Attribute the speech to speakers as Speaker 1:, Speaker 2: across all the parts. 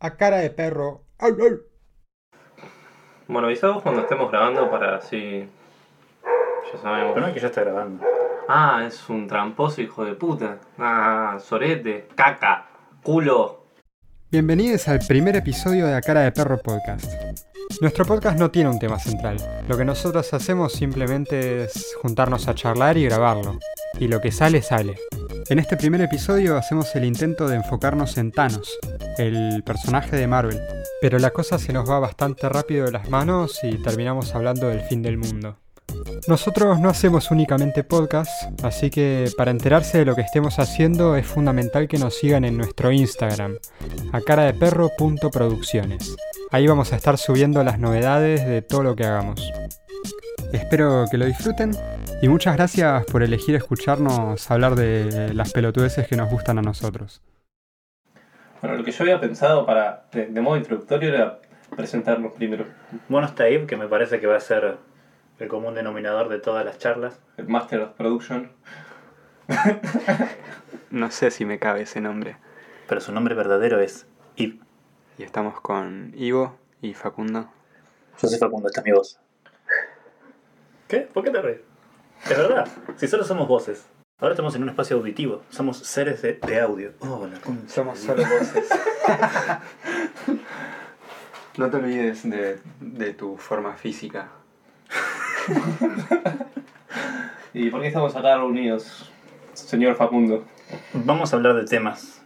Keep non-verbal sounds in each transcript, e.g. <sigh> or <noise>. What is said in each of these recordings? Speaker 1: a cara de perro. ¡Au, au!
Speaker 2: Bueno, avisamos cuando estemos grabando para así. Ya sabemos.
Speaker 3: Pero no es que ya está grabando.
Speaker 2: Ah, es un tramposo, hijo de puta. Ah, sorete, caca, culo.
Speaker 1: Bienvenidos al primer episodio de A Cara de Perro Podcast. Nuestro podcast no tiene un tema central. Lo que nosotros hacemos simplemente es juntarnos a charlar y grabarlo. Y lo que sale, sale. En este primer episodio hacemos el intento de enfocarnos en Thanos, el personaje de Marvel. Pero la cosa se nos va bastante rápido de las manos y terminamos hablando del fin del mundo. Nosotros no hacemos únicamente podcast, así que para enterarse de lo que estemos haciendo es fundamental que nos sigan en nuestro Instagram, a cara de producciones. Ahí vamos a estar subiendo las novedades de todo lo que hagamos. Espero que lo disfruten y muchas gracias por elegir escucharnos hablar de las pelotudeces que nos gustan a nosotros.
Speaker 2: Bueno, lo que yo había pensado para de, de modo introductorio era presentarnos primero.
Speaker 3: Buenos Taib, que me parece que va a ser el común denominador de todas las charlas.
Speaker 2: El Master of Production.
Speaker 4: No sé si me cabe ese nombre.
Speaker 3: Pero su nombre verdadero es Ib.
Speaker 4: Y estamos con Ivo y Facundo.
Speaker 5: Yo soy Facundo, esta es mi voz.
Speaker 3: ¿Qué? ¿Por qué te ríes? Es verdad, si solo somos voces. Ahora estamos en un espacio auditivo, somos seres de, de audio. Oh, la concha.
Speaker 4: Somos solo voces. <laughs> no te olvides de, de tu forma física.
Speaker 2: ¿Y por qué estamos acá reunidos, señor Facundo?
Speaker 3: Vamos a hablar de temas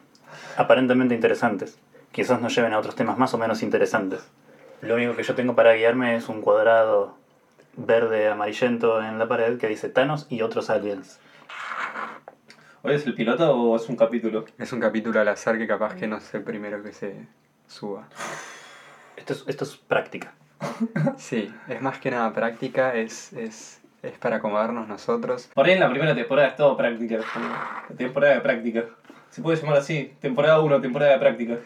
Speaker 3: aparentemente interesantes. Quizás nos lleven a otros temas más o menos interesantes. Lo único que yo tengo para guiarme es un cuadrado verde amarillento en la pared que dice Thanos y otros aliens.
Speaker 2: ¿Hoy es el piloto o es un capítulo?
Speaker 4: Es un capítulo al azar que capaz que no es el primero que se suba.
Speaker 3: Esto es, esto es práctica.
Speaker 4: Sí, es más que nada práctica, es, es, es para acomodarnos nosotros.
Speaker 2: Por ahí en la primera temporada es todo práctica. La temporada de práctica. Se puede llamar así, temporada 1, temporada de práctica.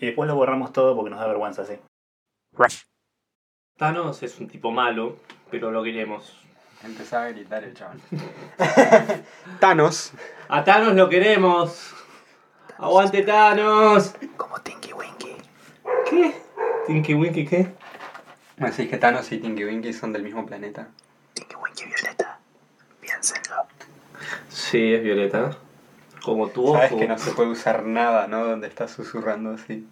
Speaker 3: Y después lo borramos todo porque nos da vergüenza así.
Speaker 2: Thanos es un tipo malo, pero lo queremos.
Speaker 4: Empezaba a gritar el chaval. <laughs> Thanos.
Speaker 2: ¡A Thanos lo queremos! ¡Aguante Thanos!
Speaker 5: Como Tinky Winky.
Speaker 2: ¿Qué? ¿Tinky Winky qué?
Speaker 4: Me decís que Thanos y Tinky Winky son del mismo planeta.
Speaker 5: Tinky Winky Violeta. Piénsenlo.
Speaker 2: Sí, es violeta. Como tu ojo.
Speaker 4: Sabes que no se puede usar nada, ¿no? Donde estás susurrando así.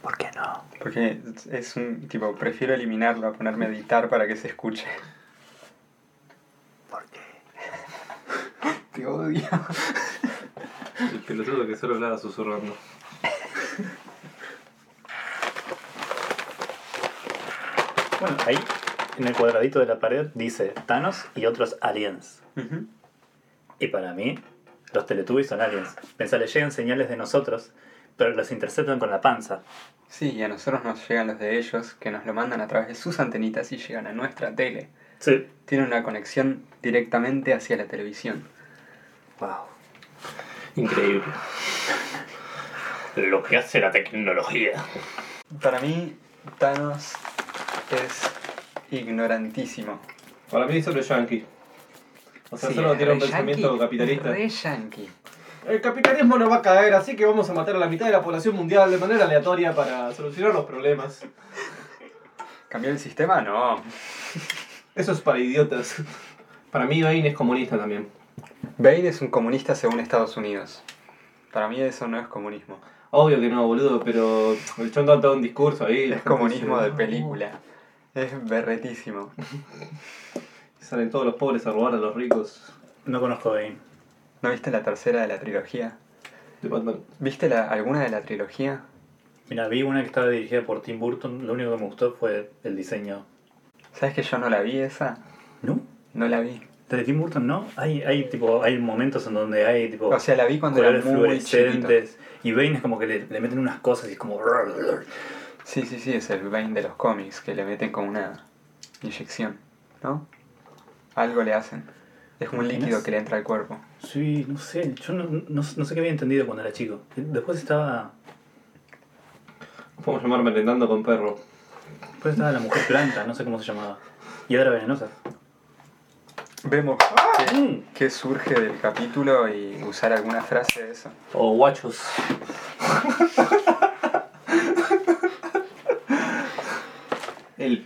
Speaker 5: ¿Por qué no?
Speaker 4: Porque es un tipo, prefiero eliminarlo a ponerme a editar para que se escuche.
Speaker 5: ¿Por qué?
Speaker 4: <laughs> Te odio.
Speaker 2: El pelotudo que solo hablaba susurrando.
Speaker 3: Bueno, ahí, en el cuadradito de la pared, dice Thanos y otros aliens.
Speaker 4: Ujú.
Speaker 3: Y para mí, los Teletubbies son aliens. Pensá, les llegan señales de nosotros, pero las interceptan con la panza.
Speaker 4: Sí, y a nosotros nos llegan los de ellos, que nos lo mandan a través de sus antenitas y llegan a nuestra tele.
Speaker 3: Sí.
Speaker 4: Tienen una conexión directamente hacia la televisión.
Speaker 3: Wow.
Speaker 2: Increíble. Lo que hace la tecnología.
Speaker 4: Para mí, Thanos es ignorantísimo.
Speaker 2: Para mí solo es yankee. O sea, solo tiene un pensamiento capitalista.
Speaker 4: Re yankee.
Speaker 2: El capitalismo no va a caer, así que vamos a matar a la mitad de la población mundial de manera aleatoria para solucionar los problemas.
Speaker 4: ¿Cambió el sistema? No.
Speaker 2: Eso es para idiotas. Para mí Bane es comunista también.
Speaker 4: Bane es un comunista según Estados Unidos. Para mí eso no es comunismo.
Speaker 2: Obvio que no, boludo, pero el chon da todo un discurso ahí. la
Speaker 4: Es
Speaker 2: gente
Speaker 4: comunismo de
Speaker 2: dice,
Speaker 4: película. Es berretísimo.
Speaker 2: "Ah, Salen todos los pobres a robar a los ricos
Speaker 3: No conozco a Bane.
Speaker 4: ¿No viste la tercera de la trilogía?
Speaker 2: de Batman.
Speaker 4: ¿Viste la, alguna de la trilogía?
Speaker 3: Mira, vi una que estaba dirigida por Tim Burton. Lo único que me gustó fue el diseño.
Speaker 4: ¿Sabes que yo no la vi esa?
Speaker 3: ¿No?
Speaker 4: No la vi.
Speaker 3: ¿La de Tim Burton no? Hay, hay, tipo, hay momentos en donde hay
Speaker 2: Oh.
Speaker 3: tipo,
Speaker 4: O sea, la vi cuando era
Speaker 3: colores
Speaker 4: muy chiquito.
Speaker 3: fluorescentes. Y Bane es como que le, le meten unas cosas y es como...
Speaker 4: Sí, sí, sí, es el Bane de los cómics, que le meten con una inyección, ¿no? Algo le hacen. Es como un
Speaker 3: ¿Imaginas?
Speaker 4: líquido que le entra al cuerpo.
Speaker 3: Sí, no sé. Yo no, no, no sé qué había entendido cuando era chico. Después estaba...
Speaker 2: Podemos llamar merendando con perro.
Speaker 3: Después estaba la mujer planta, no sé cómo se llamaba. Y era venenosa.
Speaker 4: Vemos que,
Speaker 3: Mm.
Speaker 4: que surge del capítulo y usar alguna frase de eso.
Speaker 2: O guachos.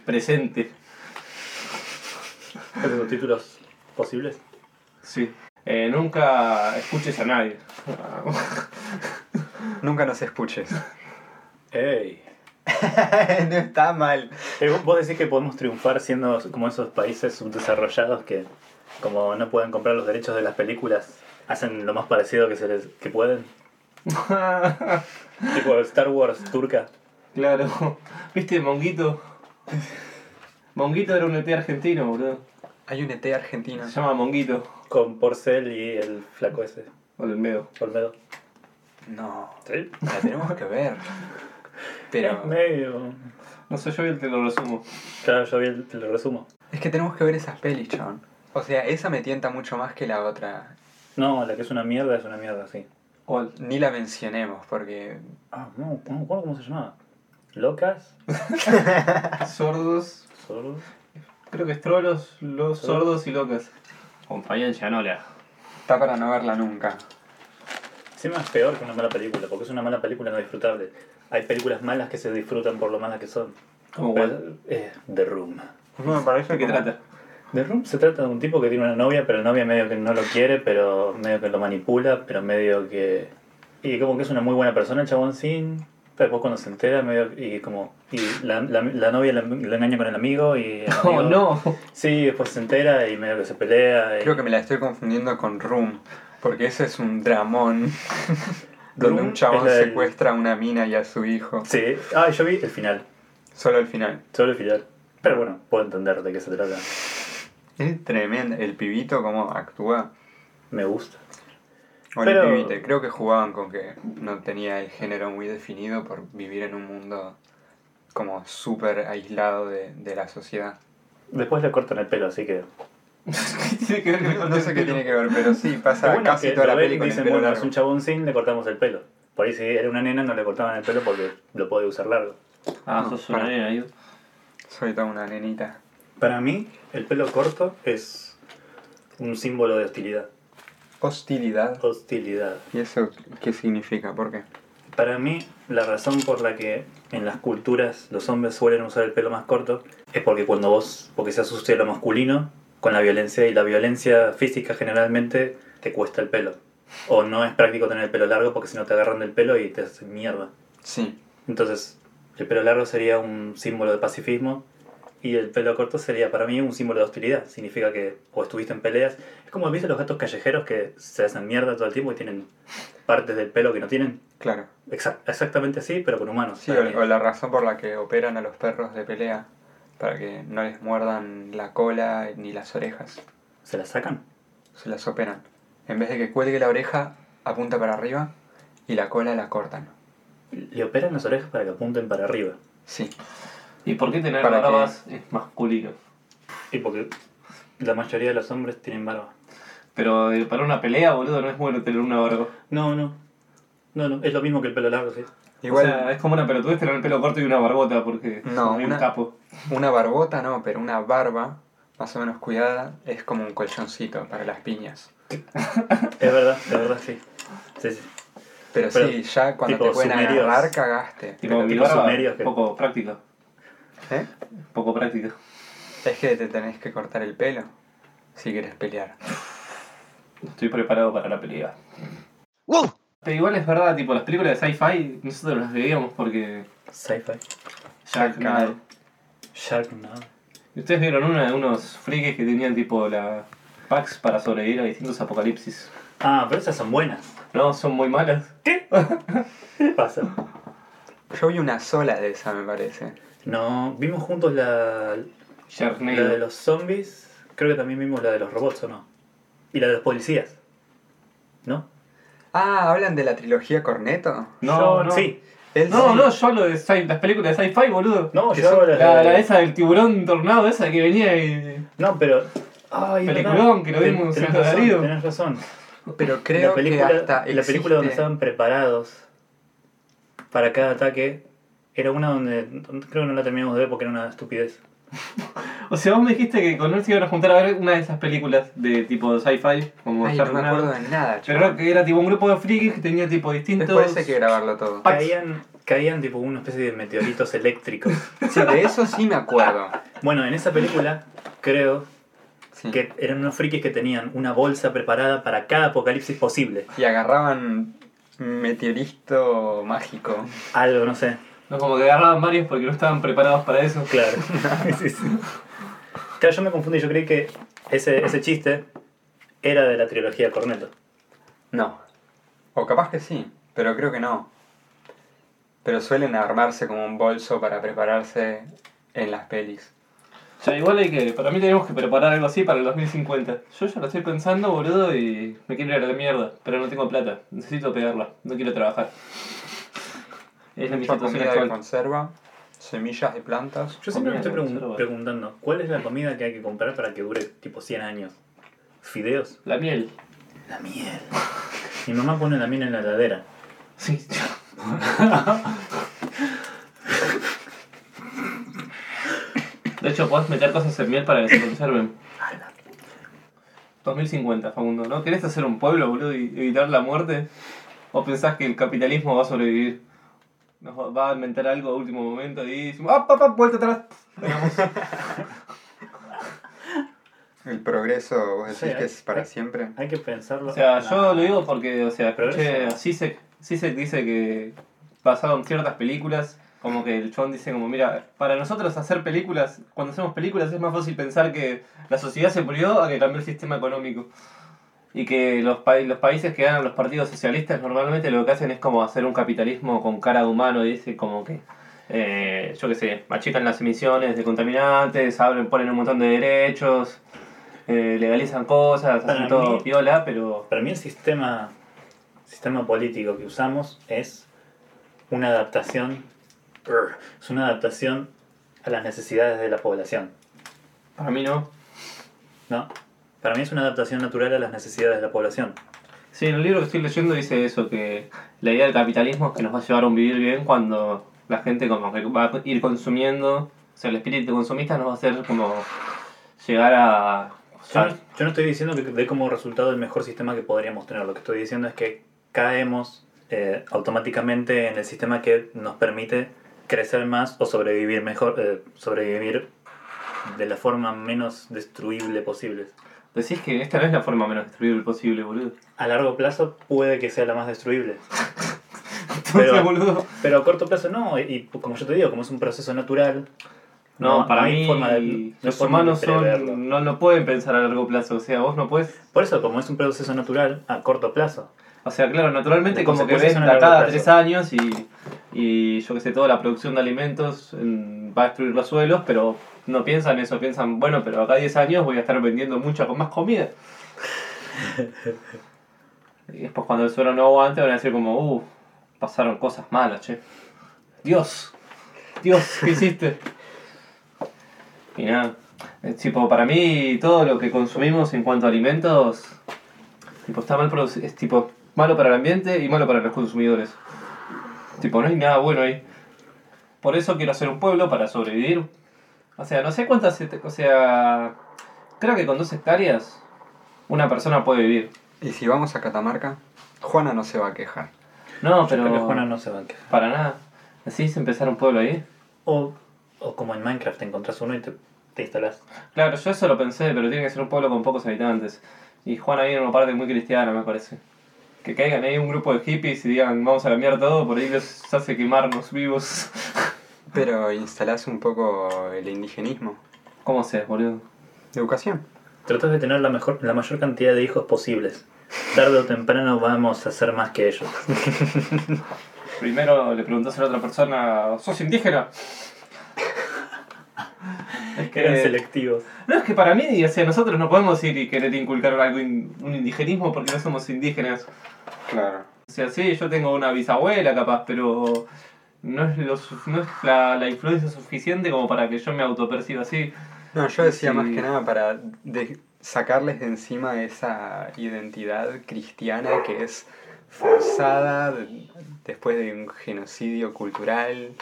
Speaker 2: presente.
Speaker 3: ¿Cuáles son los títulos posibles?
Speaker 2: Sí. Eh, nunca escuches a nadie. <laughs>
Speaker 4: Nunca nos escuches.
Speaker 3: ¡Ey!
Speaker 4: <laughs> no está mal.
Speaker 3: Eh, vos- Vos decís que podemos triunfar siendo como esos países subdesarrollados que, como no pueden comprar los derechos de las películas, hacen lo más parecido que, se les, que pueden. Tipo Star Wars turca.
Speaker 2: claro. ¿Viste Monguito? Monguito era un ET argentino, boludo.
Speaker 4: Hay un ET argentino.
Speaker 2: Se llama Monguito.
Speaker 3: Con Porcel y el flaco ese,
Speaker 2: Olmedo.
Speaker 3: Olmedo.
Speaker 4: No,
Speaker 3: ¿Sí?
Speaker 4: la tenemos que ver. <laughs> Pero
Speaker 3: Eh, Medio.
Speaker 2: No sé, yo vi el te lo resumo.
Speaker 4: <laughs>
Speaker 3: Claro, yo vi el, te lo resumo.
Speaker 4: es que tenemos que ver esas pelis, chabón. O sea, esa me tienta mucho más que la otra.
Speaker 3: No, la que es una mierda es una mierda, sí.
Speaker 2: ¿Cuál?
Speaker 4: Ni la mencionemos porque
Speaker 3: Ah, no, no me acuerdo cómo se llamaba. ¿Locas?
Speaker 2: Sordos.
Speaker 3: ¿Sordos?
Speaker 2: Creo que es trolos, los sordos y locas. Con Fabián Llanola.
Speaker 4: está para no verla nunca.
Speaker 3: Encima es peor que una mala película, porque es una mala película no disfrutable. Hay películas malas que se disfrutan por lo malas que son.
Speaker 2: ¿Cómo cuál?
Speaker 3: Pero, eh, The Room.
Speaker 4: No, me parece
Speaker 2: ¿De qué trata?
Speaker 3: The Room se trata de un tipo que tiene una novia, pero la novia medio que no lo quiere, pero medio que lo manipula, pero medio que... Y como que es una muy buena persona el chabón sin... Pero después cuando se entera, medio... Y como... Y la, la- la novia la, la engaña con el amigo y... el
Speaker 2: <laughs> Oh,
Speaker 3: amigo-
Speaker 2: no.
Speaker 3: Sí, después se entera y medio que se pelea. y-
Speaker 4: Creo que me la estoy confundiendo con Room, porque ese es un dramón donde
Speaker 3: Room
Speaker 4: un chabón
Speaker 3: es la del-
Speaker 4: secuestra a una mina y a su hijo.
Speaker 3: Sí. Ah, yo vi el final.
Speaker 4: Solo al final.
Speaker 3: Solo el final. Pero bueno, puedo entender de qué se trata.
Speaker 4: Es tremendo. El pibito cómo actúa.
Speaker 3: Me gusta.
Speaker 4: O
Speaker 3: Pero-
Speaker 4: el pibite. Creo que jugaban con que no tenía el género muy definido por vivir en un mundo como súper aislado de, de la sociedad.
Speaker 3: Después le cortan el pelo, así que...
Speaker 2: ¿Qué tiene que ver con el
Speaker 4: No sé qué tiene que ver, pero sí,
Speaker 3: Lo
Speaker 4: pasa
Speaker 3: bueno es
Speaker 4: casi
Speaker 3: que
Speaker 4: toda la
Speaker 3: lo ven y
Speaker 4: película.
Speaker 3: dicen, bueno, es un chabón sin, le cortamos el pelo. Por ahí si era una nena no le cortaban el pelo porque lo podía usar largo.
Speaker 2: Ah,
Speaker 4: No,
Speaker 2: sos una
Speaker 4: para.
Speaker 2: nena, yo.
Speaker 4: Soy toda una nenita.
Speaker 3: Para mí, el pelo corto es un símbolo de hostilidad.
Speaker 4: Hostilidad.
Speaker 3: Hostilidad.
Speaker 4: ¿Y eso qué significa? ¿Por qué?
Speaker 3: Para mí, la razón por la que en las culturas los hombres suelen usar el pelo más corto es porque cuando vos, porque se asuste lo masculino con la violencia y la violencia física generalmente te cuesta el pelo. O no es práctico tener el pelo largo porque si no te agarran del pelo y te hacen mierda.
Speaker 4: Sí.
Speaker 3: Entonces, el pelo largo sería un símbolo de pacifismo y el pelo corto sería para mí un símbolo de hostilidad. Significa que o estuviste en peleas. Es como viste los gatos callejeros que se hacen mierda todo el tiempo y tienen partes del pelo que no tienen.
Speaker 4: Claro.
Speaker 3: Exa- exactamente así, pero con humanos.
Speaker 4: Sí,
Speaker 3: para
Speaker 4: o,
Speaker 3: mí.
Speaker 4: o la razón por la que operan a los perros de pelea, para que no les muerdan la cola ni las orejas,
Speaker 3: ¿Se la sacan?
Speaker 4: se las operan. En vez de que cuelgue la oreja, apunta para arriba y la cola la cortan.
Speaker 3: Le operan las orejas para que apunten para arriba.
Speaker 4: Sí,
Speaker 2: ¿Y por qué tener
Speaker 4: ¿Para qué?
Speaker 2: barbas es masculino?
Speaker 3: Y porque la mayoría de los hombres tienen barba.
Speaker 2: Pero eh, para una pelea, boludo, no es bueno tener una barba.
Speaker 3: No, no. No, no. Es lo mismo que el pelo largo, sí.
Speaker 4: Igual-
Speaker 2: O sea, es como una pelotudez tener el pelo corto y una barbota porque
Speaker 4: No,
Speaker 2: soy
Speaker 4: una-
Speaker 2: un capo.
Speaker 4: una barbota no, pero una barba más o menos cuidada es como un colchoncito para las piñas.
Speaker 3: Es verdad, es verdad, sí. Sí, sí.
Speaker 4: Pero,
Speaker 3: Pero,
Speaker 4: sí, ya cuando
Speaker 3: tipo
Speaker 4: te pueden
Speaker 3: sumerios.
Speaker 4: agarrar, cagaste.
Speaker 2: Tipo, mi
Speaker 3: tipo
Speaker 2: barba
Speaker 3: sumerios que-
Speaker 2: poco práctica.
Speaker 4: ¿Eh?
Speaker 2: Poco práctica.
Speaker 4: Es que te tenés que cortar el pelo si quieres pelear.
Speaker 2: Estoy preparado para la pelea. Pero igual es verdad, tipo, las películas de sci-fi nosotros las veíamos porque...
Speaker 3: Sci-fi.
Speaker 2: Sharknado.
Speaker 3: Sharknado.
Speaker 2: ¿Y ustedes vieron una de unos frikis que tenían tipo la... Packs para sobrevivir a distintos apocalipsis.
Speaker 3: Ah, pero esas son buenas.
Speaker 2: No, son muy malas.
Speaker 3: ¿Qué pasa?
Speaker 4: Yo vi una sola de esa, me parece.
Speaker 3: No, vimos juntos la, la de
Speaker 2: Sharknado.
Speaker 3: los zombies. Creo que también vimos la de los robots, ¿o no? Y la de los policías. ¿No?
Speaker 4: Ah, ¿hablan de la trilogía Corneto?
Speaker 2: No, no.
Speaker 3: Sí.
Speaker 4: Él
Speaker 2: No,
Speaker 4: sí.
Speaker 2: no, yo hablo de sci- las películas de sci-fi, boludo.
Speaker 3: No,
Speaker 4: Que
Speaker 3: yo
Speaker 4: son-
Speaker 3: las
Speaker 2: La,
Speaker 3: de-
Speaker 2: la esa del tiburón tornado, esa que venía y.
Speaker 3: No, pero... Ay, es verdad.
Speaker 2: Peliculón, que lo
Speaker 3: Ten-
Speaker 2: vimos
Speaker 3: tenés
Speaker 2: en
Speaker 3: razón,
Speaker 2: Darío.
Speaker 3: Tenés razón.
Speaker 4: Pero creo
Speaker 3: la película,
Speaker 4: que hasta
Speaker 3: la película donde
Speaker 4: existe-
Speaker 3: estaban preparados para cada ataque era una donde creo que no la terminamos de ver porque era una estupidez.
Speaker 2: O sea, vos me dijiste que con Nancy iban a juntar a ver una de esas películas de tipo sci-fi, como
Speaker 4: Ay, no me
Speaker 2: Sharknado.
Speaker 4: acuerdo de nada,
Speaker 2: Pero
Speaker 4: chaval.
Speaker 2: era que era tipo un grupo de frikis que tenía tipo distintos.
Speaker 3: <laughs>
Speaker 4: Después hay que grabarlo todo.
Speaker 2: Packs.
Speaker 3: Caían, caían tipo una especie de meteoritos eléctricos.
Speaker 4: Sí, de eso sí me acuerdo.
Speaker 3: Bueno, en esa película creo
Speaker 4: Sí.
Speaker 3: que eran unos frikis que tenían una bolsa preparada para cada apocalipsis posible.
Speaker 4: Y agarraban meteorito mágico.
Speaker 3: Algo, no sé.
Speaker 2: No, como que agarraban varios porque no estaban preparados para eso.
Speaker 3: Claro. Sí, sí. Claro, yo me confundí. Yo creí que ese, ese chiste era de la trilogía Cornetto.
Speaker 4: No. O capaz que sí, pero creo que no. Pero suelen armarse como un bolso para prepararse en las pelis.
Speaker 2: O sea, igual hay que. Para mí tenemos que preparar algo así para el 2050. Yo ya lo estoy pensando, boludo, y me quiero ir a la mierda. Pero no tengo plata. Necesito pegarla. No quiero trabajar. Es la mi
Speaker 4: Mucha
Speaker 2: situación
Speaker 4: comida de
Speaker 2: actual.
Speaker 4: conserva, semillas de plantas.
Speaker 3: Yo siempre me estoy
Speaker 2: Comida,
Speaker 3: pregun-
Speaker 2: conserva.
Speaker 3: preguntando, ¿cuál es la comida que hay que comprar para que dure tipo 100 años? ¿Fideos?
Speaker 2: La miel.
Speaker 3: La miel. Mi mamá pone la miel en la heladera.
Speaker 2: Sí. De hecho, podés meter cosas en miel para que se conserven. 2050, Facundo, ¿no? ¿Querés hacer un pueblo, boludo, y evitar la muerte? ¿O pensás que el capitalismo va a sobrevivir? Nos va- va a inventar algo a último momento y... decimos, ¡Ah, papá! ¡Vuelta atrás!
Speaker 4: El progreso, vos decís
Speaker 3: Sí, hay-
Speaker 4: que es para
Speaker 3: hay-
Speaker 4: siempre.
Speaker 3: Hay que pensarlo.
Speaker 2: O sea,
Speaker 3: Ah.
Speaker 2: yo lo digo porque, o sea,
Speaker 3: Pero
Speaker 2: escuché a
Speaker 3: eso-
Speaker 2: Zizek, Zizek dice que basado en ciertas películas, como que el chon dice como, mira, para nosotros hacer películas, cuando hacemos películas es más fácil pensar que la sociedad se murió a que cambió el sistema económico. Y que los, pa- los países que ganan los partidos socialistas normalmente lo que hacen es como hacer un capitalismo con cara de humano, dice como que... eh, yo qué sé, achican las emisiones de contaminantes, abren, ponen un montón de derechos, eh, legalizan cosas,
Speaker 3: Para
Speaker 2: hacen todo
Speaker 3: mí-
Speaker 2: piola, pero
Speaker 3: Para mí el sistema, sistema político que usamos es una adaptación, Brr. es una adaptación a las necesidades de la población,
Speaker 2: Para mí no.
Speaker 3: ¿no? Para mí es una adaptación natural a las necesidades de la población.
Speaker 2: Sí, en el libro que estoy leyendo dice eso, que la idea del capitalismo es que nos va a llevar a un vivir bien cuando la gente como que va a ir consumiendo, o sea, el espíritu consumista nos va a hacer como llegar a...
Speaker 3: Yo, no- yo no estoy diciendo que dé como resultado el mejor sistema que podríamos tener, lo que estoy diciendo es que caemos eh, automáticamente en el sistema que nos permite crecer más o sobrevivir mejor, eh, sobrevivir de la forma menos destruible posible.
Speaker 2: Decís que esta no es la forma menos destruible posible, boludo. <laughs>
Speaker 3: A largo plazo puede que sea la más destruible.
Speaker 2: Entonces,
Speaker 3: Pero-
Speaker 2: boludo...
Speaker 3: Pero a corto plazo no, y, y como yo te digo, como es un proceso natural.
Speaker 2: No, para
Speaker 3: hay
Speaker 2: mí
Speaker 3: forma de- no hay
Speaker 2: los
Speaker 3: forma de
Speaker 2: humanos
Speaker 3: preverlo.
Speaker 2: son, no, no pueden pensar a largo plazo, o sea, vos no puedes...
Speaker 3: Por eso, como es un proceso natural, a corto plazo.
Speaker 2: O sea, claro, naturalmente
Speaker 3: Las
Speaker 2: como que
Speaker 3: consecuencias
Speaker 2: ven
Speaker 3: son a
Speaker 2: a
Speaker 3: largo
Speaker 2: cada
Speaker 3: plazo.
Speaker 2: tres años y, y yo que sé, toda la producción de alimentos mm, va a destruir los suelos, pero no piensan eso, piensan, bueno, pero acá 10 años voy a estar vendiendo mucha con más
Speaker 3: <laughs>
Speaker 2: comida. y después cuando el suelo no aguante van a decir como, uh, pasaron cosas malas, che. Dios, Dios, ¿qué hiciste? y nada, es tipo, para mí todo lo que consumimos en cuanto a alimentos Tipo, está mal produci- es tipo malo para el ambiente y malo para los consumidores. Tipo, no hay nada bueno ahí. Por eso quiero hacer un pueblo para sobrevivir. O sea, no sé cuántas. hect- O sea. Creo que con dos hectáreas una persona puede vivir.
Speaker 4: Y si vamos a Catamarca, Juana no se va a quejar.
Speaker 2: No,
Speaker 3: Pero que
Speaker 2: pero.
Speaker 3: Juana no se va a quejar.
Speaker 2: Para nada. ¿Decís empezar un pueblo ahí?
Speaker 3: O, o como en Minecraft, te encontrás uno y te, te instalás.
Speaker 2: Claro, yo eso lo pensé, pero tiene que ser un pueblo con pocos habitantes. Y Juana viene en una parte muy cristiana, me parece. Que caigan ahí un grupo de hippies y digan, vamos a cambiar todo, por ahí los hace quemarnos vivos.
Speaker 4: Pero instalás un poco el indigenismo.
Speaker 2: ¿Cómo haces, boludo?
Speaker 4: Educación.
Speaker 3: Tratás de tener la, mejor, la mayor cantidad de hijos posibles. Tarde o temprano vamos a ser más que ellos.
Speaker 2: Primero le preguntas a la otra persona, ¿sos indígena? es
Speaker 3: Eran
Speaker 2: que,
Speaker 3: selectivos.
Speaker 2: no, es que para mí, o sea, nosotros no podemos ir y querer inculcar algo in- un indigenismo porque no somos indígenas.
Speaker 4: Claro.
Speaker 2: O sea, sí, yo tengo una bisabuela capaz, pero no es, lo, su- no es la, la influencia suficiente como para que yo me autoperciba así.
Speaker 4: No, yo decía
Speaker 2: Sí.
Speaker 4: más que nada para de- sacarles de encima esa identidad cristiana que es forzada de- después de un genocidio cultural.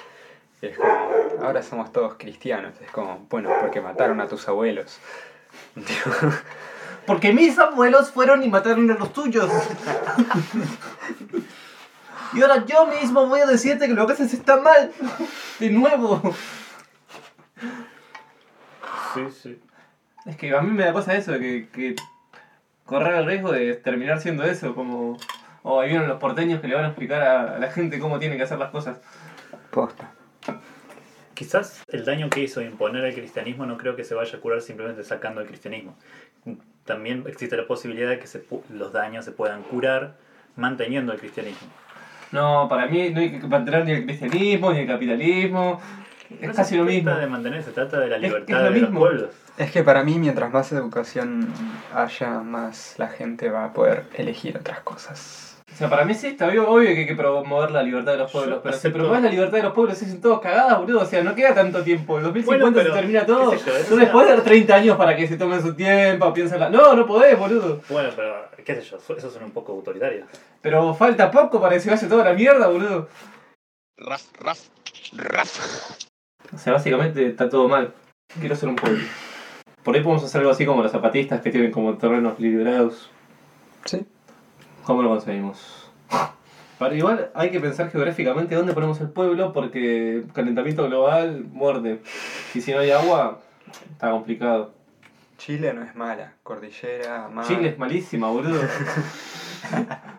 Speaker 4: Es como, ahora somos todos cristianos. Es como, bueno, porque mataron a tus abuelos. <laughs> Digo,
Speaker 2: Porque mis abuelos fueron y mataron a los tuyos. <laughs> Y ahora yo mismo voy a decirte que lo que haces está mal. De nuevo.
Speaker 3: Sí, sí.
Speaker 2: Es que a mí me da cosa eso, que, que correr el riesgo de terminar siendo eso, como... O ahí vienen los porteños que le van a explicar a, a la gente cómo tienen que hacer las cosas.
Speaker 4: Posta.
Speaker 3: Quizás el daño que hizo imponer el cristianismo no creo que se vaya a curar simplemente sacando el cristianismo. También existe la posibilidad de que se pu- los daños se puedan curar manteniendo el cristianismo.
Speaker 2: No, para mí no hay que mantener ni el cristianismo, ni el capitalismo.
Speaker 3: No
Speaker 2: Es
Speaker 3: se
Speaker 2: casi lo
Speaker 3: trata
Speaker 2: mismo.
Speaker 3: de mantener, se trata de la
Speaker 2: Es- es
Speaker 3: libertad
Speaker 2: lo
Speaker 3: de
Speaker 2: mismo.
Speaker 3: los pueblos.
Speaker 4: Es que para mí, mientras más educación haya, más la gente va a poder elegir otras cosas.
Speaker 2: O sea, para mí sí, está obvio, obvio que hay que promover la libertad de los pueblos,
Speaker 3: Yo
Speaker 2: pero si
Speaker 3: acepto-
Speaker 2: promueves la libertad de los pueblos se hacen todos cagadas, boludo. O sea, no queda tanto tiempo. En 2050
Speaker 3: Bueno, pero,
Speaker 2: se termina todo.
Speaker 3: qué sé yo, es
Speaker 2: Tú les
Speaker 3: una-
Speaker 2: podés dar 30 años para que se tomen su tiempo, piensen la... No, no podés, boludo.
Speaker 3: Bueno, pero qué sé yo, su- eso suena un poco autoritario.
Speaker 2: Pero falta poco para que se vaya toda la mierda, boludo.
Speaker 6: Raf, raf, raf.
Speaker 2: O sea, básicamente está todo mal. Quiero ser un pueblo. Por ahí podemos hacer algo así como los zapatistas que tienen como terrenos liberados.
Speaker 4: Sí.
Speaker 2: ¿Cómo lo conseguimos? Para igual hay que pensar geográficamente dónde ponemos el pueblo porque calentamiento global muerde. Y si no hay agua, está complicado.
Speaker 4: Chile no es mala. Cordillera, mar,
Speaker 2: Chile es malísima, boludo. <laughs>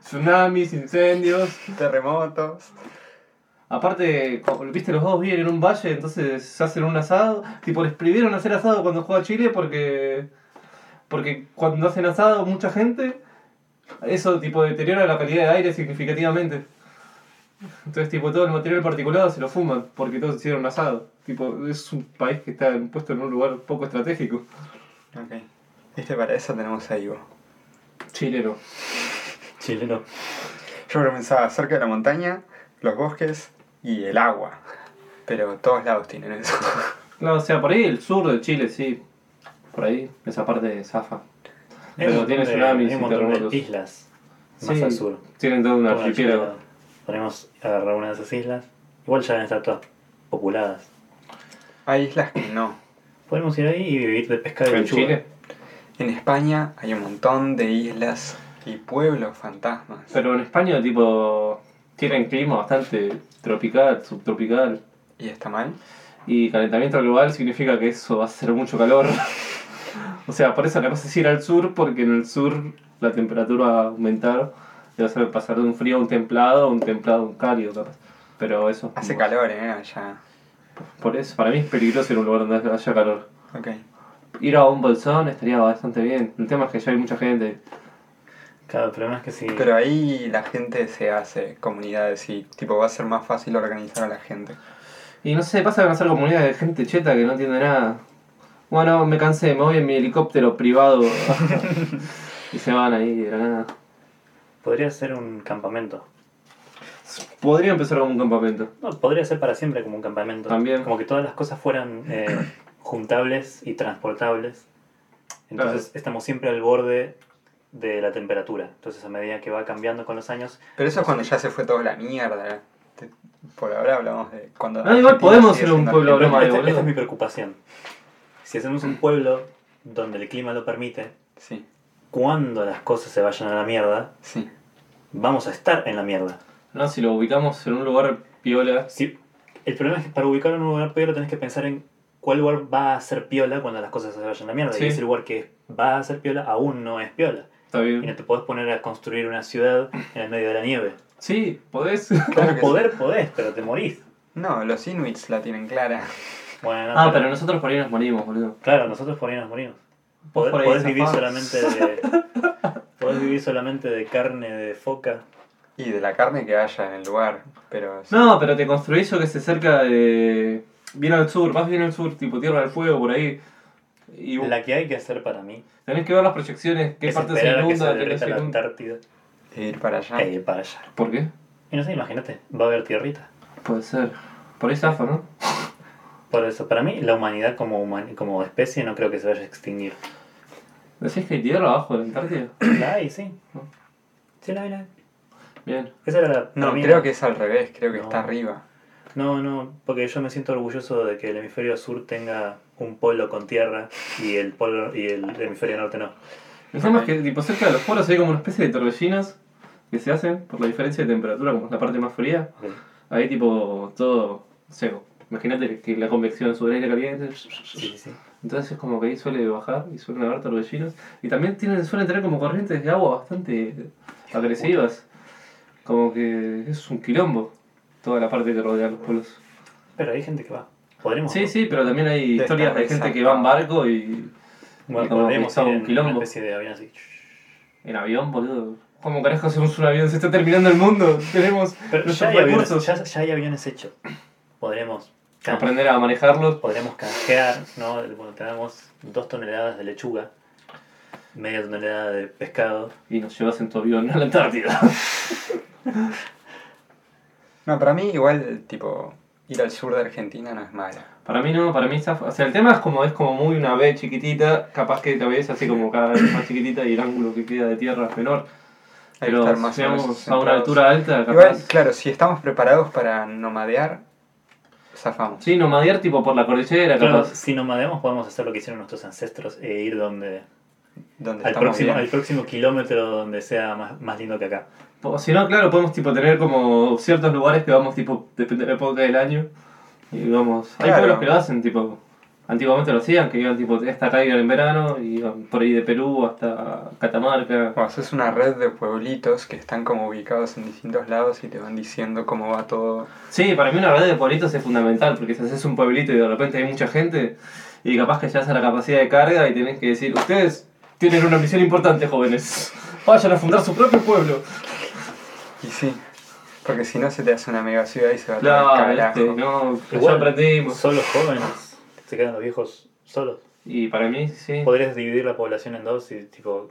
Speaker 2: Tsunamis, incendios.
Speaker 4: terremotos.
Speaker 2: Aparte, como- viste, los dos viven en un valle, entonces se hacen un asado. Tipo, les prohibieron hacer asado cuando juega Chile porque. Porque cuando hacen asado mucha gente, eso tipo deteriora la calidad de aire significativamente. Entonces, tipo, todo el material particulado se lo fuman porque todos hicieron un asado. Tipo, es un país que está puesto en un lugar poco estratégico.
Speaker 4: Ok. Viste, para eso tenemos a Ivo.
Speaker 2: Chileno.
Speaker 3: Chileno.
Speaker 4: Yo pensaba cerca de la montaña, los bosques y el agua. Pero todos lados tienen eso. <laughs>
Speaker 2: Claro, o sea, por ahí el sur de Chile, sí. Por ahí, esa parte de Zafa. Pero tiene tsunamis
Speaker 3: Hay
Speaker 2: y
Speaker 3: un montón
Speaker 2: terremotos.
Speaker 3: de islas más
Speaker 2: Sí,
Speaker 3: al sur.
Speaker 2: Tienen toda una
Speaker 3: Todo el
Speaker 2: archipiélago.
Speaker 3: Chile. Podemos agarrar una de esas islas. Igual ya van a estar todas populadas.
Speaker 4: Hay islas que no.
Speaker 3: Podemos ir ahí y vivir de pesca de
Speaker 2: ¿En
Speaker 3: lechuga.
Speaker 2: Chile?
Speaker 4: En España hay un montón de islas y pueblos fantasmas.
Speaker 2: Pero en España, tipo, tienen clima bastante tropical, subtropical.
Speaker 4: ¿Y está mal?
Speaker 2: Y calentamiento global significa que eso va a hacer mucho calor. <laughs> o sea, por eso la cosa es ir al sur, porque en el sur la temperatura va a aumentar. Y va a ser pasar de un frío a un templado, a un templado a un cálido, capaz. Pero eso. es
Speaker 4: Hace
Speaker 2: como-
Speaker 4: calor, ¿eh? Allá.
Speaker 2: Por eso, para mí es peligroso ir a un lugar donde haya calor.
Speaker 4: Ok.
Speaker 2: Ir a un bolsón estaría bastante bien. El tema es que ya hay mucha gente.
Speaker 3: Claro, el problema es que si.
Speaker 4: Pero ahí la gente se hace comunidades y tipo va a ser más fácil organizar a la gente.
Speaker 2: Y no sé, pasa que van a ser comunidades de gente cheta que no entiende nada. Bueno, me cansé, me voy en mi helicóptero privado.
Speaker 3: <laughs>
Speaker 2: y se van ahí de la nada.
Speaker 3: Podría ser un campamento.
Speaker 2: Podría empezar como un campamento.
Speaker 3: No, podría ser para siempre como un campamento.
Speaker 2: También.
Speaker 3: Como que todas las cosas fueran eh,
Speaker 2: <coughs>
Speaker 3: juntables y transportables. Entonces estamos siempre al borde de la temperatura. Entonces a medida que va cambiando con los años,
Speaker 4: Pero eso es cuando ya se fue toda la mierda. ¿eh? Te- Por ahora hablamos de cuando.
Speaker 2: No, igual
Speaker 4: Argentina
Speaker 2: podemos
Speaker 4: sigue
Speaker 2: ser un
Speaker 4: siendo
Speaker 2: pueblo
Speaker 4: Argentina.
Speaker 2: broma de
Speaker 3: Esta- este, esta es
Speaker 2: boludo.
Speaker 3: mi preocupación. Si hacemos un pueblo donde el clima lo permite,
Speaker 4: Sí,
Speaker 3: cuando las cosas se vayan a la mierda,
Speaker 4: sí.
Speaker 3: vamos a estar en la mierda.
Speaker 2: No, si lo ubicamos en un lugar piola.
Speaker 3: Si, el problema es que para ubicar en un lugar piola tenés que pensar en cuál lugar va a ser piola cuando las cosas se vayan a la mierda.
Speaker 2: Sí.
Speaker 3: Y ese lugar que va a ser piola aún no es piola.
Speaker 2: Está
Speaker 3: Y no
Speaker 2: bien.
Speaker 3: te podés poner a construir una ciudad en el medio de la nieve.
Speaker 2: Sí, podés.
Speaker 4: Claro que
Speaker 3: poder podés, pero te morís.
Speaker 4: No, los inuits la tienen clara.
Speaker 3: Bueno,
Speaker 2: ah, pero nosotros por ahí nos morimos, boludo.
Speaker 3: Claro, nosotros por ahí nos morimos.
Speaker 2: Vos
Speaker 3: Podés,
Speaker 2: por ahí
Speaker 3: podés vivir
Speaker 2: zafás.
Speaker 3: solamente de.
Speaker 2: <laughs>
Speaker 3: podés vivir solamente de carne de foca.
Speaker 4: Y de la carne que haya en el lugar. Pero sí.
Speaker 2: No, pero te construís yo que se cerca de. Bien al sur, más bien al sur, tipo Tierra del Fuego, por ahí. Y
Speaker 3: La que hay que hacer para mí
Speaker 2: tenés que ver las proyecciones, qué
Speaker 3: es
Speaker 2: parte se
Speaker 3: esperar a que se
Speaker 2: inunda, qué no
Speaker 3: derrita
Speaker 2: se
Speaker 3: la
Speaker 2: inunda.
Speaker 3: Antártida
Speaker 4: E ir para allá.
Speaker 3: e ir para allá.
Speaker 2: ¿Por qué?
Speaker 3: Y no sé, imagínate, va a haber tierrita.
Speaker 2: Puede ser. Por ahí zafa, ¿no?
Speaker 3: Por eso, para mí, la humanidad como, human- como especie no creo que se vaya
Speaker 2: <clears throat>
Speaker 3: a extinguir.
Speaker 2: ¿Decís que hay tierra abajo de la Antártida?
Speaker 3: La hay, Ah, sí. Sí, la hay, la hay.
Speaker 2: Bien.
Speaker 3: Esa era la.
Speaker 4: No,
Speaker 3: para mí
Speaker 4: creo
Speaker 3: la-
Speaker 4: que es al revés, creo que
Speaker 3: No.
Speaker 4: está arriba.
Speaker 3: No, no, porque yo me siento orgulloso de que el hemisferio sur tenga un polo con tierra y el polo y el hemisferio norte no.
Speaker 2: El tema es que tipo, cerca de los polos hay como una especie de torbellinas que se hacen por la diferencia de temperatura, como es la parte más fría,
Speaker 3: Ok.
Speaker 2: ahí tipo todo seco. Imagínate que la convección sobre aire caliente.
Speaker 3: Sí, sí, sí.
Speaker 2: Entonces es como que ahí suele bajar y suelen haber torbellinos. Y también tienen, suelen tener como corrientes de agua bastante agresivas. Como que es un quilombo toda la parte que rodea los pueblos.
Speaker 3: Pero hay gente que va. Podremos.
Speaker 2: Sí, sí, pero también hay
Speaker 4: Está
Speaker 2: historias de gente que va en barco y
Speaker 3: Bueno,
Speaker 2: Como
Speaker 3: podremos
Speaker 2: que está
Speaker 3: ir
Speaker 2: un
Speaker 3: en
Speaker 2: quilombo.
Speaker 3: una especie de avión así.
Speaker 2: en avión, boludo. ¿Cómo carajo hacemos un avión? Se está terminando el <laughs> mundo. Tenemos
Speaker 3: Pero ya
Speaker 2: nuestros
Speaker 3: hay, aviones,
Speaker 2: recursos.
Speaker 3: ya, ya hay aviones hechos. Podremos, can-
Speaker 2: Aprender a manejarlos.
Speaker 3: podremos canjear, ¿no? Bueno, tenemos dos toneladas de lechuga, media tonelada de pescado.
Speaker 2: Y nos llevas en tu avión a la Antártida. <laughs>
Speaker 4: No, para mí igual, tipo, ir al sur de Argentina no es malo.
Speaker 2: Para mí no, para mí está... O sea, el tema es como es como muy una B chiquitita, capaz que la ves así como cada vez más chiquitita y el ángulo que queda de tierra es menor.
Speaker 4: Hay que
Speaker 2: Pero
Speaker 4: estar más o
Speaker 2: si vamos
Speaker 4: menos
Speaker 2: a una
Speaker 4: centrados.
Speaker 2: altura alta, capaz...
Speaker 4: Igual, claro, si estamos preparados para nomadear, zafamos.
Speaker 2: Sí, nomadear tipo por la cordillera,
Speaker 3: Claro,
Speaker 2: capaz.
Speaker 3: si nomadeamos podemos hacer lo que hicieron nuestros ancestros e ir donde
Speaker 4: Donde
Speaker 3: al
Speaker 4: estamos
Speaker 3: próximo,
Speaker 4: bien.
Speaker 3: al próximo kilómetro donde sea más, más lindo que acá.
Speaker 2: O si no, claro, podemos tipo tener como ciertos lugares que vamos tipo, depende de la época del año. Y vamos... Hay
Speaker 4: Claro.
Speaker 2: pueblos que lo hacen, tipo... Antiguamente lo hacían, que iban tipo hasta acá iban en verano, y iban por ahí de Perú hasta Catamarca.
Speaker 4: Bueno, haces una red de pueblitos que están como ubicados en distintos lados y te van diciendo cómo va todo.
Speaker 2: Sí, para mí una red de pueblitos es fundamental, porque si haces un pueblito y de repente hay mucha gente, y capaz que llegas a la capacidad de carga y tenés que decir, ustedes tienen una misión importante, jóvenes. <laughs> Vayan a fundar su propio pueblo.
Speaker 4: Y sí, porque si no se te hace una mega ciudad y se va todo
Speaker 2: Claro,
Speaker 4: el carajo.
Speaker 2: este, no, ya
Speaker 3: Igual,
Speaker 2: aprendimos.
Speaker 3: Solos jóvenes, se quedan los viejos solos.
Speaker 2: Y para mí, sí.
Speaker 3: Podrías dividir la población en dos y tipo,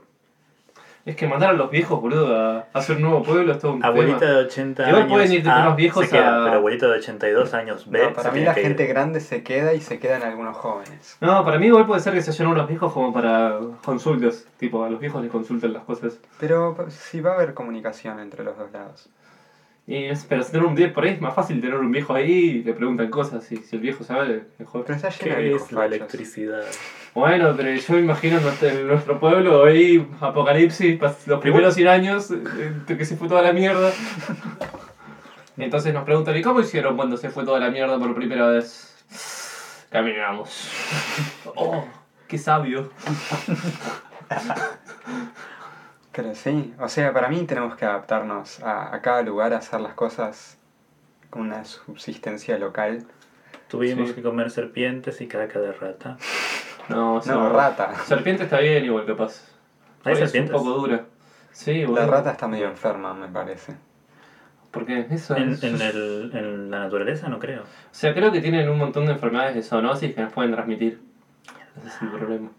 Speaker 2: Es que mandar a los viejos, boludo, a hacer un nuevo pueblo es todo un
Speaker 3: abuelita
Speaker 2: tema.
Speaker 3: de 80
Speaker 2: Igual
Speaker 3: años
Speaker 2: pueden ir tipo
Speaker 3: A
Speaker 2: unos viejos
Speaker 3: se queda,
Speaker 2: a-
Speaker 3: pero abuelita de 82 años B
Speaker 4: No, para
Speaker 3: se
Speaker 4: mí
Speaker 3: tiene
Speaker 4: la
Speaker 3: que ir.
Speaker 4: gente grande se queda y se quedan algunos jóvenes.
Speaker 2: No, para mí igual puede ser que se hayan unos viejos como para consultas. Tipo, a los viejos les consultan las cosas.
Speaker 4: Pero pues, sí va a haber comunicación entre los dos lados.
Speaker 2: Y es- pero si tener un viejo por ahí es más fácil tener un viejo ahí y le preguntan cosas. Y si el viejo sabe, mejor.
Speaker 4: Pero está lleno de
Speaker 3: ¿Qué
Speaker 4: viejos
Speaker 3: es la
Speaker 4: fachos.
Speaker 3: electricidad?
Speaker 2: Bueno, pero yo me imagino en nuestro, en nuestro pueblo hoy, apocalipsis, pas- los primeros 100 años, eh, que se fue toda la mierda. Entonces nos preguntan, ¿y cómo hicieron cuando se fue toda la mierda por primera vez? Caminamos. ¡Oh! ¡Qué sabio!
Speaker 4: Pero sí, o sea, para mí tenemos que adaptarnos a, a cada lugar, a hacer las cosas con una subsistencia local.
Speaker 3: Tuvimos
Speaker 2: Sí.
Speaker 3: que comer serpientes y caca de rata.
Speaker 2: No, eso-
Speaker 4: No, rata.
Speaker 2: Serpiente está bien igual, capaz.
Speaker 3: ¿Hay
Speaker 2: Hoy es un
Speaker 3: serpientes?
Speaker 2: poco dura. Sí,
Speaker 4: La
Speaker 2: boludo.
Speaker 4: rata está medio enferma, me parece.
Speaker 2: Porque eso
Speaker 3: En,
Speaker 2: es...
Speaker 3: en el- en la naturaleza no creo.
Speaker 2: O sea, creo que tienen un montón de enfermedades de zoonosis que nos pueden transmitir. Ese es el problema.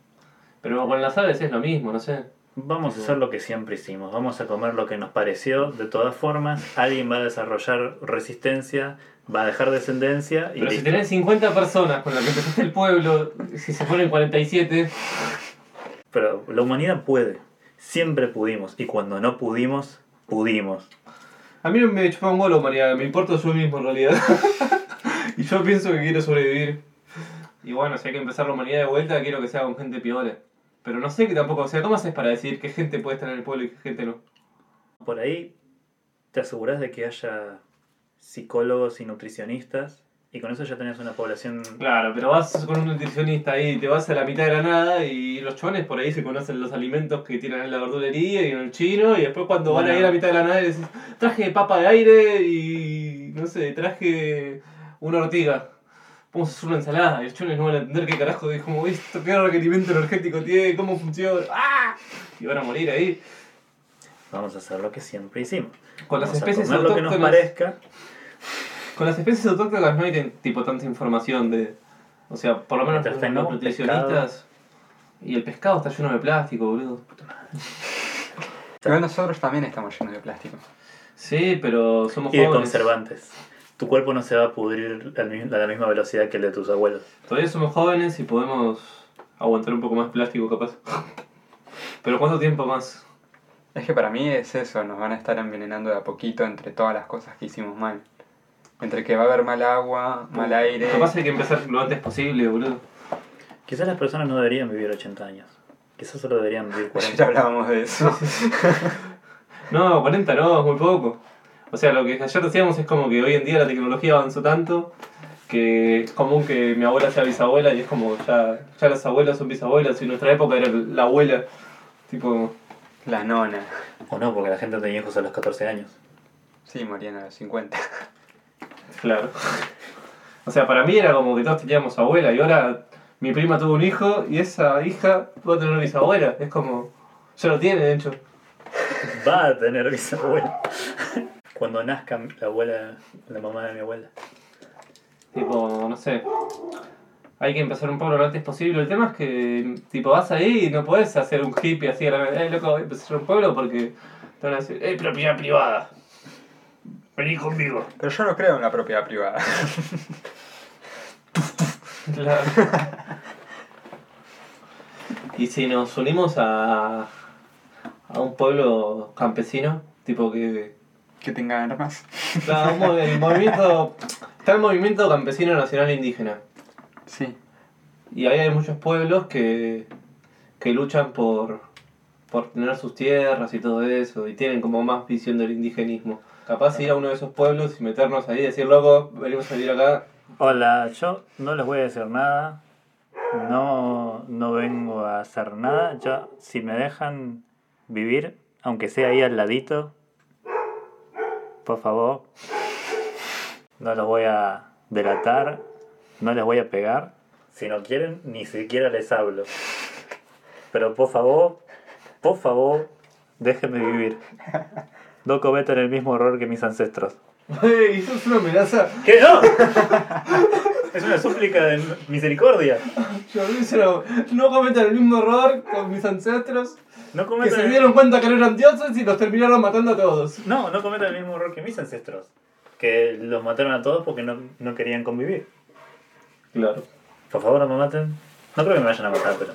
Speaker 2: Pero con las aves es lo mismo, no sé.
Speaker 3: Vamos a hacer lo que siempre hicimos, vamos a comer lo que nos pareció, de todas formas, alguien va a desarrollar resistencia, va a dejar descendencia y
Speaker 2: Pero si
Speaker 3: listo.
Speaker 2: tenés 50 personas con las que empezaste el pueblo, si se ponen 47,
Speaker 3: Pero la humanidad puede, siempre pudimos y cuando no pudimos, pudimos.
Speaker 2: a mí no me chupa un huevo, María, me importa yo mismo en realidad. <laughs> y yo pienso que quiero sobrevivir. Y bueno, si hay que empezar la humanidad de vuelta, quiero que sea con gente piola. Pero no sé que tampoco, o sea, ¿cómo haces para decir qué gente puede estar en el pueblo y qué gente no?
Speaker 3: Por ahí te aseguras de que haya psicólogos y nutricionistas y con eso ya tenés una población...
Speaker 2: Claro, pero vas con un nutricionista ahí, te vas a la mitad de la nada y los chones por ahí se conocen los alimentos que tienen en la verdulería y en el chino y después cuando van
Speaker 3: Bueno.
Speaker 2: ahí a la mitad de la nada les decís, traje papa de aire y no sé, traje una ortiga. Vamos a hacer una ensalada y los chones no van a entender qué carajo, de cómo esto, qué requerimiento energético tiene, cómo funciona. ¡Ah! Y van a morir ahí.
Speaker 3: Vamos a hacer lo que siempre hicimos.
Speaker 2: Con las
Speaker 3: Vamos a
Speaker 2: especies
Speaker 3: comer lo que nos
Speaker 2: autóctonas.
Speaker 3: parezca.
Speaker 2: Con las especies autóctonas no hay ten- tipo tanta información de. O sea, por lo menos
Speaker 3: Mientras
Speaker 2: los los
Speaker 3: tengamos
Speaker 2: nutricionistas. Y el pescado está lleno de plástico, boludo.
Speaker 4: Igual nosotros también estamos llenos de plástico.
Speaker 2: Sí, pero somos
Speaker 3: Y de
Speaker 2: jóvenes.
Speaker 3: conservantes. Tu cuerpo no se va a pudrir al mi- a la misma velocidad que el de tus abuelos.
Speaker 2: Todavía somos jóvenes y podemos aguantar un poco más plástico, capaz. <laughs> Pero ¿cuánto tiempo más?
Speaker 4: Es que para mí es eso, nos van a estar envenenando de a poquito entre todas las cosas que hicimos mal. Entre que va a haber mal agua, mal aire. <laughs>
Speaker 2: Capaz hay que empezar lo antes posible, boludo.
Speaker 3: Quizás las personas no deberían vivir 80 años. Quizás solo deberían vivir
Speaker 4: Ayer
Speaker 3: 40.
Speaker 4: hablábamos de eso.
Speaker 2: No, 40 no, es muy poco. O sea, lo que ayer decíamos es como que hoy en día la tecnología avanzó tanto que es común que mi abuela sea bisabuela y es como ya, ya las abuelas son bisabuelas y en nuestra época era la abuela. Tipo,
Speaker 4: La nona.
Speaker 3: <laughs> O no, porque la gente tenía hijos a los 14 años.
Speaker 4: Sí, Mariana, a los 50.
Speaker 2: claro. O sea, para mí era como que todos teníamos abuela y ahora mi prima tuvo un hijo y esa hija va a tener una bisabuela. Es como, ya lo tiene de hecho.
Speaker 3: Va a tener bisabuela. <laughs> Cuando nazca la abuela, la mamá de mi abuela.
Speaker 2: Tipo, no sé. Hay que empezar un poco lo antes posible. El tema es que, tipo, vas ahí y no podés hacer un hippie así a la vez. Eh, loco, voy a empezar un pueblo porque te van a decir, eh, propiedad privada. Vení conmigo.
Speaker 4: Pero yo no creo en la propiedad privada.
Speaker 2: Claro. <laughs> y si nos unimos a, a un pueblo campesino, tipo que.
Speaker 4: <laughs> que tengan armas.
Speaker 2: Claro, un mov- el movimiento. Está el movimiento campesino nacional indígena.
Speaker 4: Sí.
Speaker 2: Y ahí hay muchos pueblos que, que luchan por, por tener sus tierras y todo eso, y tienen como más visión del indigenismo. Capaz ir a uno de esos pueblos y meternos ahí y decir, loco, venimos a vivir acá. <laughs>
Speaker 3: Hola, yo no les voy a decir nada. No, no vengo a hacer nada. Yo, si me dejan vivir, aunque sea ahí al ladito, por favor, no los voy a delatar, no les voy a pegar. Si no quieren, ni siquiera les hablo. Pero por favor, por favor, déjenme vivir. No cometan el mismo error que mis ancestros.
Speaker 2: ¡Ey! ¡Eso es una amenaza!
Speaker 3: ¿Qué no? <laughs> es una súplica de misericordia.
Speaker 2: Yo no, no cometan el mismo error con mis ancestros,
Speaker 3: No
Speaker 2: que se
Speaker 3: cometan,
Speaker 2: dieron cuenta que no eran dioses y los terminaron matando a todos.
Speaker 3: no, no cometan el mismo error que mis ancestros. Que los mataron a todos porque no, no querían convivir.
Speaker 2: Claro.
Speaker 3: Por favor, no me maten. No creo que me vayan a matar, pero.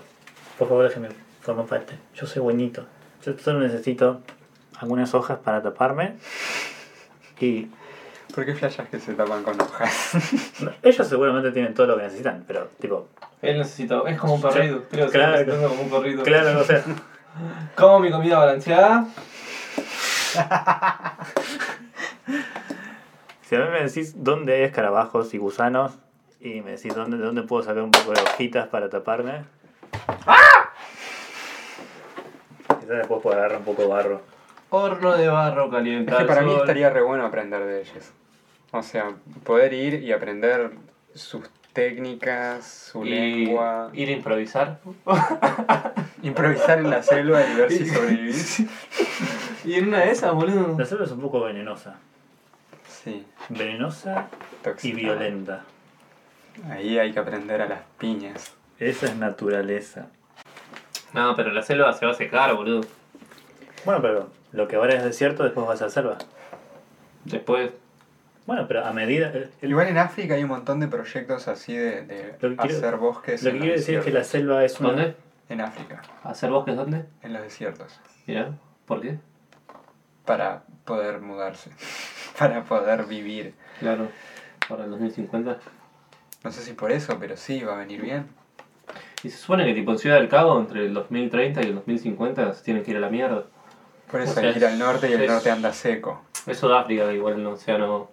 Speaker 3: Por favor, déjenme formar parte. Yo soy buenito. Yo solo necesito algunas hojas para taparme. Y.
Speaker 4: ¿Por qué flashas que se tapan con <laughs> hojas?
Speaker 3: no, ellos seguramente tienen todo lo que necesitan, pero, tipo.
Speaker 2: Él necesita, es como un perrito, creo que
Speaker 3: Claro.
Speaker 2: se está como un perrito.
Speaker 3: Claro, no sé.
Speaker 2: Como mi comida balanceada,
Speaker 3: Si a mí me decís dónde hay escarabajos y gusanos y me decís dónde, dónde puedo sacar un poco de hojitas para taparme. ¡Ah! Quizás después puedo agarrar un poco de barro.
Speaker 2: horno de barro caliente.
Speaker 4: Es que
Speaker 2: al
Speaker 4: para mí
Speaker 2: sol.
Speaker 4: estaría re bueno aprender de ellos. O sea, poder ir y aprender sus técnicas, su lengua.
Speaker 2: Ir a improvisar.
Speaker 4: Improvisar en la selva y ver si sobrevivís.
Speaker 2: Y en una de esas, boludo.
Speaker 3: La selva es un poco venenosa.
Speaker 4: Sí,
Speaker 3: Venenosa y
Speaker 4: tóxico.
Speaker 3: violenta.
Speaker 4: Ahí hay que aprender a las piñas.
Speaker 3: Esa es naturaleza.
Speaker 2: No, pero la selva se va a secar, boludo.
Speaker 3: Bueno, pero lo que ahora es desierto, después vas a selva.
Speaker 2: Después.
Speaker 3: Bueno, pero a medida. eh, eh,
Speaker 4: Igual en África hay un montón de proyectos así de, de
Speaker 3: Lo que quiero-
Speaker 4: hacer bosques.
Speaker 3: Lo
Speaker 4: en
Speaker 3: que
Speaker 4: los
Speaker 3: quiero decir es que la
Speaker 4: desiertos.
Speaker 3: selva
Speaker 4: Mm.
Speaker 3: es una.
Speaker 2: ¿Dónde?
Speaker 4: En África,
Speaker 2: ¿Hacer bosques dónde?
Speaker 4: en los desiertos.
Speaker 2: Mirá. ¿Por qué?
Speaker 4: Para poder mudarse. <laughs> Para poder vivir.
Speaker 2: Claro. Para el 2050.
Speaker 4: No sé si por eso, pero sí, va a venir bien.
Speaker 2: Y se supone que tipo en Ciudad del Cabo, entre el 2030 y el 2050, se tienen que ir a la mierda.
Speaker 4: Por
Speaker 2: O
Speaker 4: eso
Speaker 2: sea,
Speaker 4: hay que ir al norte y el
Speaker 2: es-
Speaker 4: norte anda seco.
Speaker 2: Eso da África, igual no, o sea, no.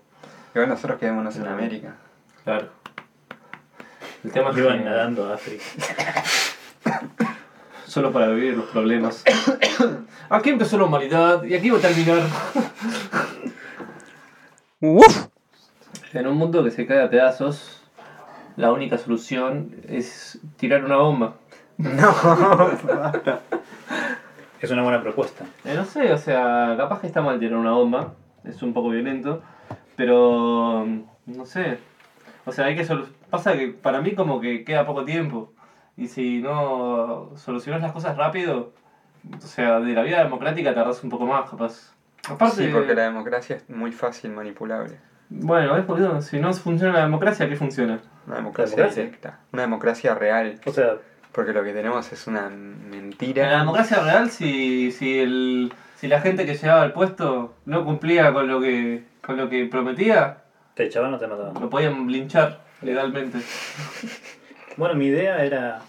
Speaker 4: Igual nosotros quedémonos en
Speaker 2: No.
Speaker 4: América.
Speaker 2: Claro. El tema es que.
Speaker 3: Iban nadando a África.
Speaker 2: Solo para vivir los problemas. <coughs> aquí empezó la humanidad y aquí va a terminar. En un mundo que se cae a pedazos, la única solución es tirar una bomba.
Speaker 3: Es una buena propuesta.
Speaker 2: Eh, no sé, o sea, capaz que está mal tirar una bomba, es un poco violento, pero mm, no sé. O sea, hay que solu- pasa que para mí como que queda poco tiempo y si no solucionas las cosas rápido, o sea, de la vida democrática tardas un poco más, capaz. Aparte,
Speaker 4: Sí, porque la democracia es muy fácil manipulable.
Speaker 2: bueno, es boludo, si no funciona la democracia, ¿qué funciona?
Speaker 4: Una democracia
Speaker 3: democracia?
Speaker 4: directa. Una democracia real.
Speaker 3: O sea,
Speaker 4: Porque lo que tenemos es una mentira.
Speaker 2: La democracia real si, si el si la gente que llegaba al puesto no cumplía con lo que con lo que prometía,
Speaker 3: te echaban o te mataban.
Speaker 2: lo podían linchar legalmente.
Speaker 3: Bueno, mi idea era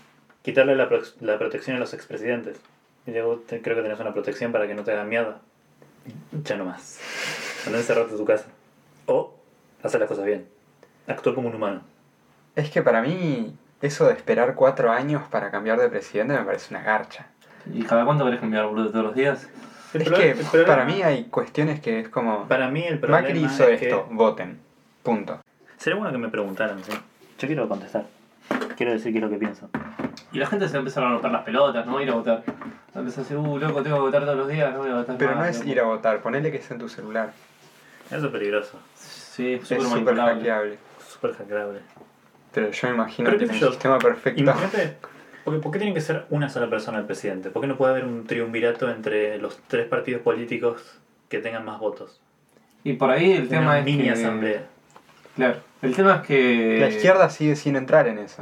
Speaker 3: quitarle la, pro- la protección a los expresidentes. Y luego te- creo que tenés una protección para que no te hagan miedo. Ya no más. Anda a encerrarte a tu casa. O hacer las cosas bien. Actúa como un humano.
Speaker 4: Es que para mí, eso de esperar cuatro años para cambiar de presidente me parece una garcha.
Speaker 2: ¿Y cada cuánto querés cambiar, boludo, todos los días?
Speaker 3: El
Speaker 4: es
Speaker 3: proble-
Speaker 4: que
Speaker 3: el problema-
Speaker 4: para mí hay cuestiones que es como.
Speaker 3: Para mí el problema
Speaker 4: Macri hizo
Speaker 3: es
Speaker 4: esto,
Speaker 3: que...
Speaker 4: voten. Punto.
Speaker 3: Sería bueno que me preguntaran, ¿sí? Yo quiero contestar. Quiero decir qué es lo que pienso.
Speaker 2: Y la gente se empezaron a romper las pelotas, no ir a votar. Empezó a decir, uh, loco, tengo que votar todos los días, no voy a
Speaker 3: Ah,
Speaker 2: votar
Speaker 4: Pero
Speaker 2: más,
Speaker 4: no es
Speaker 2: loco".
Speaker 4: ir a votar, ponele que está en tu celular.
Speaker 3: Eso es peligroso.
Speaker 2: Sí, es súper
Speaker 4: Es súper
Speaker 2: manipulable.
Speaker 4: hackeable.
Speaker 3: Súper hackeable.
Speaker 4: Pero yo me imagino
Speaker 3: Pero
Speaker 4: que
Speaker 3: qué
Speaker 4: es
Speaker 3: sé
Speaker 4: un
Speaker 3: yo.
Speaker 4: sistema perfecto.
Speaker 3: Imagínate, porque, ¿por qué tiene que ser una sola persona el presidente? ¿Por qué no puede haber un triunvirato entre los tres partidos políticos que tengan más votos?
Speaker 2: Y por ahí el tema
Speaker 3: Una
Speaker 2: es
Speaker 3: mini
Speaker 2: que...
Speaker 3: asamblea
Speaker 2: Claro, el tema es que...
Speaker 4: La izquierda sigue sin entrar en eso.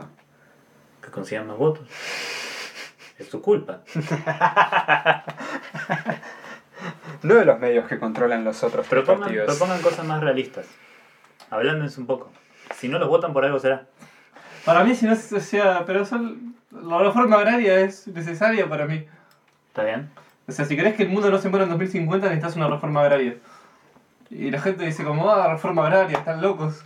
Speaker 3: que consigan más votos. Es su culpa.
Speaker 4: No de los medios que controlan los otros tres
Speaker 3: Propongan,
Speaker 4: partidos.
Speaker 3: propongan cosas más realistas. Hablándonos un poco. Si no los votan por algo será.
Speaker 2: Para mí, si no se sea... Pero eso, la reforma agraria es necesaria para mí.
Speaker 3: ¿Está bien?
Speaker 2: O sea, si querés que el mundo no se muera en 2050, necesitas una reforma agraria. Y la gente dice como, ah, reforma agraria, están locos.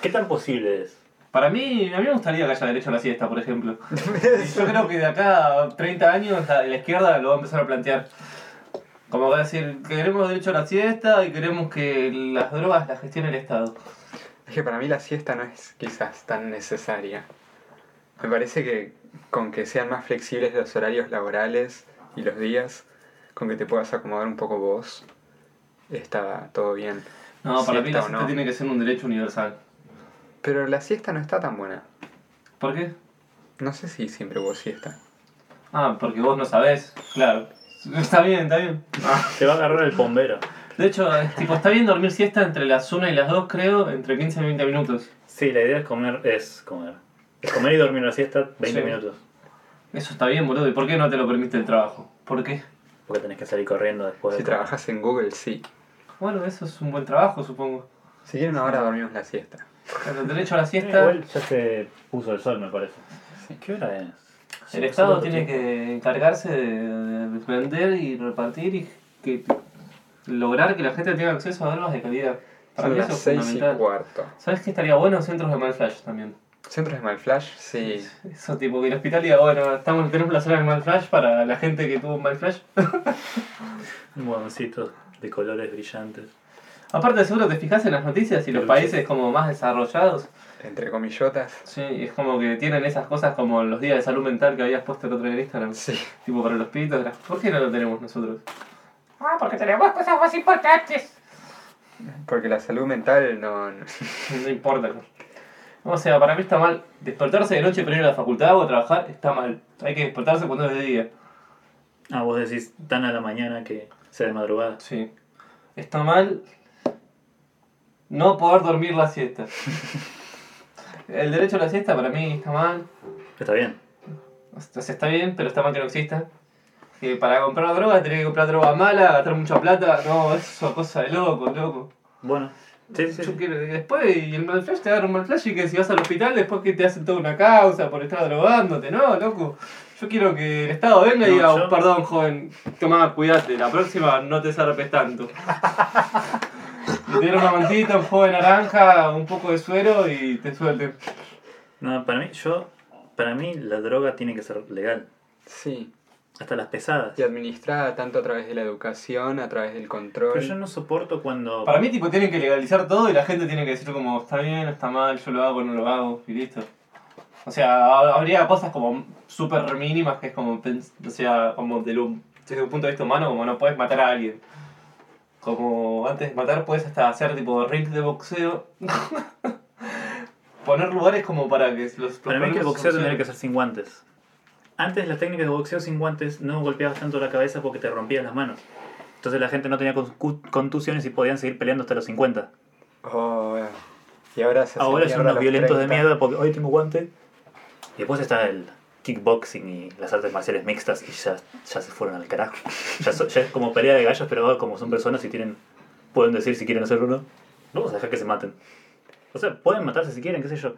Speaker 3: ¿Qué tan posible es?
Speaker 2: Para mí, a mí me gustaría que haya derecho a la siesta, por ejemplo. Y Yo creo que de acá a 30 años la, la izquierda lo va a empezar a plantear. Como va a decir, queremos derecho a la siesta y queremos que las drogas las gestione el Estado.
Speaker 4: Es que para mí la siesta no es quizás tan necesaria. Me parece que con que sean más flexibles los horarios laborales y los días, con que te puedas acomodar un poco vos, está todo bien.
Speaker 2: No, para mí
Speaker 4: Siesta
Speaker 2: la
Speaker 4: o
Speaker 2: siesta
Speaker 4: no.
Speaker 2: tiene que ser un derecho universal.
Speaker 4: Pero la siesta no está tan buena.
Speaker 2: ¿Por qué?
Speaker 4: No sé si siempre hubo siesta.
Speaker 2: Ah, porque vos no sabés, claro. <laughs> Está bien, está bien.
Speaker 4: Ah.
Speaker 3: Te va a agarrar el bombero.
Speaker 2: De hecho, es tipo, está bien dormir siesta entre las 1 y las 2, creo, entre 15 y 20 minutos.
Speaker 3: Sí, la idea es comer. Es comer. Es comer y dormir la siesta 20
Speaker 2: Sí.
Speaker 3: minutos.
Speaker 2: Eso está bien, boludo. ¿Y por qué no te lo permite el trabajo? ¿Por qué?
Speaker 3: Porque tenés que salir corriendo después.
Speaker 4: Si
Speaker 3: de comer.
Speaker 4: trabajas en Google, sí.
Speaker 2: Bueno, eso es un buen trabajo, supongo.
Speaker 4: Si quieren ahora dormimos la siesta.
Speaker 2: El derecho a la
Speaker 3: Eh,
Speaker 2: siesta,
Speaker 3: Igual ya se puso el sol, me parece. ¿Qué hora es?
Speaker 2: el Estado
Speaker 3: Son
Speaker 2: tiene
Speaker 3: otro tiempo.
Speaker 2: que encargarse de, de vender y repartir y que lograr que la gente tenga acceso a drogas de calidad. Para
Speaker 4: Son
Speaker 2: mí eso
Speaker 4: las
Speaker 2: es
Speaker 4: 6 y
Speaker 2: fundamental.
Speaker 4: cuarto.
Speaker 2: ¿Sabes qué estaría bueno? Centros de Malflash también.
Speaker 4: ¿Centros de Malflash? Sí.
Speaker 2: Eso tipo que el hospital diga, bueno, estamos, tenemos la zona de Malflash para la gente que tuvo un Malflash.
Speaker 3: Bomboncitos de colores brillantes.
Speaker 2: Aparte seguro te fijas en las noticias y los
Speaker 3: Pero sí.
Speaker 2: países como más desarrollados,
Speaker 4: Entre comillotas.
Speaker 2: sí, es como que tienen esas cosas como los días de salud mental que habías puesto el otro día en Instagram.
Speaker 4: Sí. <laughs>
Speaker 2: Tipo para los pitos, las- ¿por qué no lo tenemos nosotros?
Speaker 7: Ah, porque tenemos cosas más importantes.
Speaker 4: Porque la salud mental no... no-
Speaker 2: No importa. O sea, para mí está mal. Despertarse de noche para ir a la facultad o a trabajar está mal. Hay que despertarse cuando es de día.
Speaker 3: Ah, vos decís tan a la mañana que sea de madrugada.
Speaker 2: Sí. Está mal no poder dormir la siesta. El derecho a la siesta para mí está mal.
Speaker 3: Está bien.
Speaker 2: O sea, está bien, pero está mal que no exista. Que para comprar droga tenés que comprar droga mala, gastar mucha plata. No, eso, cosa de loco, loco.
Speaker 3: Bueno. Sí, sí,
Speaker 2: Yo
Speaker 3: sí.
Speaker 2: quiero- después, y el mal flash te agarra un mal flash y que si vas al hospital, después que te hacen toda una causa por estar drogándote, ¿no, loco? Yo quiero que el Estado venga y
Speaker 3: No,
Speaker 2: diga,
Speaker 3: yo-
Speaker 2: perdón, joven, tomá, cuidate, la próxima no te zarpes
Speaker 3: <laughs>
Speaker 2: tanto. y te dieron una mantita, un jugo de naranja, un poco de suero y te suelten.
Speaker 3: No, para mí, yo. Para mí, la droga tiene que ser legal.
Speaker 4: Sí.
Speaker 3: Hasta las pesadas.
Speaker 4: Y administrada tanto a través de la educación, a través del
Speaker 3: Pero
Speaker 4: control.
Speaker 3: yo no soporto cuando.
Speaker 2: Para mí, tipo, tienen que legalizar todo y la gente tiene que decir como, está bien, está mal, yo lo hago, no lo hago, y listo. O sea, ha- habría cosas como súper mínimas que es como, pens- o sea, como de lo- desde un punto de vista humano, como no puedes matar a alguien. Como antes de matar puedes hasta hacer tipo ring de boxeo. <laughs> Poner lugares como para que los... los
Speaker 3: Para mí que el
Speaker 2: problemas
Speaker 3: boxeo
Speaker 2: se
Speaker 3: tendría que
Speaker 2: solucionen.
Speaker 3: ser sin guantes. Antes las técnicas de boxeo sin guantes no golpeabas tanto la cabeza porque te rompías las manos. Entonces la gente no tenía concu- contusiones y podían seguir peleando hasta los 50.
Speaker 4: Oh, bueno. y ahora se hacen
Speaker 3: Ahora
Speaker 4: mierda
Speaker 3: son unos
Speaker 4: los
Speaker 3: violentos de
Speaker 4: 30.
Speaker 3: mierda porque hoy tengo guante. Y después está el kickboxing y las artes marciales mixtas y ya, ya se fueron al carajo. Ya, so- ya es como pelea de gallos, pero ahora como son personas y tienen, pueden decir si quieren hacer uno, no vamos a dejar que se maten. O sea, pueden matarse si quieren, qué sé yo.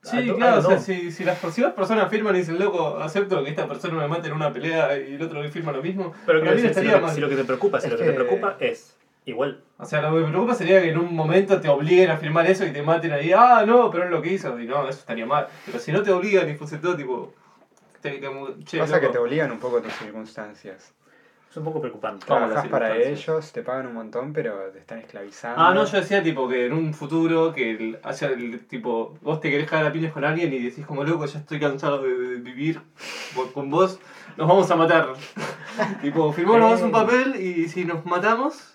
Speaker 2: Sí,
Speaker 3: Ah, no,
Speaker 2: claro,
Speaker 3: ah,
Speaker 2: o sea,
Speaker 3: no.
Speaker 2: si, si las próximas personas firman y dicen, loco, acepto que esta persona me mate en una pelea y el otro firma lo mismo,
Speaker 3: Pero
Speaker 2: para
Speaker 3: quiero
Speaker 2: mí no
Speaker 3: decir, si
Speaker 2: estaría
Speaker 3: lo, que,
Speaker 2: mal.
Speaker 3: si lo que te preocupa, si
Speaker 4: Es
Speaker 3: lo que,
Speaker 4: que-
Speaker 3: te preocupa es igual.
Speaker 2: O sea, lo que me preocupa sería que en un momento te obliguen a firmar eso y te maten ahí, ah, no, pero es lo que hizo, y no, eso estaría mal. Pero si no te obligan y fuese todo tipo... Te, te, che,
Speaker 4: Pasa que
Speaker 2: loco.
Speaker 4: te obligan un poco tus circunstancias.
Speaker 3: Es un poco preocupante.
Speaker 2: Claro.
Speaker 4: Trabajas
Speaker 2: las
Speaker 4: para
Speaker 2: circunstancias.
Speaker 4: ellos, te pagan un montón, pero te están esclavizando.
Speaker 2: Ah, no, yo decía tipo que en un futuro que el- haya el tipo, vos te querés cagar a piñas con alguien y decís como loco, ya estoy cansado de, de vivir vo- con vos, nos vamos a matar. <laughs> tipo, firmamos un papel y si nos matamos,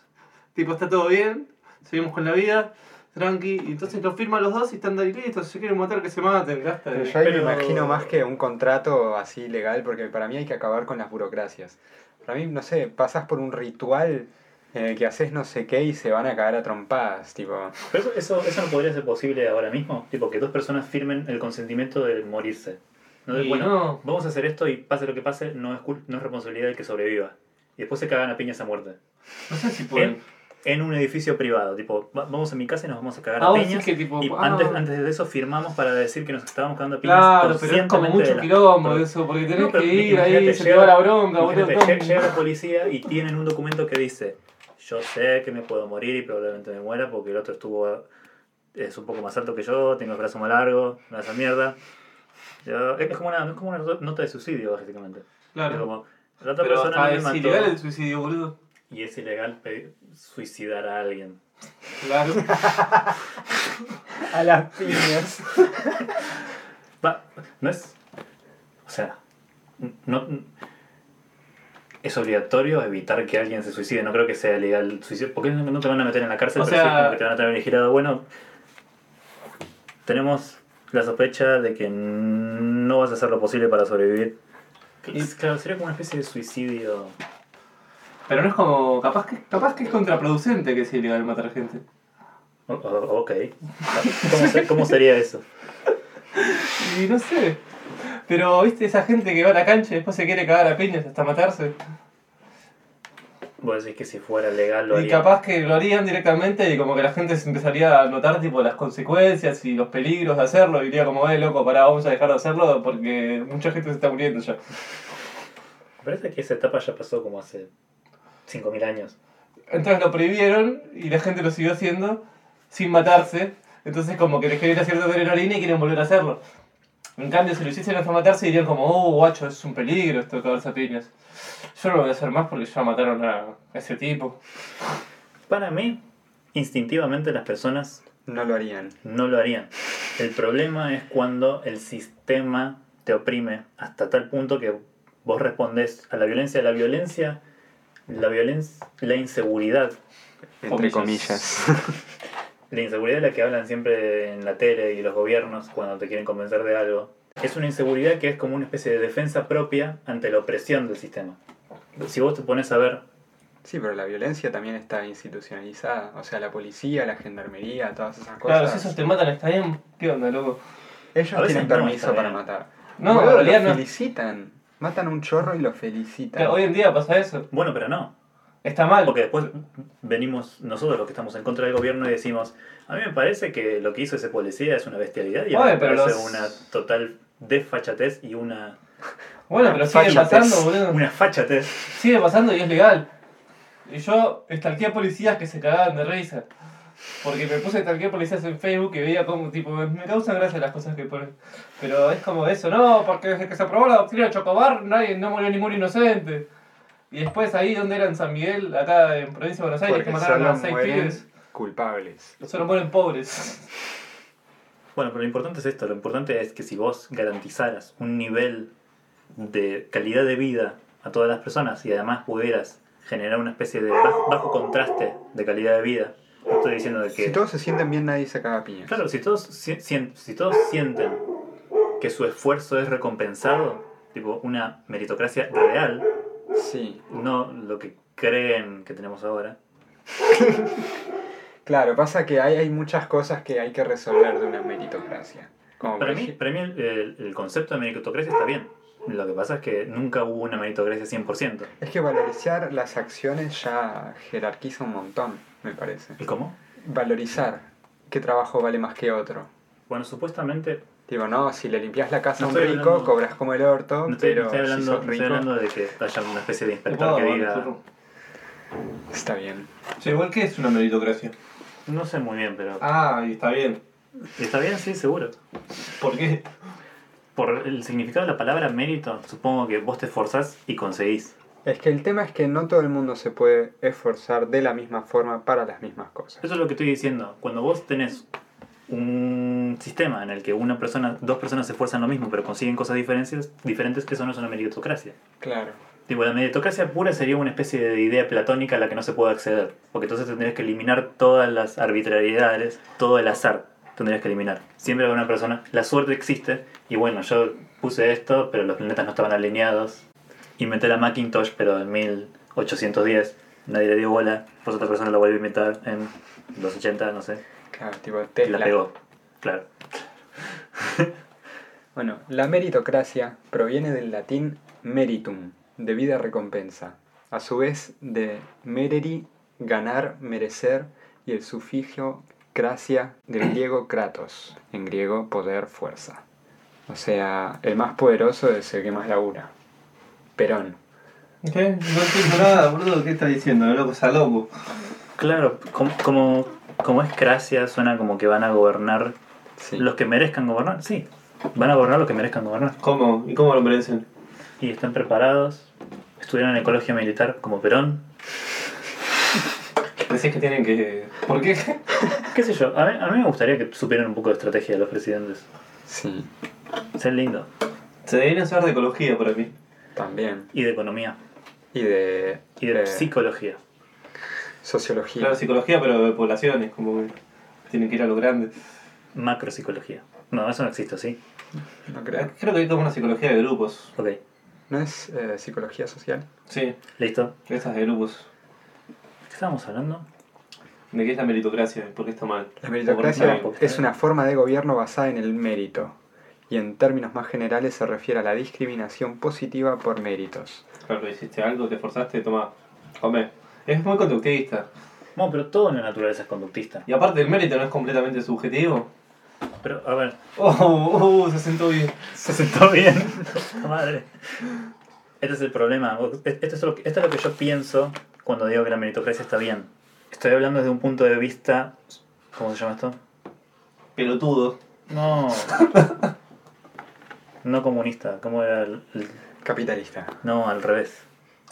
Speaker 2: tipo está todo bien, seguimos con la vida, tranqui, y entonces lo firman los dos y están ahí listos, si se quieren matar que se maten, gasta.
Speaker 4: Pero yo ahí
Speaker 3: Pero-
Speaker 4: me imagino más que un contrato así legal, porque para mí hay que acabar con las burocracias. Para mí, no sé, pasas por un ritual en el que haces no sé qué y se van a cagar a trompadas, tipo.
Speaker 3: Pero eso, eso, eso no podría ser posible ahora mismo. Tipo, que dos personas firmen el consentimiento de morirse. No de,
Speaker 2: Y
Speaker 3: bueno,
Speaker 2: no.
Speaker 3: vamos a hacer esto y pase lo que pase, no es, cul- no es responsabilidad del que sobreviva. Y después se cagan a piñas a muerte.
Speaker 2: No sé si
Speaker 3: En,
Speaker 2: pueden.
Speaker 3: en un edificio privado. Tipo, va- vamos a mi casa y nos vamos a cagar
Speaker 2: Ah,
Speaker 3: a
Speaker 2: vos decís
Speaker 3: piñas.
Speaker 2: que tipo,
Speaker 3: y
Speaker 2: ah.
Speaker 3: antes, antes de eso firmamos para decir que nos estábamos cagando a piñas.
Speaker 2: Claro, pero es como
Speaker 3: conscientemente de
Speaker 2: mucho
Speaker 3: las-
Speaker 2: quilombo
Speaker 3: pero-
Speaker 2: eso, porque
Speaker 3: No,
Speaker 2: tenés
Speaker 3: pero
Speaker 2: que ir
Speaker 3: imagínate,
Speaker 2: ahí, se te
Speaker 3: llega-
Speaker 2: va la bronca, boludo.
Speaker 3: Imagínate,
Speaker 2: todo-
Speaker 3: llega- llega la policía y tienen un documento que dice, yo sé que me puedo morir y probablemente me muera porque el otro estuvo es un poco más alto que yo, tengo el brazo más largo, me hace mierda. Yo- es, como una, es como una nota de suicidio, básicamente. Es
Speaker 2: Claro.
Speaker 3: como, la otra
Speaker 2: Pero
Speaker 3: persona
Speaker 2: hasta
Speaker 3: me
Speaker 2: es
Speaker 3: mató
Speaker 2: ilegal el suicidio, boludo.
Speaker 3: y es ilegal pe- suicidar a alguien.
Speaker 2: Claro.
Speaker 3: <laughs>
Speaker 4: A las piñas.
Speaker 3: Va, no es... O sea, no... Es obligatorio evitar que alguien se suicide. No creo que sea legal el suicidio. Porque no no te van a meter en la cárcel,
Speaker 2: O
Speaker 3: pero sí
Speaker 2: sea-
Speaker 3: como que te van a tener vigilado. Bueno, tenemos la sospecha de que no vas a hacer lo posible para sobrevivir. Y claro, sería como una especie de suicidio.
Speaker 2: Pero no es como. Capaz que, capaz que es contraproducente que sea ilegal matar gente.
Speaker 3: O- o- ok. ¿Cómo, se- cómo sería eso?
Speaker 2: Y no sé. Pero, viste, esa gente que va a la cancha y después se quiere cagar a piñas hasta matarse.
Speaker 3: Vos decís que si fuera legal lo
Speaker 2: Y
Speaker 3: haría.
Speaker 2: capaz que lo harían directamente y como que la gente se empezaría a notar tipo las consecuencias y los peligros de hacerlo. Y diría como, eh, loco, pará, vamos a dejar de hacerlo porque mucha gente se está muriendo ya.
Speaker 3: Me parece que esa etapa ya pasó como hace 5.000 años.
Speaker 2: Entonces lo prohibieron y la gente lo siguió haciendo sin matarse. Entonces como que les genera cierta adrenalina y quieren volver a hacerlo. En cambio, si lo hiciesen hasta matarse, dirían como, oh, guacho, es un peligro esto de cagarse a piñas. Yo no lo voy a hacer más porque ya mataron a ese tipo.
Speaker 3: Para mí, instintivamente las personas
Speaker 4: No lo harían.
Speaker 3: no lo harían. El problema es cuando el sistema te oprime hasta tal punto que vos respondés a la violencia, la violencia, la violencia, la inseguridad.
Speaker 4: Entre
Speaker 2: Comillas.
Speaker 4: comillas.
Speaker 3: La inseguridad de la que hablan siempre en la tele y los gobiernos cuando te quieren convencer de algo. Es una inseguridad que es como una especie de defensa propia ante la opresión del sistema. Si vos te pones a ver
Speaker 4: Sí, pero la violencia también está institucionalizada. O sea, la policía, la gendarmería, todas esas cosas.
Speaker 2: Claro, si esos te matan está bien, ¿qué onda, loco?
Speaker 3: A
Speaker 4: Ellos
Speaker 3: veces
Speaker 4: tienen
Speaker 3: no,
Speaker 4: permiso
Speaker 3: está
Speaker 4: para
Speaker 3: bien.
Speaker 4: matar.
Speaker 2: No,
Speaker 4: Boludo,
Speaker 2: en realidad
Speaker 4: los
Speaker 2: no.
Speaker 4: felicitan. Matan un chorro y los felicitan.
Speaker 2: Claro, hoy en día pasa eso.
Speaker 3: Bueno, pero no.
Speaker 2: Está mal.
Speaker 3: Porque después venimos nosotros los que estamos en contra del gobierno y decimos, a mí me parece que lo que hizo ese policía es una bestialidad y a mí
Speaker 2: Oye,
Speaker 3: me
Speaker 2: pero
Speaker 3: parece
Speaker 2: los-
Speaker 3: una total desfachatez y una...
Speaker 2: Bueno, pero sigue
Speaker 4: Fachatez.
Speaker 2: pasando, boludo.
Speaker 3: Una fachatez.
Speaker 2: Sigue pasando y es legal. Y yo estalqué a policías que se cagaban de risa. Porque me puse a stalkear policías en Facebook y veía como, tipo, me- me causan gracia las cosas que ponen. Pero es como eso, no, porque desde que se aprobó la doctrina Chocobar nadie, no murió ningún inocente. Y después ahí, donde era? En San Miguel, acá en Provincia de Buenos Aires,
Speaker 4: Porque
Speaker 2: que mataron
Speaker 4: solo
Speaker 2: a seis
Speaker 4: mueren
Speaker 2: pibes.
Speaker 4: culpables.
Speaker 2: Solo
Speaker 4: <laughs>
Speaker 2: mueren pobres.
Speaker 3: Bueno, pero lo importante es esto, lo importante es que si vos garantizaras un nivel de calidad de vida a todas las personas y además pudieras generar una especie de bajo, bajo contraste de calidad de vida, no estoy diciendo de que...
Speaker 4: Si todos se sienten bien, nadie se caga a piñas.
Speaker 3: Claro, si todos, si, si- si todos sienten que su esfuerzo es recompensado, tipo una meritocracia real,
Speaker 4: Sí.
Speaker 3: no lo que creen que tenemos ahora.
Speaker 4: Claro, pasa que hay, hay muchas cosas que hay que resolver de una meritocracia. Como
Speaker 3: Para
Speaker 4: por
Speaker 3: mí,
Speaker 4: ej-
Speaker 3: para mí el, el- el concepto de meritocracia está bien. Lo que pasa es que nunca hubo una meritocracia 100%.
Speaker 4: Es que valorizar las acciones ya jerarquiza un montón, me parece.
Speaker 3: ¿Y cómo?
Speaker 4: Valorizar qué trabajo vale más que otro.
Speaker 3: Bueno, supuestamente
Speaker 4: Tipo, no, si le limpias la casa
Speaker 3: No
Speaker 4: a un
Speaker 3: estoy
Speaker 4: rico,
Speaker 3: hablando-
Speaker 4: cobras como el orto,
Speaker 3: No estoy,
Speaker 4: pero
Speaker 3: no estoy
Speaker 4: si
Speaker 3: hablando,
Speaker 4: sos
Speaker 3: no estoy
Speaker 4: rico,
Speaker 3: hablando de que haya una especie de
Speaker 2: ¿Te
Speaker 3: inspector
Speaker 2: puedo
Speaker 3: que
Speaker 2: robar el
Speaker 3: diga.
Speaker 2: turno?
Speaker 4: está bien.
Speaker 2: Che, igual que es una meritocracia.
Speaker 3: No sé muy bien, pero.
Speaker 2: Ah, y está bien.
Speaker 3: Está bien, sí, seguro.
Speaker 2: ¿Por qué?
Speaker 3: Por el significado de la palabra mérito, supongo que vos te esforzás y conseguís.
Speaker 4: Es que el tema es que no todo el mundo se puede esforzar de la misma forma para las mismas cosas.
Speaker 3: Eso es lo que estoy diciendo. Cuando vos tenés un sistema en el que una persona, dos personas se esfuerzan lo mismo pero consiguen cosas diferentes, diferentes eso no es una meritocracia.
Speaker 4: Claro.
Speaker 3: Tipo, la meritocracia pura sería una especie de idea platónica a la que no se puede acceder. Porque entonces tendrías que eliminar todas las arbitrariedades, todo el azar tendrías que eliminar. Siempre habrá una persona, la suerte existe, y bueno, yo puse esto, pero los planetas no estaban alineados. Inventé la Macintosh, pero en 1810 nadie le dio bola, pues otra persona la volvió a inventar en los 80, no sé,
Speaker 4: Claro, tipo
Speaker 3: y
Speaker 4: Tesla.
Speaker 3: la pegó. Claro.
Speaker 4: Bueno, la meritocracia proviene del latín meritum, debida recompensa. A su vez de mereri, ganar, merecer, y el sufijo cracia del griego kratos, en griego poder, fuerza. O sea, el más poderoso es el que más labura. Perón.
Speaker 2: ¿Qué? No entiendo nada, boludo. ¿Qué estás diciendo? Loco, salombo.
Speaker 3: Claro, como, como, como es gracia, suena como que van a gobernar
Speaker 4: Sí.
Speaker 3: Los que merezcan gobernar, sí. Van a gobernar los que merezcan gobernar.
Speaker 2: ¿Cómo? ¿Y cómo lo merecen?
Speaker 3: Y están preparados. Estuvieron en el colegio militar como Perón.
Speaker 2: Decís que tienen que. ¿Por qué?
Speaker 3: ¿Qué sé yo? A mí, a mí me gustaría que supieran un poco de estrategia de los presidentes.
Speaker 4: Sí,
Speaker 3: Ser lindo.
Speaker 2: Se deberían saber de ecología para mí.
Speaker 4: también.
Speaker 3: Y de economía.
Speaker 4: Y de,
Speaker 3: Y de
Speaker 4: eh,
Speaker 3: psicología.
Speaker 4: sociología.
Speaker 2: Claro, psicología, pero de poblaciones, como que tienen que ir a lo grande.
Speaker 3: Macropsicología. No, eso no existe, ¿sí?
Speaker 4: No creo.
Speaker 2: Creo que hay como una psicología de grupos.
Speaker 3: Ok.
Speaker 4: ¿No es eh, psicología social?
Speaker 2: Sí,
Speaker 3: ¿Listo?
Speaker 2: esas de grupos.
Speaker 3: ¿Qué estábamos hablando?
Speaker 2: ¿De qué es la meritocracia? ¿Por qué está mal?
Speaker 4: La
Speaker 2: Está
Speaker 4: meritocracia
Speaker 2: bien.
Speaker 4: es una forma de gobierno basada en el mérito y en términos más generales se refiere a la discriminación positiva por méritos.
Speaker 2: Claro, hiciste algo, te esforzaste, toma, come. Es muy conductista.
Speaker 3: Bueno, pero todo en la naturaleza es conductista.
Speaker 2: Y aparte el mérito no es completamente subjetivo.
Speaker 3: Pero, a ver.
Speaker 2: Oh, oh, oh, se sentó bien.
Speaker 3: Se <laughs> sentó bien. Puta madre. Este es el problema. e, Esto es, lo que, esto es lo que yo pienso cuando digo que la meritocracia está bien. Estoy hablando desde un punto de vista. ¿Cómo se llama esto?
Speaker 2: Pelotudo.
Speaker 3: No. No comunista. ¿Cómo era el- el-
Speaker 4: Capitalista.
Speaker 3: No, al revés.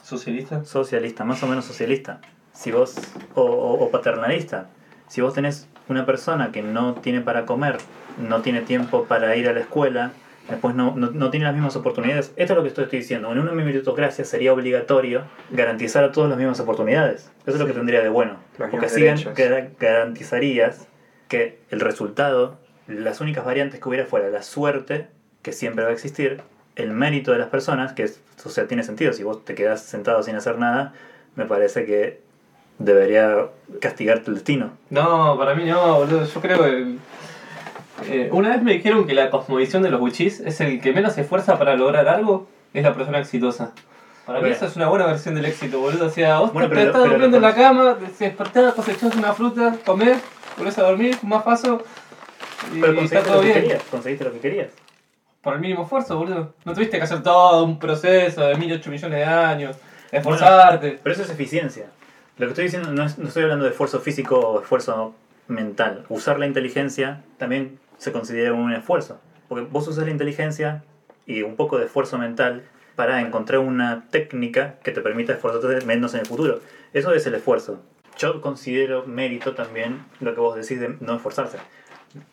Speaker 2: Socialista.
Speaker 3: Socialista, más o menos socialista. Si vos. O, o- o paternalista. Si vos tenés una persona que no tiene para comer, no tiene tiempo para ir a la escuela, después no, no, no tiene las mismas oportunidades. Esto es lo que estoy, estoy diciendo. En una meritocracia sería obligatorio garantizar a todos las mismas oportunidades. Eso es lo que tendría de bueno.
Speaker 4: Los
Speaker 3: Porque
Speaker 4: mismos
Speaker 3: así
Speaker 4: derechos.
Speaker 3: gar- garantizarías que el resultado, las únicas variantes que hubiera fuera la suerte, que siempre va a existir, el mérito de las personas, que es, o sea, tiene sentido. Si vos te quedás sentado sin hacer nada, me parece que debería castigarte el destino.
Speaker 2: No, para mí no, boludo. Yo creo que... eh, una vez me dijeron que la cosmovisión de los wichis es el que menos se esfuerza para lograr algo, es la persona exitosa. Para mí
Speaker 3: Bueno.
Speaker 2: eso es una buena versión del éxito, boludo. O sea, vos
Speaker 3: Bueno,
Speaker 2: te
Speaker 3: pero-
Speaker 2: estás
Speaker 3: pero-
Speaker 2: durmiendo en la cama, te despertás, cosechás una fruta, comés, volvés a dormir, más paso y está
Speaker 3: Pero conseguiste
Speaker 2: todo
Speaker 3: lo que
Speaker 2: bien.
Speaker 3: querías, conseguiste lo que querías.
Speaker 2: Por el mínimo esfuerzo, boludo. No tuviste que hacer todo un proceso de mil ocho millones de años, esforzarte.
Speaker 3: Pero eso es eficiencia. Lo que estoy diciendo no, es- no estoy hablando de esfuerzo físico o esfuerzo mental. Usar la inteligencia también se considera un esfuerzo. Porque vos usas la inteligencia y un poco de esfuerzo mental para encontrar una técnica que te permita esforzarte menos en el futuro. Eso es el esfuerzo. Yo considero mérito también lo que vos decís de no esforzarse.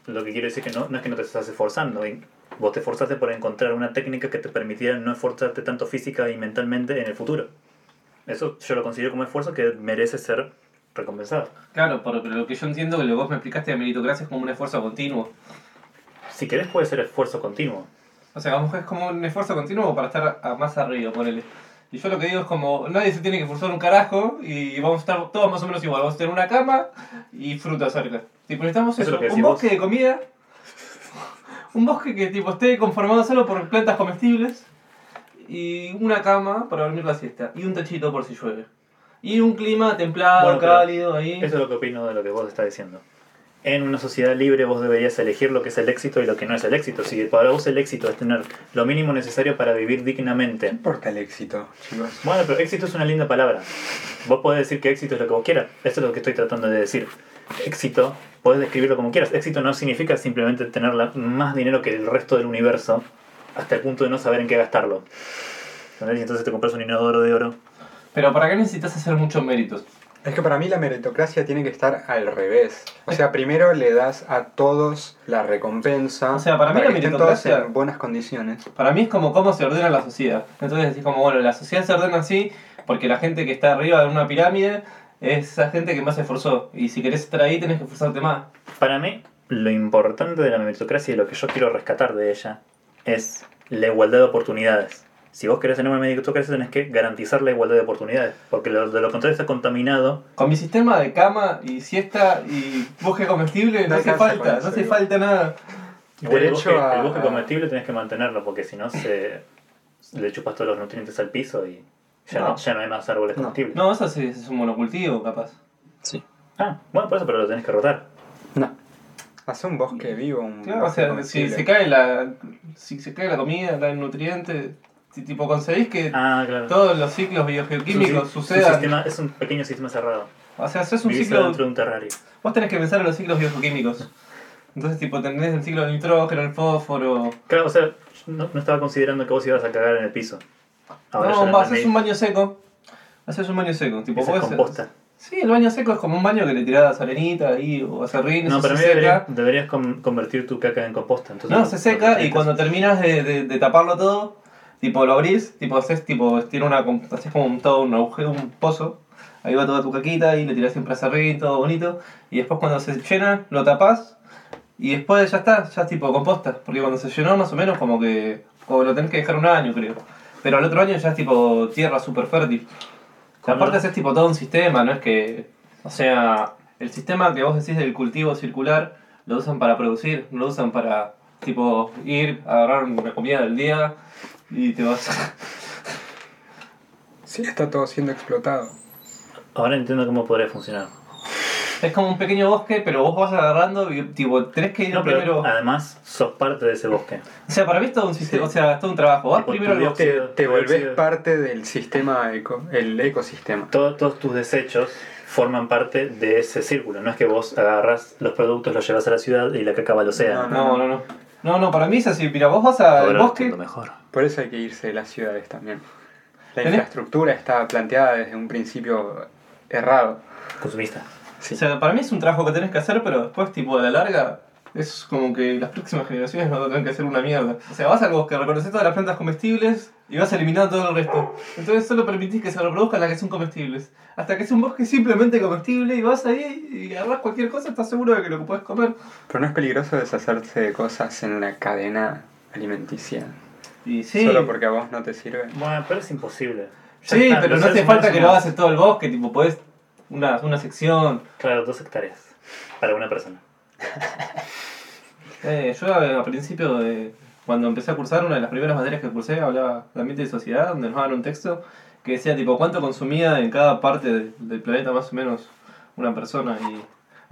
Speaker 3: Lo que quiero decir que no, no es que no te estás esforzando. y Vos te esforzaste por encontrar una técnica que te permitiera no esforzarte tanto física y mentalmente en el futuro. Eso yo lo considero como esfuerzo que merece ser recompensado.
Speaker 2: Claro, por- pero lo que yo entiendo que lo que vos me explicaste de meritocracia es como un esfuerzo continuo.
Speaker 3: Si querés puede ser esfuerzo continuo.
Speaker 2: O sea, vamos, es como un esfuerzo continuo para estar a- más arriba, ponele. Y yo lo que digo es como, nadie se tiene que esforzar un carajo y vamos a estar todos más o menos igual. Vamos a tener una cama y fruta cerca. Tipo, necesitamos
Speaker 3: Eso es
Speaker 2: eso,
Speaker 3: lo que
Speaker 2: un
Speaker 3: decís
Speaker 2: bosque de comida. Un bosque que tipo esté conformado solo por plantas comestibles. Y una cama para dormir la siesta. Y un techito por si llueve. Y un clima templado,
Speaker 3: Bueno, pero
Speaker 2: cálido ahí.
Speaker 3: Eso es lo que opino de lo que vos estás diciendo. en una sociedad libre vos deberías elegir lo que es el éxito y lo que no es el éxito. Si para vos el éxito es tener lo mínimo necesario para vivir
Speaker 4: No
Speaker 3: dignamente.
Speaker 4: importa el éxito, chicos.
Speaker 3: Bueno, pero éxito es una linda palabra. Vos podés decir que éxito es lo que vos quieras. Eso es lo que estoy tratando de decir. Éxito, podés describirlo como quieras. Éxito no significa simplemente tener la- más dinero que el resto del universo hasta el punto de no saber en qué gastarlo. ¿Entendés? Y entonces te compras un inodoro de oro.
Speaker 2: Pero ¿para qué necesitas hacer muchos méritos?
Speaker 4: Es que para mí la meritocracia tiene que estar al revés. O sea, primero le das a todos la recompensa.
Speaker 2: O sea, para mí la
Speaker 4: que estén
Speaker 2: meritocracia-
Speaker 4: todos en buenas condiciones.
Speaker 2: Para mí es como cómo se ordena la sociedad. Entonces decís como, bueno, la sociedad se ordena así porque la gente que está arriba de una pirámide es la gente que más se esforzó. Y si querés estar ahí tenés que esforzarte más.
Speaker 3: Para mí, lo importante de la meritocracia y lo que yo quiero rescatar de ella es la igualdad de oportunidades. Si vos querés tener una meritocracia, tenés que garantizar la igualdad de oportunidades, porque lo- de lo contrario está contaminado.
Speaker 2: Con mi sistema de cama y siesta y bosque comestible
Speaker 4: No
Speaker 2: no, hace
Speaker 4: alcanza con
Speaker 2: falta,
Speaker 4: eso,
Speaker 2: no hace
Speaker 4: igual.
Speaker 2: falta nada.
Speaker 3: Igual el
Speaker 4: Derecho
Speaker 3: bosque,
Speaker 4: a-
Speaker 3: el bosque comestible tenés que mantenerlo, porque si
Speaker 2: <clears throat>
Speaker 3: no, se, le chupas todos los nutrientes al piso y ya no,
Speaker 2: No.
Speaker 3: ya no hay más árboles
Speaker 4: No.
Speaker 3: comestibles.
Speaker 2: No, eso sí, es un monocultivo capaz.
Speaker 3: Ah, bueno, por eso, pero lo tenés que rotar.
Speaker 4: No. Hace un bosque vivo, un
Speaker 2: Claro, o
Speaker 4: bosque
Speaker 2: sea, si
Speaker 4: comestible.
Speaker 2: se cae la, si se cae la comida, caen nutrientes, si tipo conseguís que
Speaker 3: Ah, claro.
Speaker 2: todos los ciclos biogeoquímicos
Speaker 3: Su- su
Speaker 2: sucedan.
Speaker 3: sistema- es un pequeño sistema cerrado.
Speaker 2: o sea, haces un
Speaker 3: Vivís
Speaker 2: ciclo
Speaker 3: dentro de un terrario.
Speaker 2: Vos tenés que pensar en los ciclos bioquímicos. Entonces, tipo, tenés el ciclo del nitrógeno, el fósforo.
Speaker 3: Claro, o sea, no, no estaba considerando que vos ibas a cagar en el piso. Ahora Ah, ya
Speaker 2: no,
Speaker 3: lo
Speaker 2: vas, haces
Speaker 3: entendí.
Speaker 2: un baño seco. Haces un baño seco. Tipo,
Speaker 3: Esa es
Speaker 2: podés-
Speaker 3: composta.
Speaker 2: Sí, el baño seco es como un baño que le tirás arenita ahí o acerrín.
Speaker 3: No,
Speaker 2: eso
Speaker 3: para mí
Speaker 2: se seca.
Speaker 3: deberías, deberías con- convertir tu caca en composta. Entonces,
Speaker 2: No, se seca y
Speaker 3: Entonces,
Speaker 2: cuando terminas de, de- de taparlo todo, tipo, lo abrís, tipo, haces tipo, tiene una, com- haces como un, todo un agujero, un pozo. Ahí va toda tu caquita y le tirás siempre acerrín, todo bonito. Y después cuando se llena, lo tapás Y después ya está, ya es tipo composta. Porque cuando se llenó más o menos como que... Como lo tenés que dejar un año, creo. Pero al otro año ya es tipo tierra súper fértil.
Speaker 3: Cuando-
Speaker 2: Aparte es tipo todo un sistema, no es que... O sea, el sistema que vos decís del cultivo circular lo usan para producir, lo usan para tipo ir, agarrar una comida del día y te vas...
Speaker 4: Sí, está todo siendo explotado.
Speaker 3: Ahora entiendo cómo podría funcionar.
Speaker 2: <laughs> es como un pequeño bosque, pero vos vas agarrando y tipo tenés que ir
Speaker 3: No, pero ah.
Speaker 2: primero...
Speaker 3: además sos parte de ese bosque.
Speaker 2: O sea, para mí es todo un sistema,
Speaker 4: Sí.
Speaker 2: o sea, es todo un trabajo. Vas
Speaker 3: Tipo,
Speaker 2: primero
Speaker 3: tu
Speaker 2: al
Speaker 3: dióxido
Speaker 2: bosque.
Speaker 4: Te, te volvés
Speaker 3: Óxido.
Speaker 4: parte del sistema, eco, el ecosistema.
Speaker 3: Todo- todos tus desechos forman parte de ese círculo. No es que vos agarras los productos, los llevas a la ciudad y la caca va al océano.
Speaker 2: No, no, no. No, no, para mí es así. Mira, vos vas al
Speaker 5: Ahora lo
Speaker 2: bosque.
Speaker 5: entiendo mejor.
Speaker 4: Por eso hay que irse de las ciudades también. La
Speaker 2: ¿Tenés?
Speaker 4: infraestructura está planteada desde un principio errado.
Speaker 3: Consumista.
Speaker 2: O sea, para mí es un trabajo que tenés que hacer, pero después, tipo, a la larga, es como que las próximas generaciones no tengan que hacer una mierda. O sea, vas al bosque, reconoces todas las plantas comestibles y vas eliminando todo el resto. Entonces solo permitís que se reproduzcan las que son comestibles. Hasta que es un bosque simplemente comestible y vas ahí y agarras cualquier cosa, estás seguro de que lo que puedes comer.
Speaker 4: Pero no es peligroso deshacerse de cosas en la cadena alimenticia.
Speaker 2: Y sí.
Speaker 4: Solo porque a vos no te sirve.
Speaker 3: Bueno, pero es imposible. Ya
Speaker 2: Sí,
Speaker 3: está,
Speaker 2: pero
Speaker 3: los
Speaker 2: no hace
Speaker 3: seres
Speaker 2: falta
Speaker 3: humanos
Speaker 2: que lo
Speaker 3: somos-
Speaker 2: hagas en todo el bosque, tipo, podés una, una sección.
Speaker 3: Claro, dos hectáreas para una persona.
Speaker 2: Eh, yo a, a principio de. Cuando empecé a cursar, una de las primeras materias que cursé hablaba de ambiente y sociedad, donde nos daban un texto que decía tipo cuánto consumía en cada parte de- del planeta más o menos una persona. Y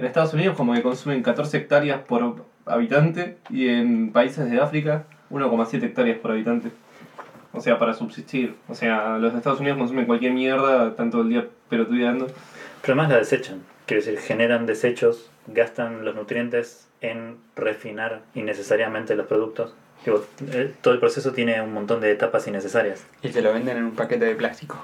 Speaker 2: en Estados Unidos como que consumen 14 hectáreas por habitante y en países de África 1,7 hectáreas por habitante. O sea, para subsistir. O sea, los de Estados Unidos consumen cualquier mierda, tanto el día pelotudeando.
Speaker 3: Pero además la desechan. Quiero decir, generan desechos, gastan los nutrientes en refinar innecesariamente los productos. Digo, eh, todo el proceso tiene un montón de etapas innecesarias.
Speaker 4: Y te lo venden en un paquete de plástico.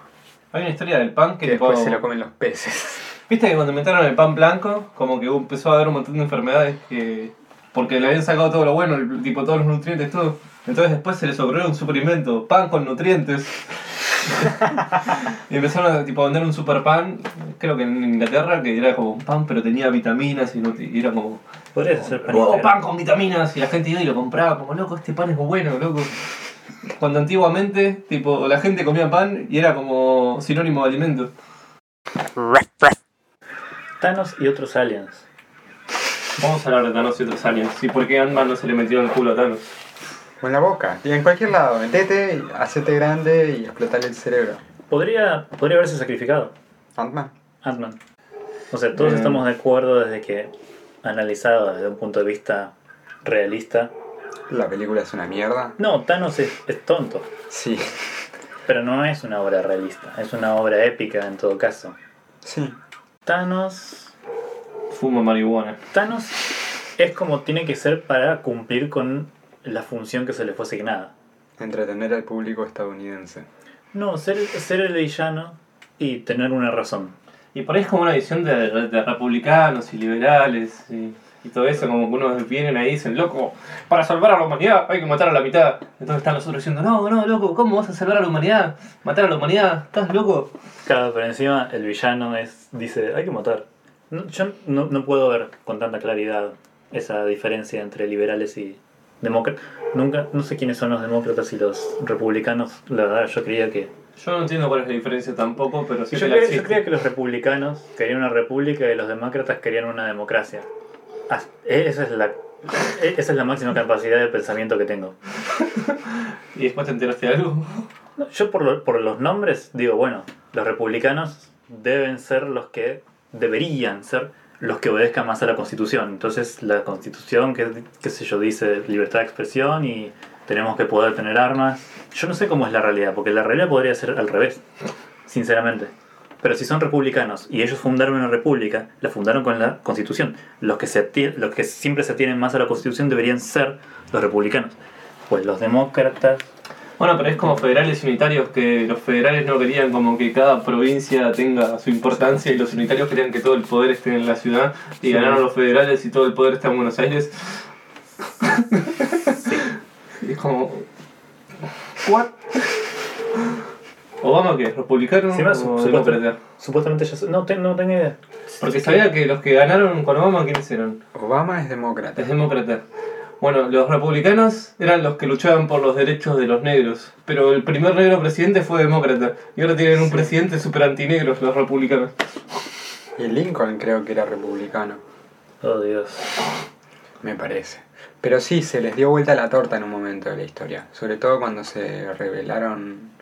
Speaker 2: Hay una historia del pan que
Speaker 4: Que después
Speaker 2: tipo-
Speaker 4: se lo comen los peces.
Speaker 2: Viste que cuando inventaron el pan blanco, como que empezó a haber un montón de enfermedades que. Porque le habían sacado todo lo bueno, el- tipo todos los nutrientes, todo. Entonces después se les ocurrió un superinvento, pan con nutrientes. y empezaron a tipo, vender un super pan, creo que en Inglaterra, que era como un pan, pero tenía vitaminas y, nutri- y era como.
Speaker 3: Podrías hacer pan
Speaker 2: ¡Oh,
Speaker 3: integral.
Speaker 2: pan con vitaminas! Y la gente iba y lo compraba, como loco, este pan es bueno, loco. Cuando antiguamente, tipo, la gente comía pan y era como sinónimo de alimento.
Speaker 3: Thanos y otros aliens.
Speaker 2: Vamos a hablar de Thanos y otros aliens. ¿Y por qué Ant-Man no se le metió en el culo a Thanos?
Speaker 4: O en la boca. Y en cualquier lado. Metete, y hacete grande y explotale el cerebro.
Speaker 3: Podría, podría haberse sacrificado
Speaker 4: Ant-Man.
Speaker 3: Ant-Man. O sea, todos
Speaker 2: Eh.
Speaker 3: estamos de acuerdo desde que analizada desde un punto de vista realista,
Speaker 4: La película es una mierda.
Speaker 3: no, Thanos es, es tonto,
Speaker 4: Sí.
Speaker 3: pero no es una obra realista, es una obra épica en todo caso.
Speaker 4: Sí.
Speaker 3: Thanos
Speaker 2: Fuma marihuana.
Speaker 3: Thanos es como tiene que ser para cumplir con la función que se le fue asignada.
Speaker 4: Entretener al público estadounidense.
Speaker 3: No, ser, ser el villano y tener una razón.
Speaker 2: Y por ahí es como una visión de, de republicanos y liberales y, y todo eso, como que unos vienen ahí y dicen, loco, para salvar a la humanidad hay que matar a la mitad. Entonces están los otros diciendo, no, no, loco, ¿cómo vas a salvar a la humanidad? Matar a la humanidad, estás loco.
Speaker 3: Claro, pero encima el villano es dice, hay que matar. No, yo no, no puedo ver con tanta claridad esa diferencia entre liberales y demócratas. Nunca, no sé quiénes son los demócratas y los republicanos. La verdad, yo creía que...
Speaker 2: Yo no entiendo cuál es la diferencia tampoco, pero sí
Speaker 3: Yo
Speaker 2: que la
Speaker 3: creía, yo
Speaker 2: existe.
Speaker 3: creía que los republicanos querían una república y los demócratas querían una democracia. Ah, Esa es la, e-, esa es la máxima capacidad de pensamiento que tengo.
Speaker 2: Y después te enteraste de algo.
Speaker 3: No, Yo por, lo- por los nombres digo, bueno, los republicanos deben ser los que, deberían ser los que obedezcan más a la constitución. Entonces la constitución, que qué sé yo, dice libertad de expresión y tenemos que poder tener armas. Yo no sé cómo es la realidad, porque la realidad podría ser al revés, sinceramente. Pero si son republicanos y ellos fundaron una república, la fundaron con la constitución. Los que, se ati- los que siempre se atienen más a la constitución deberían ser los republicanos. Pues los demócratas
Speaker 2: Bueno, pero es como federales y unitarios que los federales no querían como que cada provincia tenga su importancia y los unitarios querían que todo el poder esté en la ciudad y
Speaker 3: Sí.
Speaker 2: ganaron los federales y todo el poder está en Buenos Aires. Y es como... ¿What? ¿Obama qué? ¿Republicano
Speaker 3: Encima, su-
Speaker 2: o
Speaker 3: supuestamente,
Speaker 2: demócrata?
Speaker 3: supuestamente ya se- no, te- no tengo idea.
Speaker 2: Porque sabía que los que ganaron con Obama, ¿quiénes eran?
Speaker 4: Obama es demócrata.
Speaker 2: Es demócrata. Bueno, los republicanos eran los que luchaban por los derechos de los negros, pero el primer negro presidente fue demócrata y ahora tienen un presidente super antinegros los republicanos.
Speaker 4: Y Lincoln creo que era republicano.
Speaker 3: Oh Dios.
Speaker 4: Me parece. Pero sí, se les dio vuelta la torta en un momento de la historia. Sobre todo cuando se rebelaron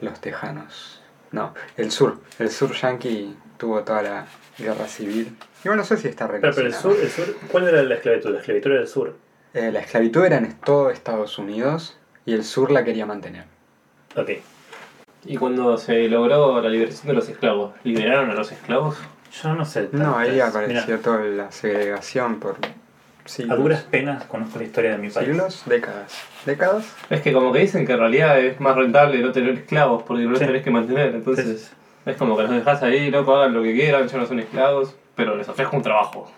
Speaker 4: los tejanos. No, el sur. El sur yanqui tuvo toda la guerra civil. Yo no sé si está
Speaker 3: Pero,
Speaker 4: relacionado.
Speaker 3: pero el sur, el sur, ¿cuál era la esclavitud? La esclavitud era el sur.
Speaker 4: Eh, la esclavitud era en todo Estados Unidos y el sur la quería mantener.
Speaker 3: Ok.
Speaker 2: Y cuando se logró la liberación de los esclavos, ¿liberaron a los esclavos?
Speaker 3: Yo no sé.
Speaker 4: No, ahí
Speaker 3: tantas-
Speaker 4: apareció
Speaker 3: Mira,
Speaker 4: toda la segregación por
Speaker 3: a duras
Speaker 4: siglos,
Speaker 3: penas conozco la historia de mi país.
Speaker 4: siglos décadas. ¿Décadas?
Speaker 2: Es que como que dicen que en realidad es más rentable no tener esclavos porque no los
Speaker 3: Sí.
Speaker 2: tenés que mantener, entonces es como que los dejás ahí, loco, hagan lo que quieran, ya no son esclavos, pero les ofrezco un trabajo.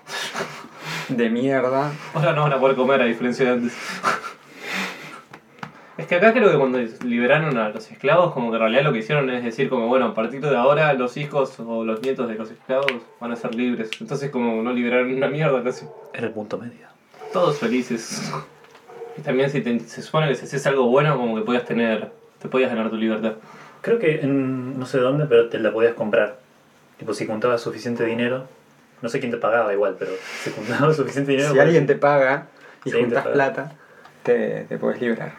Speaker 4: De mierda.
Speaker 2: Ahora no van a poder comer a diferencia de antes. Es que acá creo que cuando liberaron a los esclavos, como que en realidad lo que hicieron es decir como, bueno, a partir de ahora los hijos o los nietos de los esclavos van a ser libres. Entonces como no liberaron una mierda casi.
Speaker 3: Era el punto medio.
Speaker 2: Todos felices. Y también si te, se supone que si haces algo bueno, como que podías tener, te podías ganar tu libertad.
Speaker 3: Creo que en no sé dónde, pero te la podías comprar. Tipo, si juntabas suficiente dinero, no sé quién te pagaba igual, pero si juntabas suficiente dinero.
Speaker 4: Si alguien te paga y
Speaker 3: Sí, te
Speaker 4: juntas
Speaker 3: paga.
Speaker 4: plata, te, te puedes librar.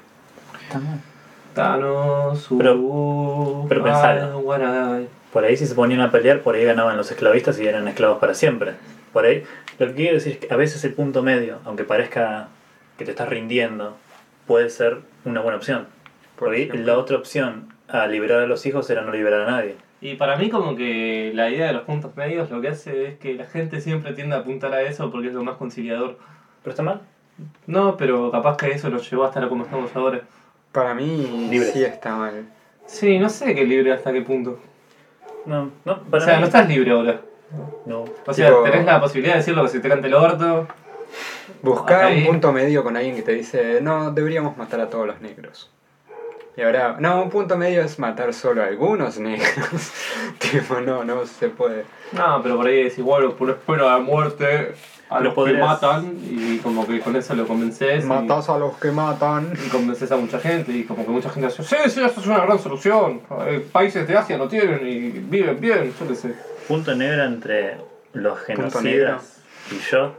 Speaker 2: Thanos,
Speaker 3: pero pensalo.
Speaker 2: Uruguay.
Speaker 3: Por ahí si se ponían a pelear, por ahí ganaban los esclavistas y eran esclavos para siempre. Por ahí, lo que quiero decir es que a veces el punto medio, aunque parezca que te estás rindiendo, puede ser una buena opción. Por ahí
Speaker 4: ejemplo.
Speaker 3: la otra opción a liberar a los hijos era no liberar a nadie.
Speaker 2: Y para mí como que la idea de los puntos medios lo que hace es que la gente siempre tiende a apuntar a eso porque es lo más conciliador.
Speaker 3: ¿Pero está mal?
Speaker 2: No, pero capaz que eso nos llevó a estar como estamos ahora.
Speaker 4: Para mí
Speaker 3: Libres.
Speaker 4: sí está mal.
Speaker 2: Sí, no sé qué libre hasta qué punto.
Speaker 3: No, no,
Speaker 2: O
Speaker 3: para
Speaker 2: sea,
Speaker 3: mí-
Speaker 2: no estás libre ahora.
Speaker 3: No.
Speaker 2: O sea,
Speaker 4: Tipo-
Speaker 2: tenés la posibilidad de decir lo que se te cante el orto.
Speaker 4: Buscar
Speaker 2: Ahí.
Speaker 4: un punto medio con alguien que te dice, no, deberíamos matar a todos los negros. Y ahora, no, un punto medio es matar solo a algunos negros. <laughs> tipo, no, no se puede.
Speaker 2: No, pero por ahí decís, bueno, por espera de muerte a
Speaker 3: Pero
Speaker 2: los que
Speaker 3: podrías-
Speaker 2: matan y como que con eso lo convences. y-
Speaker 4: Matás a los que matan.
Speaker 2: y convences a mucha gente y como que mucha gente dice, sí, sí, eso es una gran solución. Eh, Países de Asia lo tienen y viven bien, yo qué sé.
Speaker 3: Punto negro entre los genocidas y yo.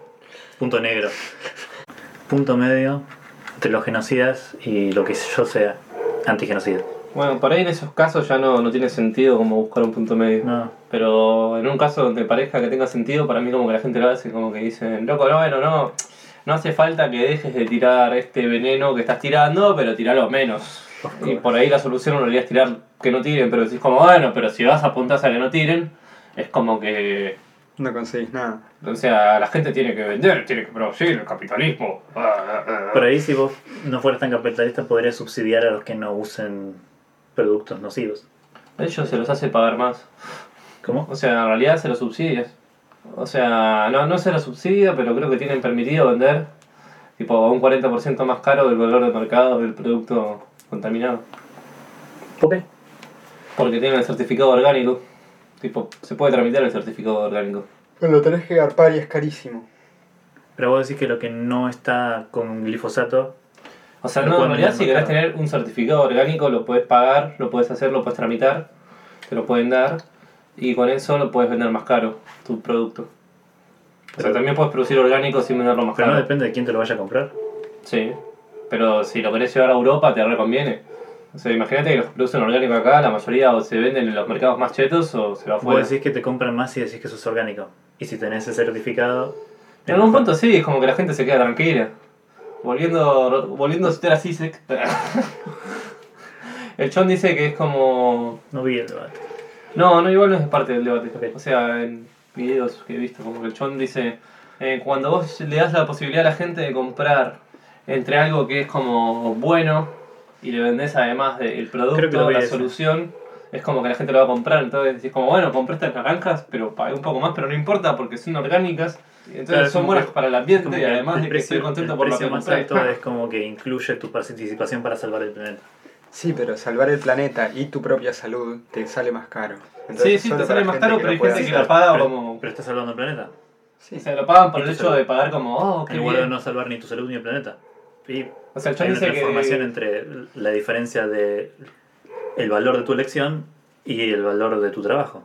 Speaker 3: Punto negro. Punto medio entre los genocidas y lo que yo sea antigenocida.
Speaker 2: Bueno, por ahí en esos casos ya no, no tiene sentido como buscar un punto medio.
Speaker 3: No.
Speaker 2: Pero en un caso donde parezca que tenga sentido, para mí como que la gente lo hace, como que dicen, loco, no, bueno, no, no hace falta que dejes de tirar este veneno que estás tirando, pero tiralo menos. Y por ahí la solución no debería es tirar que no tiren, pero decís como, bueno, pero si vas a apuntar a que no tiren, es como que...
Speaker 4: No conseguís nada.
Speaker 2: O sea, la gente tiene que vender, tiene que producir, el capitalismo. Ah, ah, ah.
Speaker 3: Por ahí, si vos no fueras tan capitalista, podrías subsidiar a los que no usen productos nocivos.
Speaker 2: A ellos se los hace pagar más.
Speaker 3: ¿Cómo?
Speaker 2: O sea, en realidad se los subsidias. O sea, no, no se los subsidia, pero creo que tienen permitido vender tipo un 40% más caro del valor de mercado del producto contaminado.
Speaker 3: Ok.
Speaker 2: Porque tienen el certificado orgánico. Tipo, se puede tramitar el certificado orgánico.
Speaker 4: Lo tenés que garpar y es carísimo.
Speaker 3: Pero vos decís que lo que no está con glifosato.
Speaker 2: O sea,
Speaker 3: Lo
Speaker 2: no, en
Speaker 3: pueden
Speaker 2: realidad
Speaker 3: vender
Speaker 2: si querés
Speaker 3: más caro.
Speaker 2: tener un certificado orgánico lo puedes pagar, lo puedes hacer, lo puedes tramitar, te lo pueden dar y con eso lo puedes vender más caro tu producto. O sea,
Speaker 3: Pero-
Speaker 2: también puedes producir orgánico sin venderlo más
Speaker 3: Pero no
Speaker 2: caro.
Speaker 3: depende de quién te lo vaya a comprar.
Speaker 2: Sí, pero si lo querés llevar a Europa te reconviene. O sea, imagínate que los que producen orgánico acá, la mayoría o se venden en los mercados más chetos o se va afuera.
Speaker 3: Vos decís que te compran más si decís que sos orgánico. Y si tenés ese certificado.
Speaker 2: En algún punto sí, es como que la gente se queda tranquila. Volviendo, volviendo a citar a Sisek. <laughs> El chon dice que es como...
Speaker 3: No vi el debate.
Speaker 2: No, no, igual no es parte del debate.
Speaker 3: Ok.
Speaker 2: O sea, en videos que he visto, como que el chon dice, eh, cuando vos le das la posibilidad a la gente de comprar entre algo que es como bueno y le vendés además de- el
Speaker 3: Creo que lo
Speaker 2: producto,
Speaker 3: vi
Speaker 2: la
Speaker 3: ese.
Speaker 2: solución, es como que la gente lo va a comprar. Entonces decís como, bueno, compré estas naranjas, pero pagué un poco más, pero no importa porque son orgánicas. y Entonces
Speaker 3: Claro, es
Speaker 2: son
Speaker 3: como
Speaker 2: buenas
Speaker 3: que-
Speaker 2: para el
Speaker 3: Es
Speaker 2: ambiente
Speaker 3: como
Speaker 2: y
Speaker 3: el
Speaker 2: además de que
Speaker 3: precio-
Speaker 2: estoy contento
Speaker 3: el
Speaker 2: por lo
Speaker 3: precio
Speaker 2: que
Speaker 3: más
Speaker 2: compré. <laughs>
Speaker 3: alto es como que incluye tu participación para salvar el planeta.
Speaker 4: Sí, pero salvar el planeta y tu propia salud te sale más caro.
Speaker 2: Sí, sí,
Speaker 4: solo para
Speaker 2: te sale más
Speaker 4: gente
Speaker 2: caro,
Speaker 4: que
Speaker 2: pero hay
Speaker 4: lo pueda
Speaker 2: gente que
Speaker 4: hacer.
Speaker 2: la paga
Speaker 3: Pero-
Speaker 2: como...
Speaker 3: Pero estás salvando el planeta.
Speaker 4: Sí,
Speaker 2: Se lo pagan por
Speaker 3: Y
Speaker 2: el
Speaker 3: tú
Speaker 2: hecho
Speaker 3: se-
Speaker 2: de pagar como, oh, qué
Speaker 3: En lugar de
Speaker 2: bien.
Speaker 3: no salvar ni tu salud ni el planeta. Y
Speaker 2: O sea, el
Speaker 3: hay
Speaker 2: chon
Speaker 3: una
Speaker 2: dice
Speaker 3: transformación
Speaker 2: que...
Speaker 3: entre la diferencia de el valor de tu elección y el valor de tu trabajo.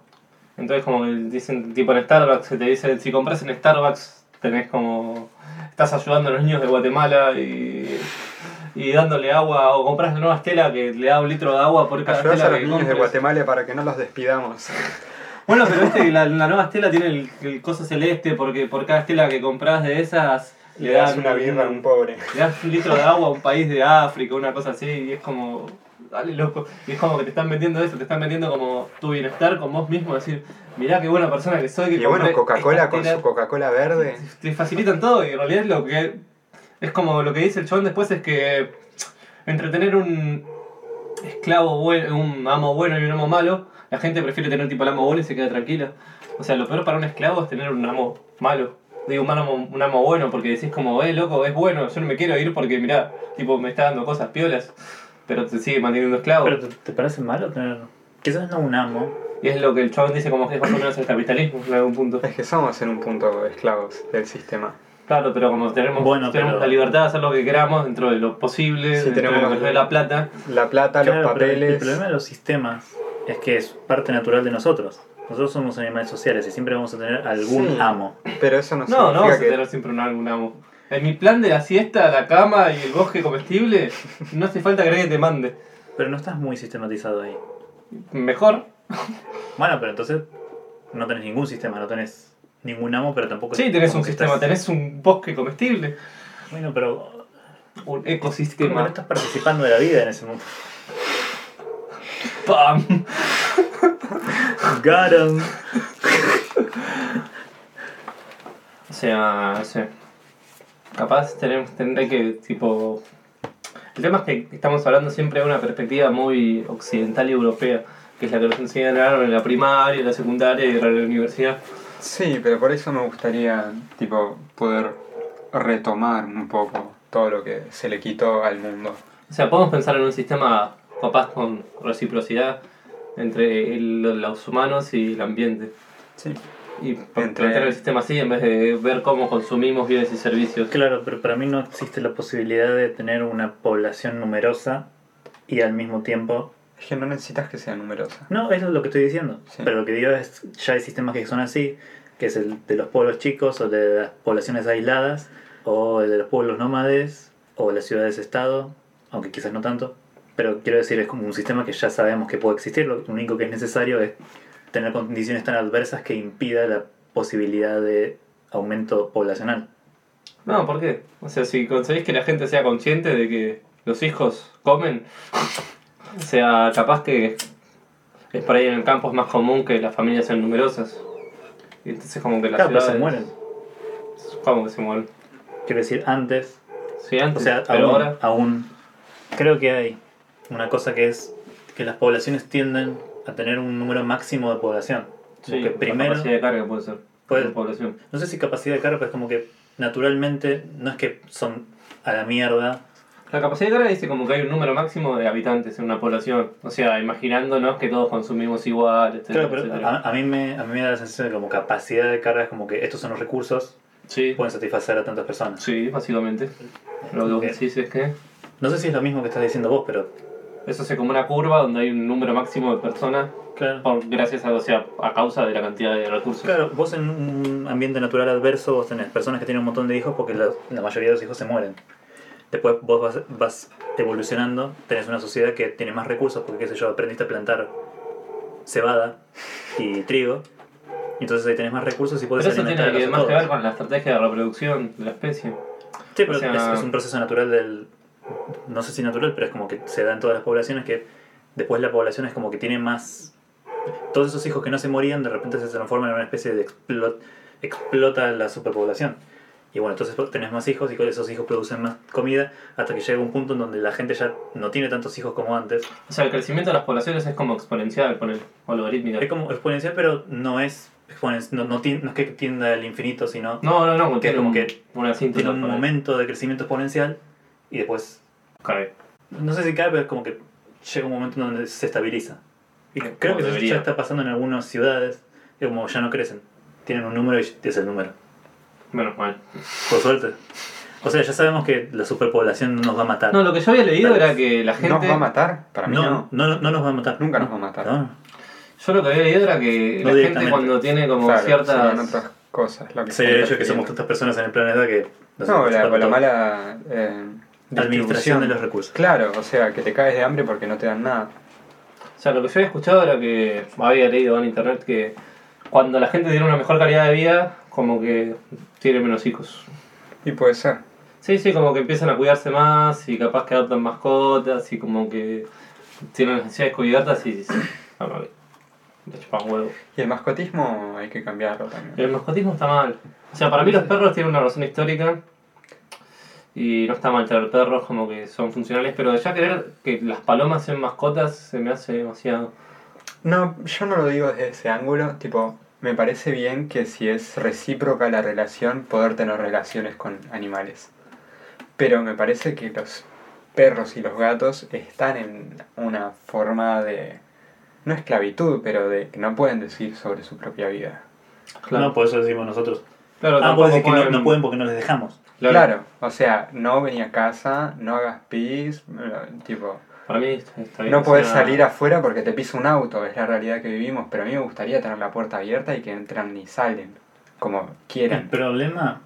Speaker 2: Entonces como que dicen, tipo en Starbucks, que te dicen, si compras en Starbucks, tenés como... Estás ayudando a los niños de Guatemala y... Y dándole agua, o compras la nueva estela que le da un litro de agua por cada
Speaker 4: ayudas
Speaker 2: estela
Speaker 4: a los
Speaker 2: que
Speaker 4: niños de
Speaker 2: compres.
Speaker 4: Guatemala para que no los despidamos.
Speaker 2: Bueno, pero este, la, la nueva estela tiene el, el coso celeste, porque por cada estela que compras de esas,
Speaker 4: Le das una birra a un pobre.
Speaker 2: Le das un litro de agua a un país de África, una cosa así, y es como. Dale, loco. Y es como que te están vendiendo eso, te están vendiendo como tu bienestar con vos mismo. Decir, mirá qué buena persona que soy. Que
Speaker 4: Y bueno,
Speaker 2: compré
Speaker 4: Coca-Cola
Speaker 2: esta
Speaker 4: con
Speaker 2: tela".
Speaker 4: su Coca-Cola verde.
Speaker 2: Te facilitan todo, y en realidad lo que. Es como lo que dice el chabón después es que. Entretener un esclavo bueno, un amo bueno y un amo malo, la gente prefiere tener tipo el amo bueno y se queda tranquila. O sea, lo peor para un esclavo es tener un amo malo. Digo, un amo, un amo bueno, porque decís como, eh, loco, es bueno, yo no me quiero ir porque mirá, tipo, me está dando cosas piolas, pero te sigue manteniendo esclavo.
Speaker 3: Ah, Pero ¿te, te parece malo tener... Quizás no un amo.
Speaker 2: Y es lo que el chabón dice como que es más o menos el capitalismo en algún punto.
Speaker 4: Es que somos en un punto esclavos del sistema.
Speaker 2: Claro, pero como tenemos,
Speaker 3: Bueno,
Speaker 2: tenemos
Speaker 3: pero-
Speaker 2: la libertad de hacer lo que queramos dentro de lo posible,
Speaker 4: Sí,
Speaker 2: dentro de lo
Speaker 4: tenemos-
Speaker 2: que nos dé la plata,
Speaker 4: La plata, los
Speaker 3: Claro, pero el- El
Speaker 4: papeles.
Speaker 3: problema de los sistemas es que es parte natural de nosotros. Nosotros somos animales sociales y siempre vamos a tener algún
Speaker 4: Sí.
Speaker 3: amo.
Speaker 4: Pero eso no,
Speaker 2: No, no
Speaker 4: significa
Speaker 2: vas a
Speaker 4: que.
Speaker 2: tener siempre un algún amo. En mi plan de la siesta, la cama y el bosque comestible, no hace falta que alguien te mande.
Speaker 3: Pero no estás muy sistematizado ahí.
Speaker 2: Mejor.
Speaker 3: Bueno, pero entonces no tenés ningún sistema, no tenés ningún amo, pero tampoco...
Speaker 2: Sí, tenés
Speaker 3: como
Speaker 2: un
Speaker 3: que
Speaker 2: sistema,
Speaker 3: estás-
Speaker 2: tenés un bosque comestible,
Speaker 3: Bueno, pero...
Speaker 2: un
Speaker 3: como que no
Speaker 2: ecosistema.
Speaker 3: estás participando de la vida en ese mundo. <laughs>
Speaker 2: ¡Pam!
Speaker 3: Got 'em.
Speaker 2: O sea, no sé. Capaz tenemos, tendré que, tipo. El tema es que estamos hablando siempre de una perspectiva muy occidental y europea, que es la que nos enseñaron en la primaria, en la secundaria y en la universidad.
Speaker 4: Sí, pero por eso me gustaría, tipo, poder retomar un poco todo lo que se le quitó al mundo.
Speaker 2: O sea, podemos pensar en un sistema capaz con reciprocidad entre el- los humanos y el ambiente.
Speaker 4: Sí.
Speaker 2: Y
Speaker 4: Entre-
Speaker 2: plantear el sistema así en vez de ver cómo consumimos bienes y servicios.
Speaker 3: Claro, pero para mí no existe la posibilidad de tener una población numerosa y al mismo tiempo...
Speaker 4: Es que no necesitas que sea numerosa.
Speaker 3: No, eso es lo que estoy diciendo.
Speaker 4: Sí.
Speaker 3: Pero lo que digo es, ya hay sistemas que son así, que es el de los pueblos chicos o de las poblaciones aisladas, o el de los pueblos nómades, o las ciudades-estado, aunque quizás no tanto. Pero quiero decir, es como un sistema que ya sabemos que puede existir. Lo único que es necesario es tener condiciones tan adversas que impida la posibilidad de aumento poblacional.
Speaker 2: No, ¿por qué? O sea, si conseguís que la gente sea consciente de que los hijos comen, o sea, capaz que es por ahí en el campo es más común que las familias sean numerosas. Y entonces como que las
Speaker 3: Claro, pero se
Speaker 2: ciudades-
Speaker 3: mueren.
Speaker 2: ¿Cómo que se mueren?
Speaker 3: Quiero decir, antes
Speaker 2: Sí, antes,
Speaker 3: O sea,
Speaker 2: pero
Speaker 3: aún,
Speaker 2: ahora...
Speaker 3: aún creo que hay una cosa que es que las poblaciones tienden a tener un número máximo de población. Como que
Speaker 2: la
Speaker 3: primero,
Speaker 2: capacidad de carga puede ser.
Speaker 3: Puede-
Speaker 2: de población.
Speaker 3: no sé si capacidad de carga, pero es como que naturalmente no es que son a la mierda.
Speaker 2: La capacidad de carga dice como que hay un número máximo de habitantes en una población. O sea, imaginándonos que todos consumimos igual, etcétera,
Speaker 3: Claro, pero ah,
Speaker 2: etcétera.
Speaker 3: a, a mí me, a mí me da la sensación de como capacidad de carga es como que estos son los recursos
Speaker 2: Sí,
Speaker 3: que pueden satisfacer a tantas personas.
Speaker 2: sí, básicamente. Lo que vos
Speaker 3: Ok.
Speaker 2: decís es que
Speaker 3: No sé si es lo mismo que estás diciendo vos, pero
Speaker 2: eso es como una curva donde hay un número máximo de personas
Speaker 3: claro.
Speaker 2: por, gracias a, o sea, a causa de la cantidad de recursos.
Speaker 3: Claro, vos en un ambiente natural adverso vos tenés personas que tienen un montón de hijos porque la, la mayoría de los hijos se mueren. Después vos vas, vas evolucionando, tenés una sociedad que tiene más recursos porque, qué sé yo, aprendiste a plantar cebada y trigo. Y entonces ahí tenés más recursos y podés
Speaker 2: Pero eso
Speaker 3: alimentar
Speaker 2: tiene
Speaker 3: a
Speaker 2: que
Speaker 3: los
Speaker 2: más que ver
Speaker 3: todos.
Speaker 2: con la estrategia de reproducción de la especie.
Speaker 3: Sí, pero
Speaker 2: o sea-
Speaker 3: es, es un proceso natural del... No sé si natural, pero es como que se da en todas las poblaciones que después la población es como que tiene más... Todos esos hijos que no se morían de repente se transforman en una especie de explot, explota la superpoblación. Y bueno, entonces tenés más hijos y esos hijos producen más comida hasta que llega un punto en donde la gente ya no tiene tantos hijos como antes.
Speaker 2: O sea, el crecimiento de las poblaciones es como exponencial, poner, o logarítmica.
Speaker 3: Es como exponencial, pero no es exponen- no, no, ti- no es que tienda al infinito, sino
Speaker 2: No, no, no,
Speaker 3: Que
Speaker 2: tiene
Speaker 3: como
Speaker 2: un-
Speaker 3: que
Speaker 2: una síntesis.
Speaker 3: tiene un momento de crecimiento exponencial y después No sé si cae, pero es como que llega un momento donde se estabiliza. Y
Speaker 2: Como
Speaker 3: creo que eso
Speaker 2: debería.
Speaker 3: ya está pasando en algunas ciudades, que como ya no crecen. Tienen un número y es el número.
Speaker 2: Menos mal.
Speaker 3: Por suerte. O sea, ya sabemos que la superpoblación no nos va a matar.
Speaker 2: No, lo que yo había leído
Speaker 3: Tal vez.
Speaker 2: era que la gente.
Speaker 4: ¿Nos va a matar? Para mí
Speaker 3: no,
Speaker 4: no.
Speaker 3: no, no nos va a matar.
Speaker 4: Nunca nos va a matar.
Speaker 3: No.
Speaker 2: Yo lo que había leído era que
Speaker 3: No
Speaker 2: la gente
Speaker 3: directamente.
Speaker 2: cuando tiene como
Speaker 4: Claro,
Speaker 2: ciertas.
Speaker 4: serían otras cosas. Lo que
Speaker 3: Sería el
Speaker 4: están
Speaker 3: hecho que somos
Speaker 4: refiriendo.
Speaker 3: tantas personas en el planeta que... nos
Speaker 4: No, la, la
Speaker 3: ocupan todo.
Speaker 4: mala eh,
Speaker 3: Administración de
Speaker 4: distribución.
Speaker 3: los recursos.
Speaker 4: Claro, o sea, que te caes de hambre porque no te dan nada.
Speaker 2: O sea, lo que yo había escuchado era que. Había leído en internet que cuando la gente tiene una mejor calidad de vida, como que tiene menos hijos.
Speaker 4: Y puede ser.
Speaker 2: Sí, sí, como que empiezan a cuidarse más y capaz que adoptan mascotas y como que tienen las necesidades cubiertas y. Ah, no, le chupan huevo.
Speaker 4: Y el mascotismo hay que cambiarlo también.
Speaker 2: El mascotismo está mal. O sea, para mí los perros tienen una razón histórica. Y no está mal tener perros, como que son funcionales. Pero ya querer que las palomas sean mascotas se me hace demasiado.
Speaker 4: No, yo no lo digo desde ese ángulo. Tipo, me parece bien que si es recíproca la relación, poder tener relaciones con animales. Pero me parece que los perros y los gatos están en una forma de... No esclavitud, pero de que no pueden decir sobre su propia vida.
Speaker 2: Claro,
Speaker 3: No, por eso decimos nosotros.
Speaker 2: claro
Speaker 3: Ah,
Speaker 2: tampoco
Speaker 3: vos decís que no,
Speaker 2: pueden-
Speaker 3: no pueden porque no les dejamos.
Speaker 2: Claro,
Speaker 4: Claro, o sea, no vení a casa, no hagas pis, eh, tipo,
Speaker 2: Para mí está está bien.
Speaker 4: no podés
Speaker 2: o sea,
Speaker 4: salir afuera porque te pisa un auto, es la realidad que vivimos, pero a mí me gustaría tener la puerta abierta y que entran y salen, como
Speaker 3: El
Speaker 4: quieran.
Speaker 3: problema...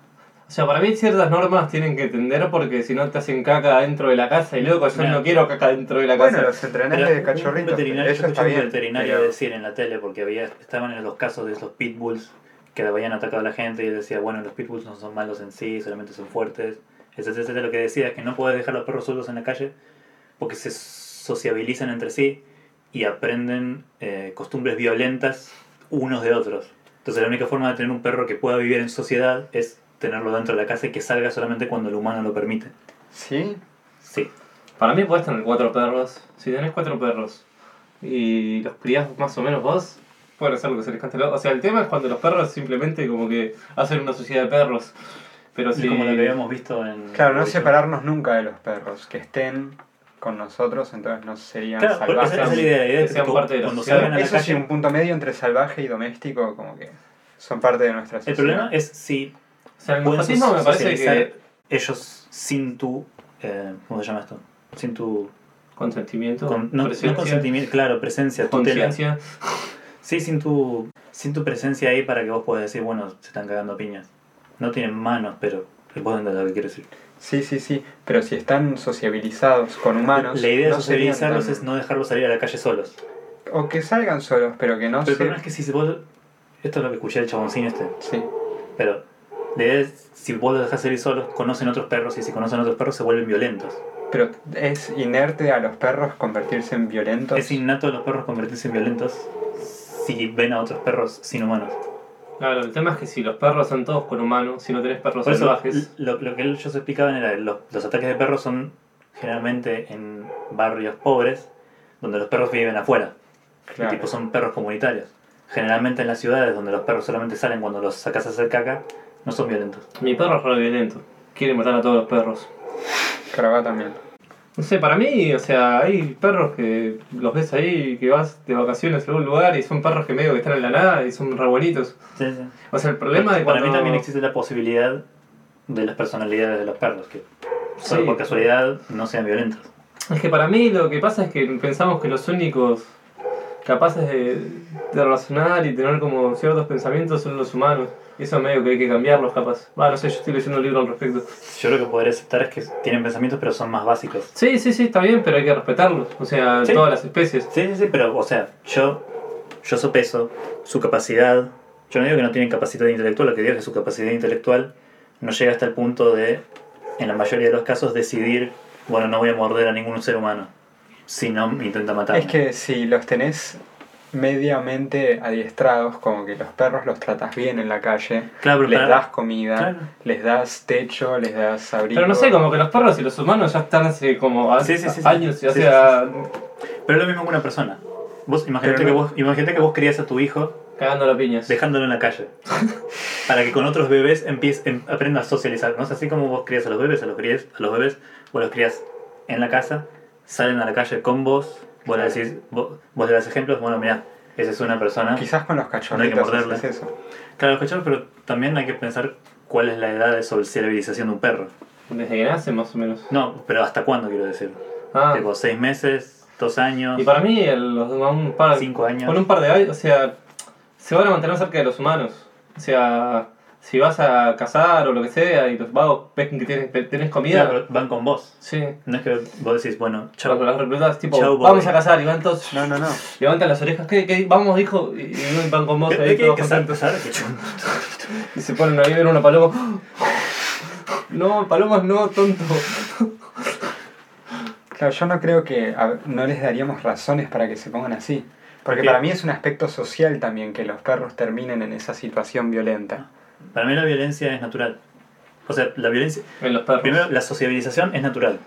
Speaker 2: O sea, para mí ciertas normas tienen que entender porque si no te hacen caca dentro de la casa y luego yo
Speaker 3: Mira.
Speaker 2: no quiero caca dentro de la casa.
Speaker 4: Bueno, los entrenadores de
Speaker 3: Pero un
Speaker 4: cachorritos,
Speaker 3: veterinario,
Speaker 4: eso
Speaker 3: yo
Speaker 4: está
Speaker 3: escuché
Speaker 4: bien.
Speaker 3: un veterinario
Speaker 4: pero-
Speaker 3: decir en la tele, porque había, estaban en los casos de esos pitbulls que le habían atacado a la gente y él decía, bueno, los pitbulls no son malos en sí, solamente son fuertes, etcétera, etcétera. Lo que decía es que no puedes dejar los perros solos en la calle porque se sociabilizan entre sí y aprenden eh, costumbres violentas unos de otros. Entonces la única forma de tener un perro que pueda vivir en sociedad es tenerlo dentro de la casa y que salga solamente cuando el humano lo permite.
Speaker 4: ¿Sí?
Speaker 3: Sí.
Speaker 2: Para mí puedes tener cuatro perros. Si tenés cuatro perros y los criás más o menos vos, pueden hacer lo que se les cante. la- O sea, el tema es cuando los perros simplemente como que hacen una sociedad de perros. Pero
Speaker 3: Es
Speaker 2: si...
Speaker 3: Como lo que habíamos visto en...
Speaker 4: Claro, no separarnos nunca de los perros, que estén con nosotros, entonces no serían
Speaker 3: Claro, porque esa, esa es
Speaker 4: salvajes.
Speaker 3: la idea, la idea
Speaker 2: Que
Speaker 3: es que
Speaker 2: sean
Speaker 3: cu-
Speaker 2: parte de la
Speaker 3: cuando
Speaker 2: sociedad.
Speaker 3: salgan a la
Speaker 4: Eso sí,
Speaker 3: calle,
Speaker 4: un punto medio entre salvaje y doméstico, como que son parte de nuestra
Speaker 3: el
Speaker 4: sociedad.
Speaker 3: problema es si
Speaker 2: O sea, el
Speaker 3: pueden
Speaker 2: mascotismo me parece
Speaker 3: socializar
Speaker 2: que...
Speaker 3: ellos sin tu, eh, ¿cómo se llama esto? Sin tu,
Speaker 2: Consentimiento,
Speaker 3: con- no, no
Speaker 2: presencia,
Speaker 3: consentimiento, claro, presencia, tutela.
Speaker 2: conciencia.
Speaker 3: Sí, sin tu, sin tu presencia ahí para que vos puedas decir, bueno, se están cagando a piñas. No tienen manos, pero vos entendés lo que quiero decir.
Speaker 4: Sí, sí, sí, pero si están sociabilizados con humanos...
Speaker 3: la idea de
Speaker 4: no serían
Speaker 3: socializarlos
Speaker 4: tan-
Speaker 3: es no dejarlos salir a la calle solos.
Speaker 4: O que salgan solos, pero
Speaker 2: Ah,
Speaker 4: que no
Speaker 3: Pero el
Speaker 4: se...
Speaker 3: problema es que si vos. Esto es lo que escuché del chaboncín este.
Speaker 4: Sí,
Speaker 3: Pero la idea es, si vos los dejás salir solos, conocen otros perros y si conocen otros perros se vuelven violentos.
Speaker 4: pero es inerte a los perros convertirse en violentos.
Speaker 3: Es innato a los perros convertirse en violentos si ven a otros perros sin humanos.
Speaker 2: Claro, el tema es que si los perros son todos con humanos, si no tenés perros
Speaker 3: Por eso,
Speaker 2: salvajes.
Speaker 3: lo, lo que ellos explicaban era que los, los ataques de perros son generalmente en barrios pobres, donde los perros viven afuera.
Speaker 4: Claro.
Speaker 3: Tipo, son perros comunitarios. Generalmente en las ciudades, donde los perros solamente salen cuando los sacas a hacer caca, no son violentos.
Speaker 2: Mi perro es re violento. Quiere matar a todos los perros.
Speaker 4: Carabá también.
Speaker 2: No sé, para mí, o sea, hay perros que los ves ahí, que vas de vacaciones a algún lugar y son perros que medio que están en la nada y son re bonitos.
Speaker 3: Sí, sí.
Speaker 2: O sea, el problema de
Speaker 3: Para
Speaker 2: cuando...
Speaker 3: mí también existe la posibilidad de las personalidades de los perros, que solo
Speaker 2: Sí.
Speaker 3: por casualidad no sean violentos.
Speaker 2: Es que para mí lo que pasa es que pensamos que los únicos capaces de, de relacionar y tener como ciertos pensamientos son los humanos. Y eso medio que hay que cambiarlos capaz. Ah, no sé, yo estoy leyendo un libro al respecto.
Speaker 3: Yo lo que podría aceptar es que tienen pensamientos, pero son más básicos.
Speaker 2: Sí, sí, sí, está bien, pero hay que respetarlos. O sea,
Speaker 3: Sí.
Speaker 2: todas las especies.
Speaker 3: Sí, sí, sí, pero, o sea, yo, yo sopeso su capacidad. Yo no digo que no tienen capacidad intelectual, lo que digo es que su capacidad intelectual no llega hasta el punto de, en la mayoría de los casos, decidir, bueno, no voy a morder a ningún ser humano si no me intenta matar.
Speaker 4: Es que si los tenés mediamente adiestrados, como que los perros los tratas bien en la calle,
Speaker 3: Claro, pero
Speaker 4: les
Speaker 3: para-
Speaker 4: das comida,
Speaker 3: Claro.
Speaker 4: les das techo, les das abrigo.
Speaker 2: Pero no sé, como que los perros y los humanos ya están hace como a-
Speaker 3: Sí, sí, sí, sí.
Speaker 2: años. y o
Speaker 3: Sí,
Speaker 2: sea,
Speaker 3: Pero es lo mismo que una persona. Vos imagínate,
Speaker 4: Pero
Speaker 3: que
Speaker 4: no-
Speaker 3: vos, imagínate que vos crías a tu hijo
Speaker 2: cagando las piñas.
Speaker 3: dejándolo en
Speaker 2: <laughs>
Speaker 3: la calle. para que con otros bebés empieces, em- aprenda a socializar. ¿no? Es así como vos crías a los bebés, a los, crías, a los bebés, vos los crías en la casa, salen a la calle con vos, vos le decís, vos, vos le das ejemplos, bueno, mirá, esa es una persona.
Speaker 4: Quizás con los
Speaker 3: No hay
Speaker 4: cachorritos
Speaker 3: que morderle.
Speaker 4: es eso.
Speaker 3: Claro, los cachorros, pero también hay que pensar cuál es la edad de sociabilización de un perro.
Speaker 2: Desde que nacen más o menos.
Speaker 3: No, pero hasta cuándo quiero decir.
Speaker 2: Ah.
Speaker 3: Tipo, seis meses, dos años,
Speaker 2: Y para mí, el- los, un par de
Speaker 3: cinco años.
Speaker 2: Con un par de años, o sea, se van a mantener cerca de los humanos. O sea, si vas a cazar o lo que sea y los vagos ves que tienes, tenés comida,
Speaker 3: Claro, pero van con vos.
Speaker 2: sí.
Speaker 3: No es que vos decís, bueno,
Speaker 2: Cuando
Speaker 3: chao.
Speaker 2: las reclutas, tipo,
Speaker 3: Chau,
Speaker 2: vamos a
Speaker 3: boy.
Speaker 2: cazar y van todos,
Speaker 4: No, no, no.
Speaker 2: levantan las orejas, ¿qué, qué? Vamos, hijo, y, y van con vos
Speaker 3: ¿Qué-
Speaker 2: ahí
Speaker 3: qué hay
Speaker 2: todos
Speaker 3: que hacer?
Speaker 2: contentos.
Speaker 3: ¿Sabes qué?
Speaker 2: Y se ponen ahí a ver una paloma. No, palomas no, tonto.
Speaker 4: Claro, yo no creo que a- no les daríamos razones para que se pongan así. Porque
Speaker 3: Ok.
Speaker 4: para mí es un aspecto social también que los perros terminen en esa situación violenta.
Speaker 3: Para mí la violencia es natural. O sea, la violencia...
Speaker 2: En los perros.
Speaker 3: Primero, la sociabilización es natural.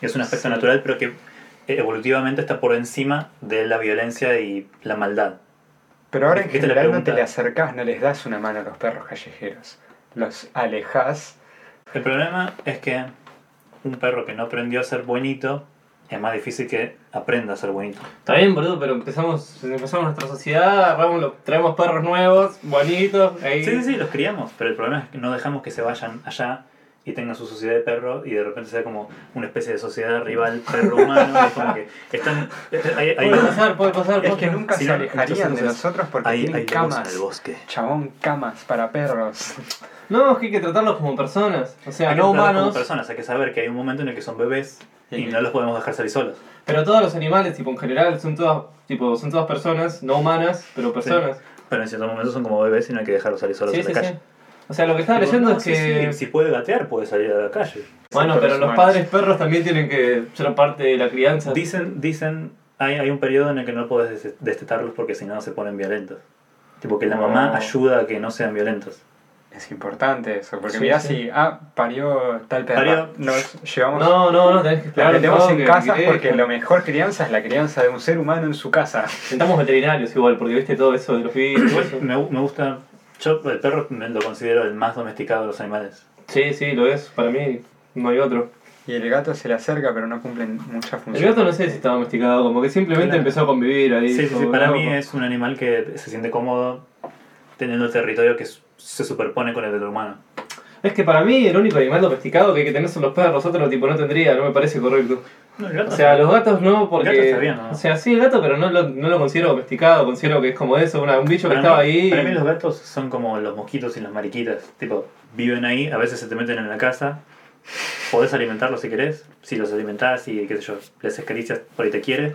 Speaker 3: Es un aspecto natural, pero que eh, evolutivamente está por encima de la violencia y la maldad.
Speaker 4: Pero ahora en
Speaker 3: ¿Viste la
Speaker 4: general no te
Speaker 3: pregunta?
Speaker 4: le acercás, no les das una mano a los perros callejeros. Los alejás.
Speaker 3: El problema es que un perro que no aprendió a ser bonito es más difícil que aprenda a ser bonito.
Speaker 2: Está bien, boludo, pero empezamos, empezamos nuestra sociedad, agarramos los- traemos perros nuevos, bonitos, ahí.
Speaker 3: Sí, sí, sí, los criamos, pero el problema es que no dejamos que se vayan allá y tengan su sociedad de perro y de repente sea como una especie de sociedad rival perro-humano. es como que están... hay- hay-
Speaker 2: Puede pasar, puede pasar.
Speaker 4: Es
Speaker 2: puede
Speaker 4: que
Speaker 2: pasar.
Speaker 4: nunca
Speaker 3: Si
Speaker 4: se
Speaker 3: no,
Speaker 4: alejarían de
Speaker 3: entonces,
Speaker 4: nosotros porque
Speaker 3: hay-
Speaker 4: tienen
Speaker 3: hay lobos
Speaker 4: camas.
Speaker 3: en el bosque.
Speaker 4: Chabón, camas para
Speaker 3: <laughs>
Speaker 4: perros.
Speaker 2: No, es que hay que tratarlos como personas. O sea,
Speaker 3: Hay que
Speaker 2: no
Speaker 3: tratarlos como
Speaker 2: humanos.
Speaker 3: personas, hay que saber que hay un momento en el que son bebés y
Speaker 4: Sí.
Speaker 3: no los podemos dejar salir solos.
Speaker 2: Pero todos los animales, tipo, en general, son todas, tipo, son todas personas, no humanas, pero personas.
Speaker 3: Pero en ciertos momentos son como bebés y no hay que dejarlos salir solos
Speaker 2: Sí,
Speaker 3: a la
Speaker 2: sí, sí.
Speaker 3: calle.
Speaker 2: O sea, lo que estaba
Speaker 3: Digo,
Speaker 2: leyendo
Speaker 3: no,
Speaker 2: es
Speaker 3: sí,
Speaker 2: que.
Speaker 3: sí, Si puede gatear, puede salir a la calle.
Speaker 2: Bueno,
Speaker 4: Son
Speaker 2: pero
Speaker 4: todos
Speaker 2: los
Speaker 4: humanos.
Speaker 2: padres perros también tienen que ser parte de la crianza.
Speaker 3: Dicen, dicen hay, hay un periodo en el que no puedes des- destetarlos porque si no se ponen violentos. Tipo que la
Speaker 2: Oh.
Speaker 3: mamá
Speaker 4: No.
Speaker 3: ayuda a que no sean violentos.
Speaker 4: Es importante eso, porque
Speaker 2: Sí,
Speaker 4: mirá
Speaker 2: sí.
Speaker 4: si, ah, parió tal perra,
Speaker 3: Parió.
Speaker 4: nos llevamos,
Speaker 2: No, no, no, tenés que
Speaker 4: la
Speaker 2: esperar.
Speaker 4: metemos
Speaker 2: no,
Speaker 4: en
Speaker 2: que-
Speaker 4: casa
Speaker 2: que-
Speaker 4: porque la mejor crianza es la crianza de un ser humano en su casa.
Speaker 2: Necesitamos veterinarios igual, porque viste todo eso de los virus. y
Speaker 3: <laughs>
Speaker 2: eso.
Speaker 3: Igual me, gu- me gusta. Yo el perro me lo considero el más domesticado de los animales.
Speaker 2: Sí, sí, lo es. Para mí no hay otro.
Speaker 4: Y el gato se le acerca, pero no cumple muchas funciones.
Speaker 2: El gato no sé si está domesticado, como que simplemente
Speaker 3: Claro.
Speaker 2: empezó a convivir ahí.
Speaker 3: Sí, sí, sí,
Speaker 2: dijo,
Speaker 3: para
Speaker 2: "No,
Speaker 3: mí
Speaker 2: no".
Speaker 3: es un animal que se siente cómodo teniendo el territorio que su- se superpone con el del humano.
Speaker 2: Es que para mí el único animal domesticado que hay que tener son los perros, otro tipo no tendría, no me parece correcto.
Speaker 3: No, el gato
Speaker 2: O sea, los gatos no, porque.
Speaker 3: gato está bien, ¿no?
Speaker 2: O sea, sí, el gato, pero no lo, no lo considero domesticado, considero que es como eso, una- un bicho que
Speaker 3: Para
Speaker 2: estaba
Speaker 3: mí-
Speaker 2: ahí.
Speaker 3: Para mí los gatos son como los mosquitos y las mariquitas. Tipo, viven ahí, a veces se te meten en la casa, Podés alimentarlos si querés. Si los alimentás y, qué sé yo, les escaricias por ahí te quiere.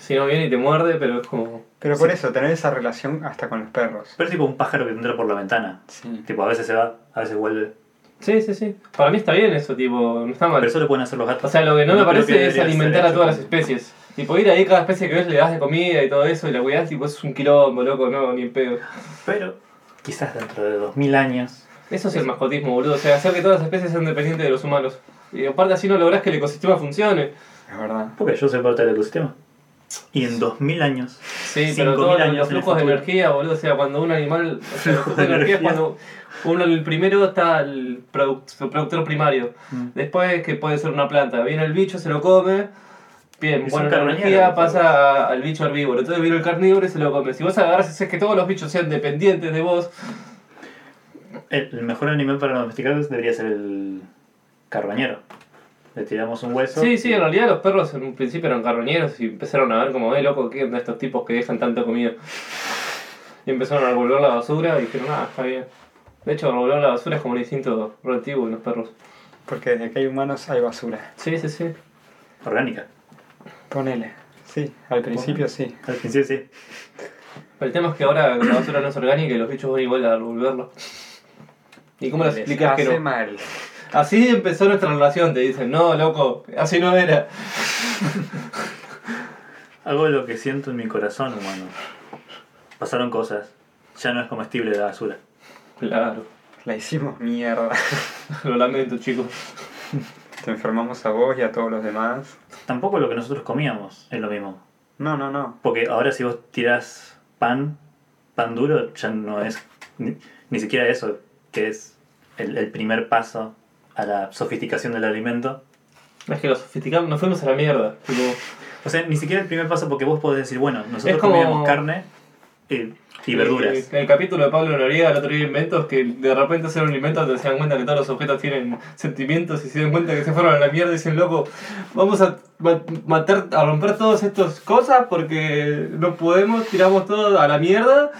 Speaker 2: Si no viene y te muerde, pero es como.
Speaker 4: Pero por eso, tener esa relación hasta con los perros.
Speaker 3: Pero es tipo un pájaro que te entra por la ventana.
Speaker 4: Sí.
Speaker 3: Tipo, a veces se va, a veces vuelve.
Speaker 2: Sí, sí, sí. Para mí está bien eso, tipo, no está mal.
Speaker 3: Pero eso lo pueden hacer los gatos.
Speaker 2: O sea, lo que no me
Speaker 3: creo
Speaker 2: parece es
Speaker 3: debería
Speaker 2: alimentar
Speaker 3: ser
Speaker 2: a
Speaker 3: hecho
Speaker 2: todas las
Speaker 3: con-
Speaker 2: especies. Tipo, ir ahí, cada especie que ves le das de comida y todo eso, y la cuidás, tipo, es un quilombo, loco, no, ni en pedo.
Speaker 3: Pero quizás dentro de 2000 años.
Speaker 2: Eso es el mascotismo, boludo. O sea, hacer que todas las especies sean dependientes de los humanos. Y aparte así no lográs que el ecosistema funcione.
Speaker 4: Es verdad.
Speaker 3: Porque yo soy parte del ecosistema. Y en 2000 años.
Speaker 2: Sí,
Speaker 3: Cinco
Speaker 2: pero todos
Speaker 3: mil
Speaker 2: los-
Speaker 3: años
Speaker 2: los
Speaker 3: en el
Speaker 2: flujos de
Speaker 3: futuro.
Speaker 2: energía, boludo. O sea, cuando un animal. O sea, los
Speaker 3: Flujos
Speaker 2: flujos de
Speaker 3: <laughs> de
Speaker 2: energía es
Speaker 3: energía.
Speaker 2: cuando. Uno, el primero está el product- su productor primario.
Speaker 3: Mm.
Speaker 2: Después, que puede ser una planta. Viene el bicho, se lo come. Bien,
Speaker 3: Es
Speaker 2: bueno,
Speaker 3: un
Speaker 2: la
Speaker 3: carroñero,
Speaker 2: energía
Speaker 3: por favor.
Speaker 2: pasa a- al bicho herbívoro. Entonces viene el carnívoro y se lo come. Si vos agarras y haces que todos los bichos sean dependientes de vos,
Speaker 3: El, el mejor animal para domesticar debería ser el carroñero. Le tiramos un hueso.
Speaker 2: Sí, sí,
Speaker 3: y-
Speaker 2: en realidad los perros en un principio eran carroñeros y empezaron a ver como, eh, loco, ¿qué onda estos tipos que dejan tanta comida? Y empezaron a revolver la basura y dijeron, ah, está bien. De hecho, revolver la basura es como un instinto relativo de los perros.
Speaker 4: Porque desde que hay humanos hay basura.
Speaker 2: Sí, sí, sí.
Speaker 3: Orgánica.
Speaker 4: Ponele. Sí, al principio sí.
Speaker 3: Al principio sí.
Speaker 2: Pero el tema es que ahora la basura no es orgánica y los bichos van igual a revolverla. ¿Y cómo lo
Speaker 4: Les
Speaker 2: explicas que
Speaker 4: hace
Speaker 2: no?
Speaker 4: mal.
Speaker 2: Así empezó nuestra relación, te dicen, no, loco, así no era.
Speaker 3: Hago lo que siento en mi corazón, humano. Pasaron cosas. Ya no es comestible la basura.
Speaker 2: Claro, <laughs>
Speaker 4: La hicimos mierda.
Speaker 2: lo lamento, chicos.
Speaker 4: <laughs> Te enfermamos a vos y a todos los demás.
Speaker 3: Tampoco lo que nosotros comíamos es lo mismo.
Speaker 4: No, no, no.
Speaker 3: Porque ahora si vos tirás pan, pan duro, ya no es ni, ni siquiera eso, que es el, el primer paso a la sofisticación del alimento.
Speaker 2: Es que lo sofisticamos, nos fuimos a la mierda. Tipo,
Speaker 3: O sea, ni siquiera el primer paso porque vos podés decir, bueno, nosotros
Speaker 2: Es como-
Speaker 3: comíamos carne eh, y, verduras.
Speaker 2: El, el capítulo de Pablo Noriega, el otro día de inventos, que de repente hacen un invento donde se dan cuenta que todos los objetos tienen sentimientos y se dan cuenta que se fueron a la mierda y dicen, loco, vamos a ma- matar, a romper todas estas cosas porque no podemos, tiramos todo a la mierda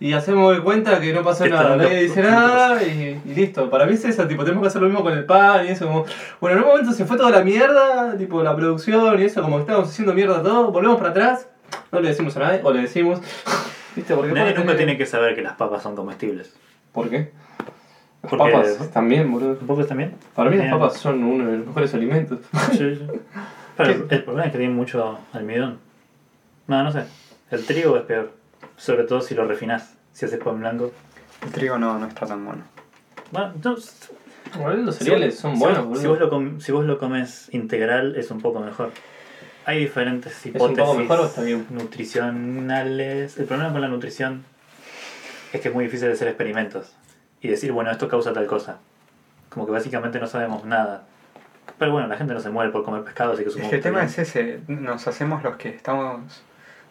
Speaker 2: y hacemos de cuenta que no pasó
Speaker 3: Que
Speaker 2: nada.
Speaker 3: estaban
Speaker 2: Nadie
Speaker 3: dos-
Speaker 2: dice nada y, y listo. Para mí es eso, tipo, tenemos que hacer lo mismo con el pan y eso, como, bueno, en un momento se fue toda la mierda, tipo, la producción y eso, como que estábamos haciendo mierda todo, volvemos para atrás. No le decimos a nadie, o le decimos. <laughs> ¿Viste? Porque
Speaker 3: Nadie
Speaker 2: aparte
Speaker 3: nunca
Speaker 2: tenés-
Speaker 3: tiene que saber que las papas son comestibles.
Speaker 2: ¿Por qué? Las
Speaker 3: Porque-
Speaker 2: papas también, boludo.
Speaker 3: ¿Los papas también?
Speaker 2: Para mí las
Speaker 3: Bien.
Speaker 2: papas son uno de los mejores alimentos.
Speaker 3: Sí, sí. Pero el- el problema es que tiene mucho almidón. No, no sé. El trigo es peor. Sobre todo si lo refinás. Si haces pan blanco.
Speaker 4: El trigo no, no está tan bueno.
Speaker 3: Bueno, no, s-
Speaker 2: Bueno, los
Speaker 3: si
Speaker 2: cereales
Speaker 3: vos-
Speaker 2: son
Speaker 3: si
Speaker 2: buenos,
Speaker 3: vos-
Speaker 2: boludo.
Speaker 3: si vos, lo com- si vos lo comes integral es un poco mejor. Hay diferentes
Speaker 2: poco
Speaker 3: hipótesis
Speaker 2: mejor o está bien?
Speaker 3: nutricionales. El problema con la nutrición es que es muy difícil hacer experimentos y decir, bueno, esto causa tal cosa. Como que básicamente no sabemos nada. Pero bueno, la gente no se muere por comer pescado, así que
Speaker 4: Es
Speaker 3: supongo
Speaker 4: que el
Speaker 3: está
Speaker 4: tema
Speaker 3: bien.
Speaker 4: es ese. Nos hacemos los que estamos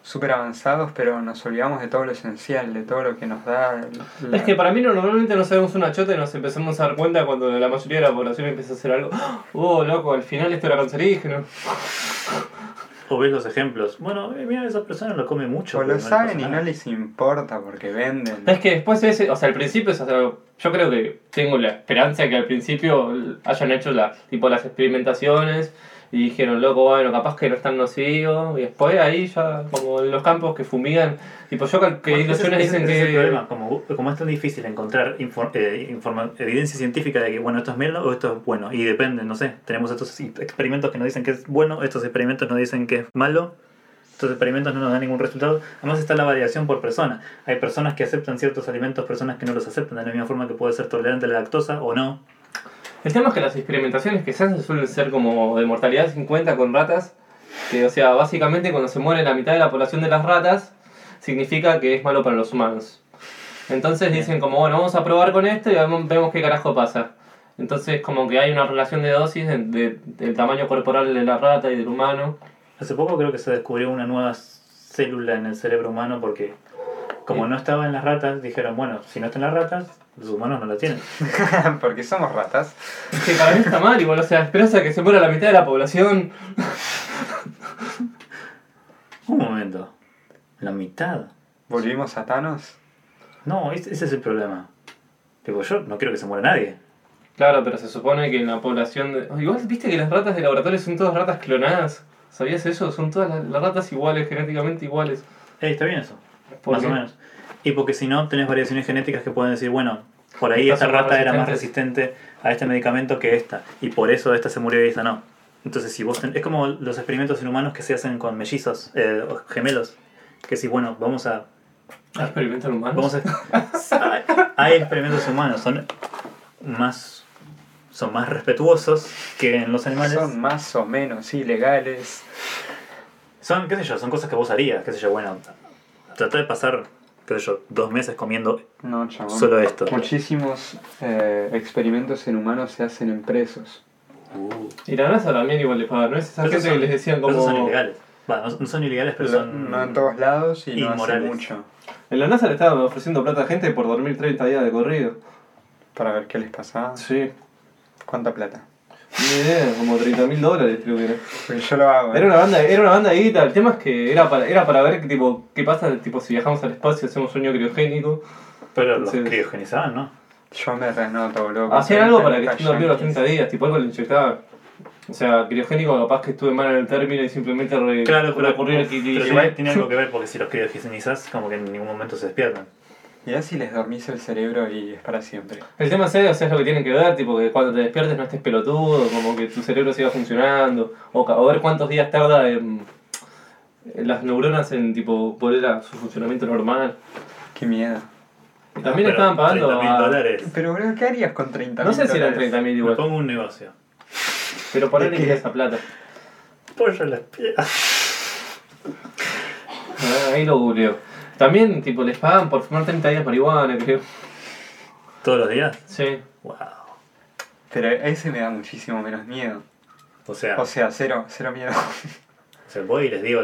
Speaker 4: súper avanzados, pero nos olvidamos de todo lo esencial, de todo lo que nos da. la-
Speaker 2: Es que para mí no- normalmente no sabemos una chota y nos empezamos a dar cuenta cuando la mayoría de la población empieza a hacer algo. <gasps> Oh, loco, al final esto era cancerígeno.
Speaker 3: O ves los ejemplos. Bueno, eh, mira, esa persona lo come mucho.
Speaker 4: O
Speaker 3: pero
Speaker 4: lo
Speaker 3: le
Speaker 4: saben
Speaker 3: pasa
Speaker 4: y
Speaker 3: nada.
Speaker 4: no les importa porque venden.
Speaker 2: Es que después de ese, o sea, al principio, o sea, yo creo que tengo la esperanza que al principio hayan hecho la, tipo las experimentaciones y dijeron, loco, bueno, capaz que no están nocivos. Y después ahí ya, como en los campos que fumigan, tipo yo cal- que
Speaker 3: Bueno, ese es-
Speaker 2: ilusiones
Speaker 3: ese-
Speaker 2: dicen
Speaker 3: ese es el
Speaker 2: que...
Speaker 3: problema. Como, como es tan difícil encontrar infor- eh, informa- evidencia científica de que, bueno, esto es malo o esto es bueno. Y depende, no sé. Tenemos estos experimentos que nos dicen que es bueno, estos experimentos nos dicen que es malo. Estos experimentos no nos dan ningún resultado. Además está la variación por persona. Hay personas que aceptan ciertos alimentos, personas que no los aceptan. De la misma forma que puede ser tolerante a la lactosa o no.
Speaker 2: El tema es que las experimentaciones que se hacen suelen ser como de mortalidad 50 con ratas, que o sea, básicamente cuando se muere la mitad de la población de las ratas, significa que es malo para los humanos. Entonces dicen como, bueno, vamos a probar con esto y vamos- vemos qué carajo pasa. Entonces como que hay una relación de dosis de- de- del tamaño corporal de la rata y del humano.
Speaker 3: Hace poco creo que se descubrió una nueva célula en el cerebro humano porque como no estaba en las ratas, dijeron, bueno, si no está en las ratas, los humanos no la tienen.
Speaker 4: <laughs> porque somos ratas.
Speaker 2: Que para mí está mal, igual, o sea, esperanza que se muera la mitad de la población.
Speaker 3: Un momento. La mitad.
Speaker 4: Volvimos a Thanos.
Speaker 3: No, es- ese es el problema. Digo, yo no quiero que se muera nadie.
Speaker 2: Claro, pero se supone que en la población de... Oh, Igual, ¿viste que las ratas de laboratorio son todas ratas clonadas? ¿Sabías eso? Son todas las, las ratas iguales, genéticamente iguales.
Speaker 3: Eh, está bien eso,
Speaker 2: ¿Por
Speaker 3: más
Speaker 2: qué?
Speaker 3: o menos. Y porque si no, tenés variaciones genéticas que pueden decir, bueno, por ahí
Speaker 2: Estas
Speaker 3: esta
Speaker 2: son más
Speaker 3: rata era más resistente a este medicamento que esta, y por eso esta se murió y esta no. Entonces, si vos ten- es como los experimentos en humanos que se hacen con mellizos, eh, o gemelos, que si, bueno, vamos a...
Speaker 2: ¿Experimentan humanos?
Speaker 4: <laughs>
Speaker 3: Vamos a hay, hay experimentos humanos, son más son más respetuosos que en los animales.
Speaker 4: Son más o menos ilegales.
Speaker 3: Son, qué sé yo, son cosas que vos harías, qué sé yo, bueno, tratar de pasar, qué sé yo, dos meses comiendo
Speaker 4: No, chabón.
Speaker 3: solo esto.
Speaker 4: Muchísimos eh, experimentos en humanos se hacen en presos. Uh.
Speaker 2: Y la NASA también igual les paga, ¿no? Es esa
Speaker 3: Pero
Speaker 2: gente
Speaker 3: esos son-
Speaker 2: que les decían
Speaker 3: pero
Speaker 2: como...
Speaker 3: esos son ilegales. Va, no, no son ilegales, pero son...
Speaker 4: no en todos lados y no hace
Speaker 3: inmorales.
Speaker 4: mucho.
Speaker 2: En la NASA le estaban ofreciendo plata a gente por dormir 30 días de corrido.
Speaker 4: Para ver qué les pasaba.
Speaker 2: Sí.
Speaker 4: ¿Cuánta plata?
Speaker 2: Ni idea, como 30 mil dólares creo que era.
Speaker 4: Porque yo lo hago. ¿eh?
Speaker 2: Era una banda, era una banda de guita, el tema es que era para, era para ver que, tipo, qué pasa tipo, si viajamos al espacio, hacemos sueño criogénico.
Speaker 3: Pero los
Speaker 2: Sí.
Speaker 3: criogenizaban, ¿no?
Speaker 4: Yo me resnoto, loco.
Speaker 2: Hacían algo para que
Speaker 4: Nunca
Speaker 2: estén dormidos los
Speaker 4: yanquis.
Speaker 2: 30 días, tipo algo le inyectaban. O sea, criogénico capaz que estuve mal en el término y simplemente re- ocurrió el
Speaker 3: pero
Speaker 2: que-
Speaker 3: igual tiene
Speaker 2: <laughs>
Speaker 3: algo que ver porque si los criogenizás, como que en ningún momento se despiertan.
Speaker 4: Mirá si les dormís el cerebro y es para siempre.
Speaker 2: El tema es, ese, o sea, es lo que tienen que ver, tipo que cuando te despiertes no estés pelotudo, como que tu cerebro siga funcionando, o, ca- o ver cuántos días tarda en, en las neuronas en tipo volver a su funcionamiento normal.
Speaker 4: Qué miedo.
Speaker 2: Y también
Speaker 3: Ah, Pero
Speaker 2: estaban pagando
Speaker 3: 30.000
Speaker 2: a-
Speaker 3: dólares.
Speaker 4: Pero, bro, ¿qué harías con 30
Speaker 2: No sé si eran 30.000
Speaker 3: Me
Speaker 2: igual,
Speaker 3: pongo un negocio.
Speaker 2: pero ponerle
Speaker 4: ¿De qué?
Speaker 2: que esa plata.
Speaker 3: Pollo en las piernas.
Speaker 2: Ah, Ahí lo googleo. También, tipo, les pagan por fumar 30 días marihuana, creo.
Speaker 3: ¿Todos los días?
Speaker 2: Sí.
Speaker 3: Wow.
Speaker 4: Pero ese me da muchísimo menos miedo.
Speaker 3: O sea,
Speaker 4: O sea, cero, cero miedo. <laughs>
Speaker 3: o sea, voy y les digo...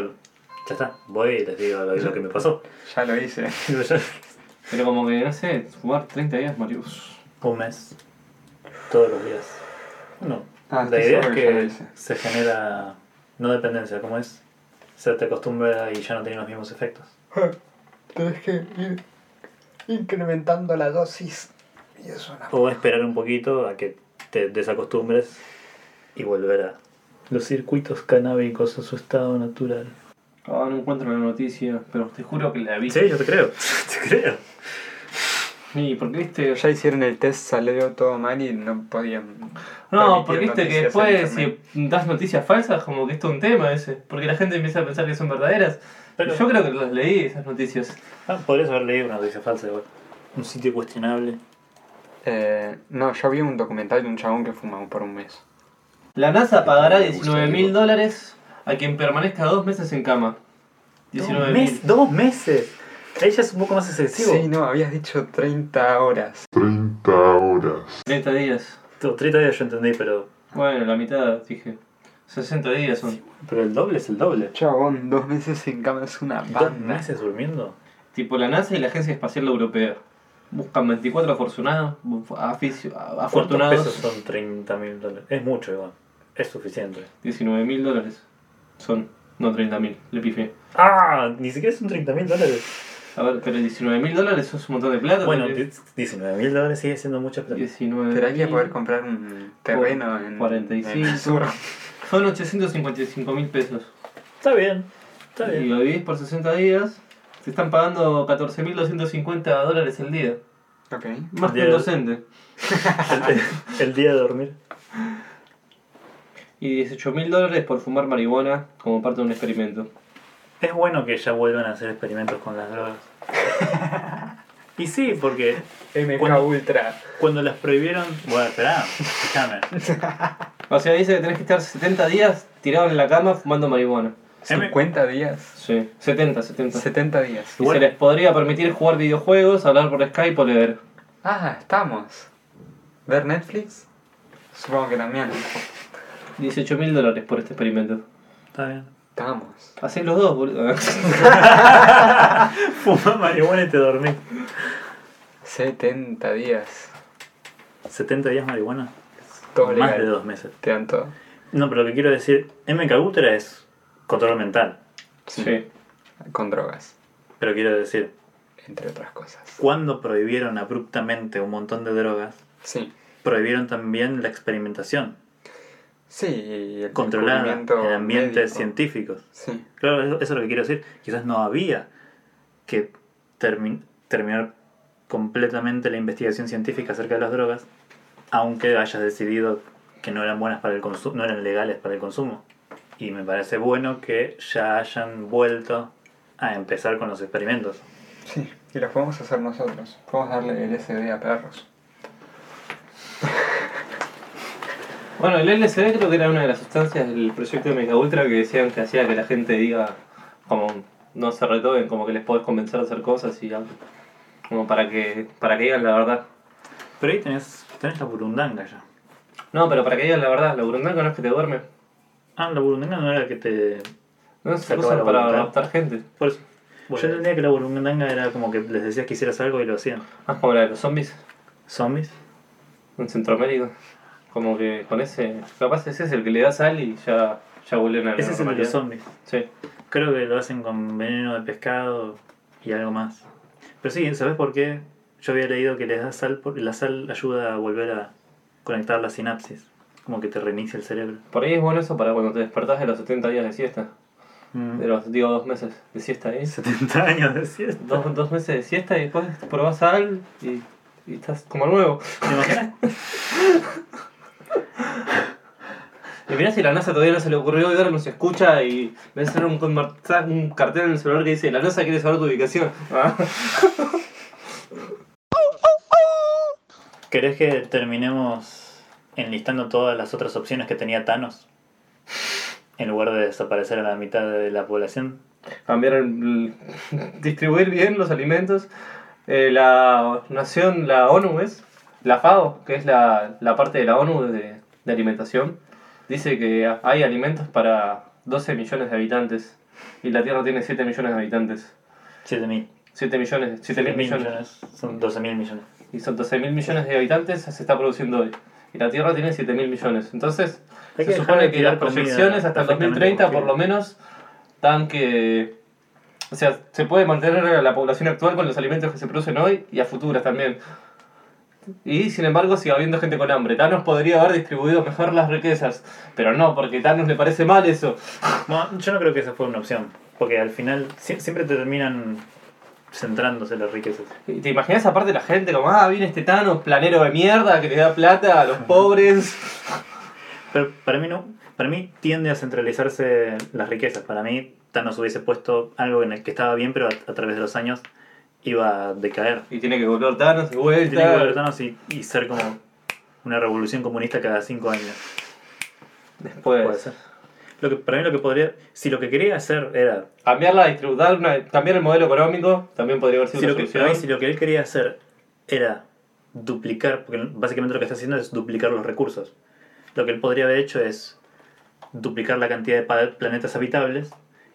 Speaker 3: Ya está, voy y les digo lo, lo que me pasó. <laughs>
Speaker 4: ya lo hice.
Speaker 2: Pero como que, no sé, fumar 30 días marihuana.
Speaker 3: un mes. Todos los días. No.
Speaker 4: Ah,
Speaker 3: la
Speaker 4: estoy
Speaker 3: idea es
Speaker 4: seguro que ya lo
Speaker 3: que
Speaker 4: hice.
Speaker 3: se genera no dependencia, ¿cómo es? Se te acostumbra y ya no tiene los mismos efectos.
Speaker 4: Tenés que ir incrementando la dosis. Y eso no.
Speaker 3: O esperar un poquito a que te desacostumbres y volver a los circuitos canábicos a su estado natural.
Speaker 2: Ah, no encuentro la noticia, pero te juro que la vi.
Speaker 3: Sí, yo te creo. <laughs> te creo.
Speaker 2: Sí, porque viste...
Speaker 4: Ya hicieron el test, salió todo mal y no podían.
Speaker 2: No,
Speaker 4: permitir
Speaker 2: porque viste que
Speaker 4: noticias en
Speaker 2: después si
Speaker 4: internet.
Speaker 2: das noticias falsas, como que esto es un tema ese. Porque la gente empieza a pensar que son verdaderas.
Speaker 3: Pero-
Speaker 2: Yo creo que las leí, esas noticias.
Speaker 3: Ah, podrías haber leído una noticia falsa igual. Un sitio cuestionable.
Speaker 4: Eh, no, yo vi un documental de un chabón que fumaba por un mes.
Speaker 2: La NASA pagará
Speaker 4: me gusta,
Speaker 2: 19 mil
Speaker 4: digo.
Speaker 2: dólares a quien permanezca dos meses en cama. 19 mil.
Speaker 3: mes- dos meses. Ahí ya es un poco más excesivo.
Speaker 4: Sí, no, habías dicho 30 horas.
Speaker 8: 30 horas.
Speaker 2: 30 días.
Speaker 3: Tú, 30 días yo entendí, pero,
Speaker 2: Bueno, la mitad, dije. 60 días son.
Speaker 3: pero el doble es el doble.
Speaker 4: Chabón, dos meses en cama es una
Speaker 3: ¿Dos
Speaker 4: banda.
Speaker 3: meses durmiendo?
Speaker 2: Tipo la NASA y la Agencia Espacial Europea. Buscan 24 afortunados, aficio- a-
Speaker 3: ¿Cuántos pesos
Speaker 2: afortunados.
Speaker 3: son 30 mil dólares? Es mucho igual. Es suficiente.
Speaker 2: 19 mil dólares. Son, no 30 mil, le pifié.
Speaker 3: ¡Ah! Ni siquiera son 30 mil dólares.
Speaker 2: A ver, pero 19 mil dólares es un montón de
Speaker 4: Ah,
Speaker 2: plata.
Speaker 3: Bueno,
Speaker 2: ¿no?
Speaker 3: 19 mil dólares sigue siendo mucha plata.
Speaker 2: 19.
Speaker 4: Pero hay que poder comprar un terreno en,
Speaker 2: 45.
Speaker 4: en el sur.
Speaker 2: Son 855 mil pesos.
Speaker 3: Está bien, está
Speaker 2: Y
Speaker 3: bien.
Speaker 2: lo dividís por 60 días. Te están pagando 14.250 dólares el día.
Speaker 4: Ok.
Speaker 2: Más que
Speaker 3: Bien.
Speaker 2: un docente.
Speaker 3: El, el día de dormir.
Speaker 2: Y 18.000 dólares por fumar marihuana como parte de un experimento.
Speaker 3: Es bueno que ya vuelvan a hacer experimentos con las drogas. Y sí, porque
Speaker 4: MK
Speaker 3: Bueno.
Speaker 4: Ultra.
Speaker 3: cuando las prohibieron. Bueno, esperá, escúchame.
Speaker 2: O sea, dice que tenés que estar 70 días tirado en la cama fumando marihuana.
Speaker 4: 50 días.
Speaker 2: Sí, 70, 70.
Speaker 4: 70 días.
Speaker 2: Y se les podría permitir jugar videojuegos, hablar por Skype o leer.
Speaker 4: Ah, estamos. ¿Ver Netflix? Supongo que también.
Speaker 2: 18.000 dólares por este experimento.
Speaker 3: Está bien.
Speaker 4: Estamos.
Speaker 2: Hacés los dos, boludo. <laughs>
Speaker 3: Fumá marihuana y te dormí.
Speaker 4: 70 días.
Speaker 3: 70 días marihuana.
Speaker 4: Todo
Speaker 3: Más de
Speaker 4: legal.
Speaker 3: dos meses.
Speaker 4: Te dan todo.
Speaker 3: No, pero lo que quiero decir, MK Ultra es control mental.
Speaker 2: Sí.
Speaker 4: Con drogas,
Speaker 3: Pero quiero decir,
Speaker 4: entre otras cosas.
Speaker 3: cuando prohibieron abruptamente un montón de drogas,
Speaker 4: Sí.
Speaker 3: prohibieron también la experimentación,
Speaker 4: Sí, y el
Speaker 3: controlada en
Speaker 4: descubrimiento
Speaker 3: ambientes
Speaker 4: médico.
Speaker 3: científicos.
Speaker 4: Sí,
Speaker 3: Claro, eso, eso es lo que quiero decir. Quizás no había que termi- terminar completamente la investigación científica acerca de las drogas, aunque hayas decidido que no eran buenas para el consumo, no eran legales para el consumo. Y me parece bueno que ya hayan vuelto a empezar con los experimentos.
Speaker 4: sí. Y los podemos hacer nosotros. Podemos darle el SD a perros.
Speaker 2: Bueno, el LSD creo que era una de las sustancias del proyecto de Mega Ultra que decían que hacía que la gente diga, como no se retoben, como que les podés convencer a hacer cosas y algo. Como para que, para que digan la verdad.
Speaker 3: Pero ahí tenés, tenés la burundanga ya.
Speaker 2: No, pero para que digan la verdad, la burundanga no es que te duerme.
Speaker 3: Ah, la burundanga no era que te...
Speaker 2: No se,
Speaker 3: Se acaba
Speaker 2: usan
Speaker 3: la
Speaker 2: para
Speaker 3: voluntad.
Speaker 2: adoptar gente.
Speaker 3: Por eso.
Speaker 2: Bueno.
Speaker 3: Yo entendía que la burundanga era como que les decías que hicieras algo y lo hacían.
Speaker 2: Más Ah, como la de los zombies
Speaker 3: ¿Zombies?
Speaker 2: en Centroamérica. Como que con ese. Capaz ese es el que le da sal y ya, ya vuelven a la
Speaker 3: Ese es el de los
Speaker 2: normalidad.
Speaker 3: zombies.
Speaker 2: Sí.
Speaker 3: Creo que lo hacen con veneno de pescado y algo más. Pero sí, ¿sabes por qué? Yo había leído que les da sal, por- la sal ayuda a volver a conectar las sinapsis. Como que te reinicia el cerebro.
Speaker 2: Por ahí es bueno eso para cuando te despertás de los 70 días de siesta.
Speaker 3: Mm.
Speaker 2: De los, digo, dos meses de siesta ahí.
Speaker 3: 70 años <laughs>
Speaker 2: <laughs>
Speaker 3: de siesta.
Speaker 2: Dos, dos meses de siesta y después probás sal y, y estás como nuevo.
Speaker 3: ¿Te imaginas?
Speaker 2: Y mirá si la NASA todavía no se le ocurrió y ahora nos escucha y ves hacer un, conver- un cartel en el celular que dice: La NASA quiere saber tu ubicación. Ah.
Speaker 3: ¿Querés que terminemos enlistando todas las otras opciones que tenía Thanos? En lugar de desaparecer a la mitad de la población.
Speaker 2: cambiar el- el- <laughs> distribuir bien los alimentos. Eh, la nación, la ONU es, la FAO, que es la, la parte de la ONU de, de alimentación, dice que ha- hay alimentos para 12 millones de habitantes y la Tierra tiene 7 millones de habitantes.
Speaker 3: 7 mil.
Speaker 2: 7 millones, 7 mil millones.
Speaker 3: Son 12 mil millones.
Speaker 2: Y son 12 mil millones de habitantes, se está produciendo hoy. Y la Tierra tiene 7 mil millones. Entonces, se
Speaker 3: Hay que dejar
Speaker 2: supone
Speaker 3: de
Speaker 2: que
Speaker 3: tirar
Speaker 2: las
Speaker 3: comida
Speaker 2: proyecciones hasta el
Speaker 3: perfectamente
Speaker 2: 2030 por lo
Speaker 3: comestible.
Speaker 2: menos dan que... O sea, se puede mantener a la población actual con los alimentos que se producen hoy y a futuras también. Y sin embargo sigue habiendo gente con hambre. Thanos podría haber distribuido mejor las riquezas, pero no, porque a Thanos le parece mal eso.
Speaker 3: Bueno, yo no creo que esa fue una opción, porque al final sie- siempre te terminan centrándose las riquezas.
Speaker 2: Y ¿Te imaginas aparte la gente como, ah, viene este Thanos, planero de mierda, que le da plata a los pobres?
Speaker 3: Pero para mí no, para mí tiende a centralizarse las riquezas. Para mí Thanos hubiese puesto algo en el que estaba bien, pero a, a través de los años iba a decaer.
Speaker 2: Y tiene que volver Thanos de
Speaker 3: Y
Speaker 2: vuelta.
Speaker 3: Tiene que volver Thanos y, y ser como una revolución comunista cada cinco años.
Speaker 2: Después.
Speaker 3: Puede ser. Lo que, para mí lo que podría, si lo que quería hacer era
Speaker 2: Cambiar la distribu- dar una- cambiar el modelo económico también podría haber sido
Speaker 3: si
Speaker 2: una
Speaker 3: lo, que,
Speaker 2: solución.
Speaker 3: para mí, si lo que él quería hacer era duplicar, porque básicamente lo que está haciendo es duplicar los recursos. Lo que él podría haber hecho es duplicar la cantidad de pa- planetas habitables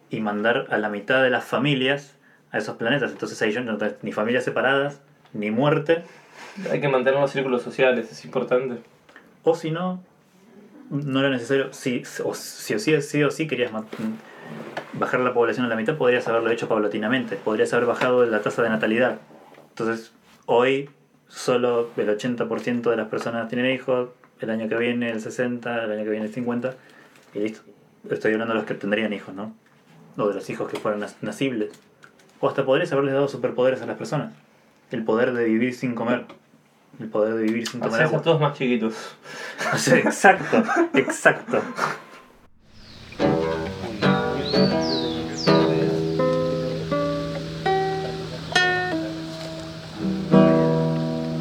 Speaker 3: y mandar a la mitad de las familias a esos planetas. Entonces ahí ya no tenés ni familias separadas, ni muerte,
Speaker 2: Hay que mantener los círculos sociales, es importante.
Speaker 3: o si no, no era necesario. Si o si o sí, sí o sí querías ma- bajar la población a la mitad, podrías haberlo hecho paulatinamente. Podrías haber bajado la tasa de natalidad. Entonces, hoy solo el 80% de las personas tienen hijos, el año que viene el 60%, el año que viene el 50%, y listo. Estoy hablando de los que tendrían hijos, ¿no? O de los hijos que fueran nas- nacibles. O hasta podrías haberles dado superpoderes a las personas. El poder de vivir sin comer. El poder de vivir sin tomar
Speaker 2: Hacerse
Speaker 3: agua.
Speaker 2: a todos más chiquitos.
Speaker 3: O sea, exacto, exacto.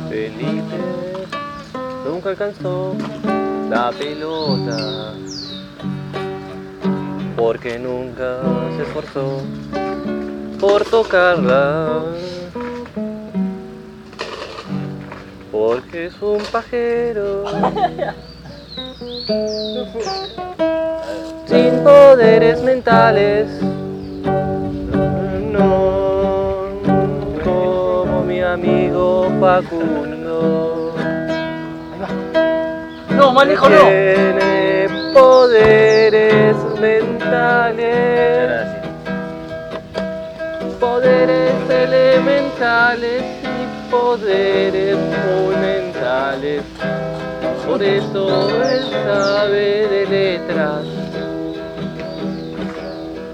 Speaker 2: Felipe nunca alcanzó la pelota porque nunca se esforzó por tocarla. Porque es un pajero
Speaker 7: <laughs>
Speaker 2: sin poderes mentales. No, como mi amigo Facundo.
Speaker 7: No, manejo no.
Speaker 2: Tiene poderes mentales. Poderes elementales y poderes fundamentales.
Speaker 9: Por eso él sabe de letras,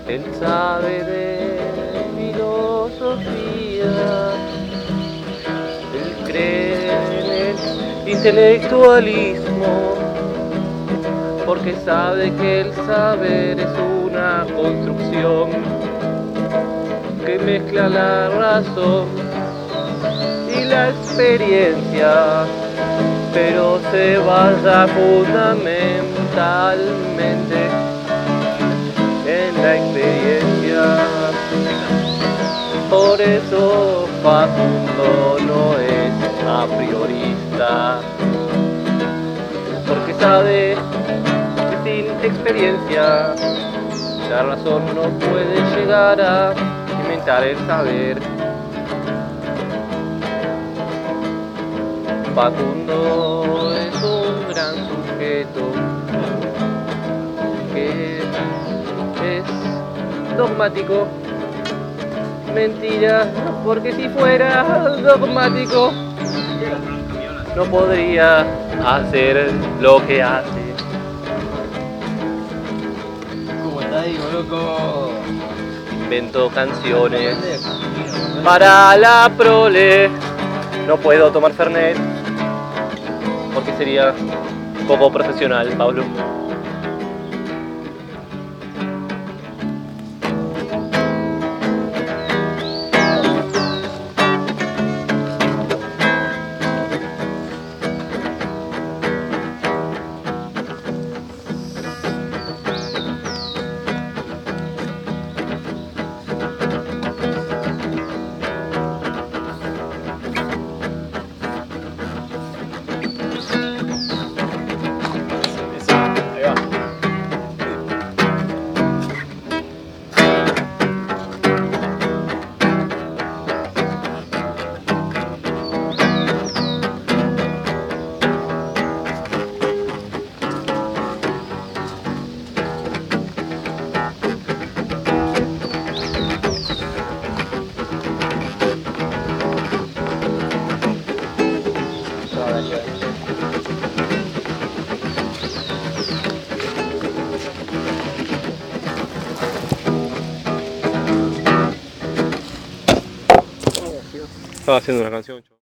Speaker 9: él sabe de filosofía, él cree en el intelectualismo, porque sabe que el saber es una construcción que mezcla la razón y la experiencia, pero se basa fundamentalmente en la experiencia. Por eso Facundo no es a priorista, porque sabe que sin experiencia la razón no puede llegar a inventar el saber. Facundo es un gran sujeto que es dogmático. Mentira, porque si fuera dogmático no podría hacer lo que hace.
Speaker 10: ¿Cómo está, digo, loco?
Speaker 9: Invento canciones para la prole. No puedo tomar Fernet porque sería poco profesional, Pablo. Estaba haciendo una canción.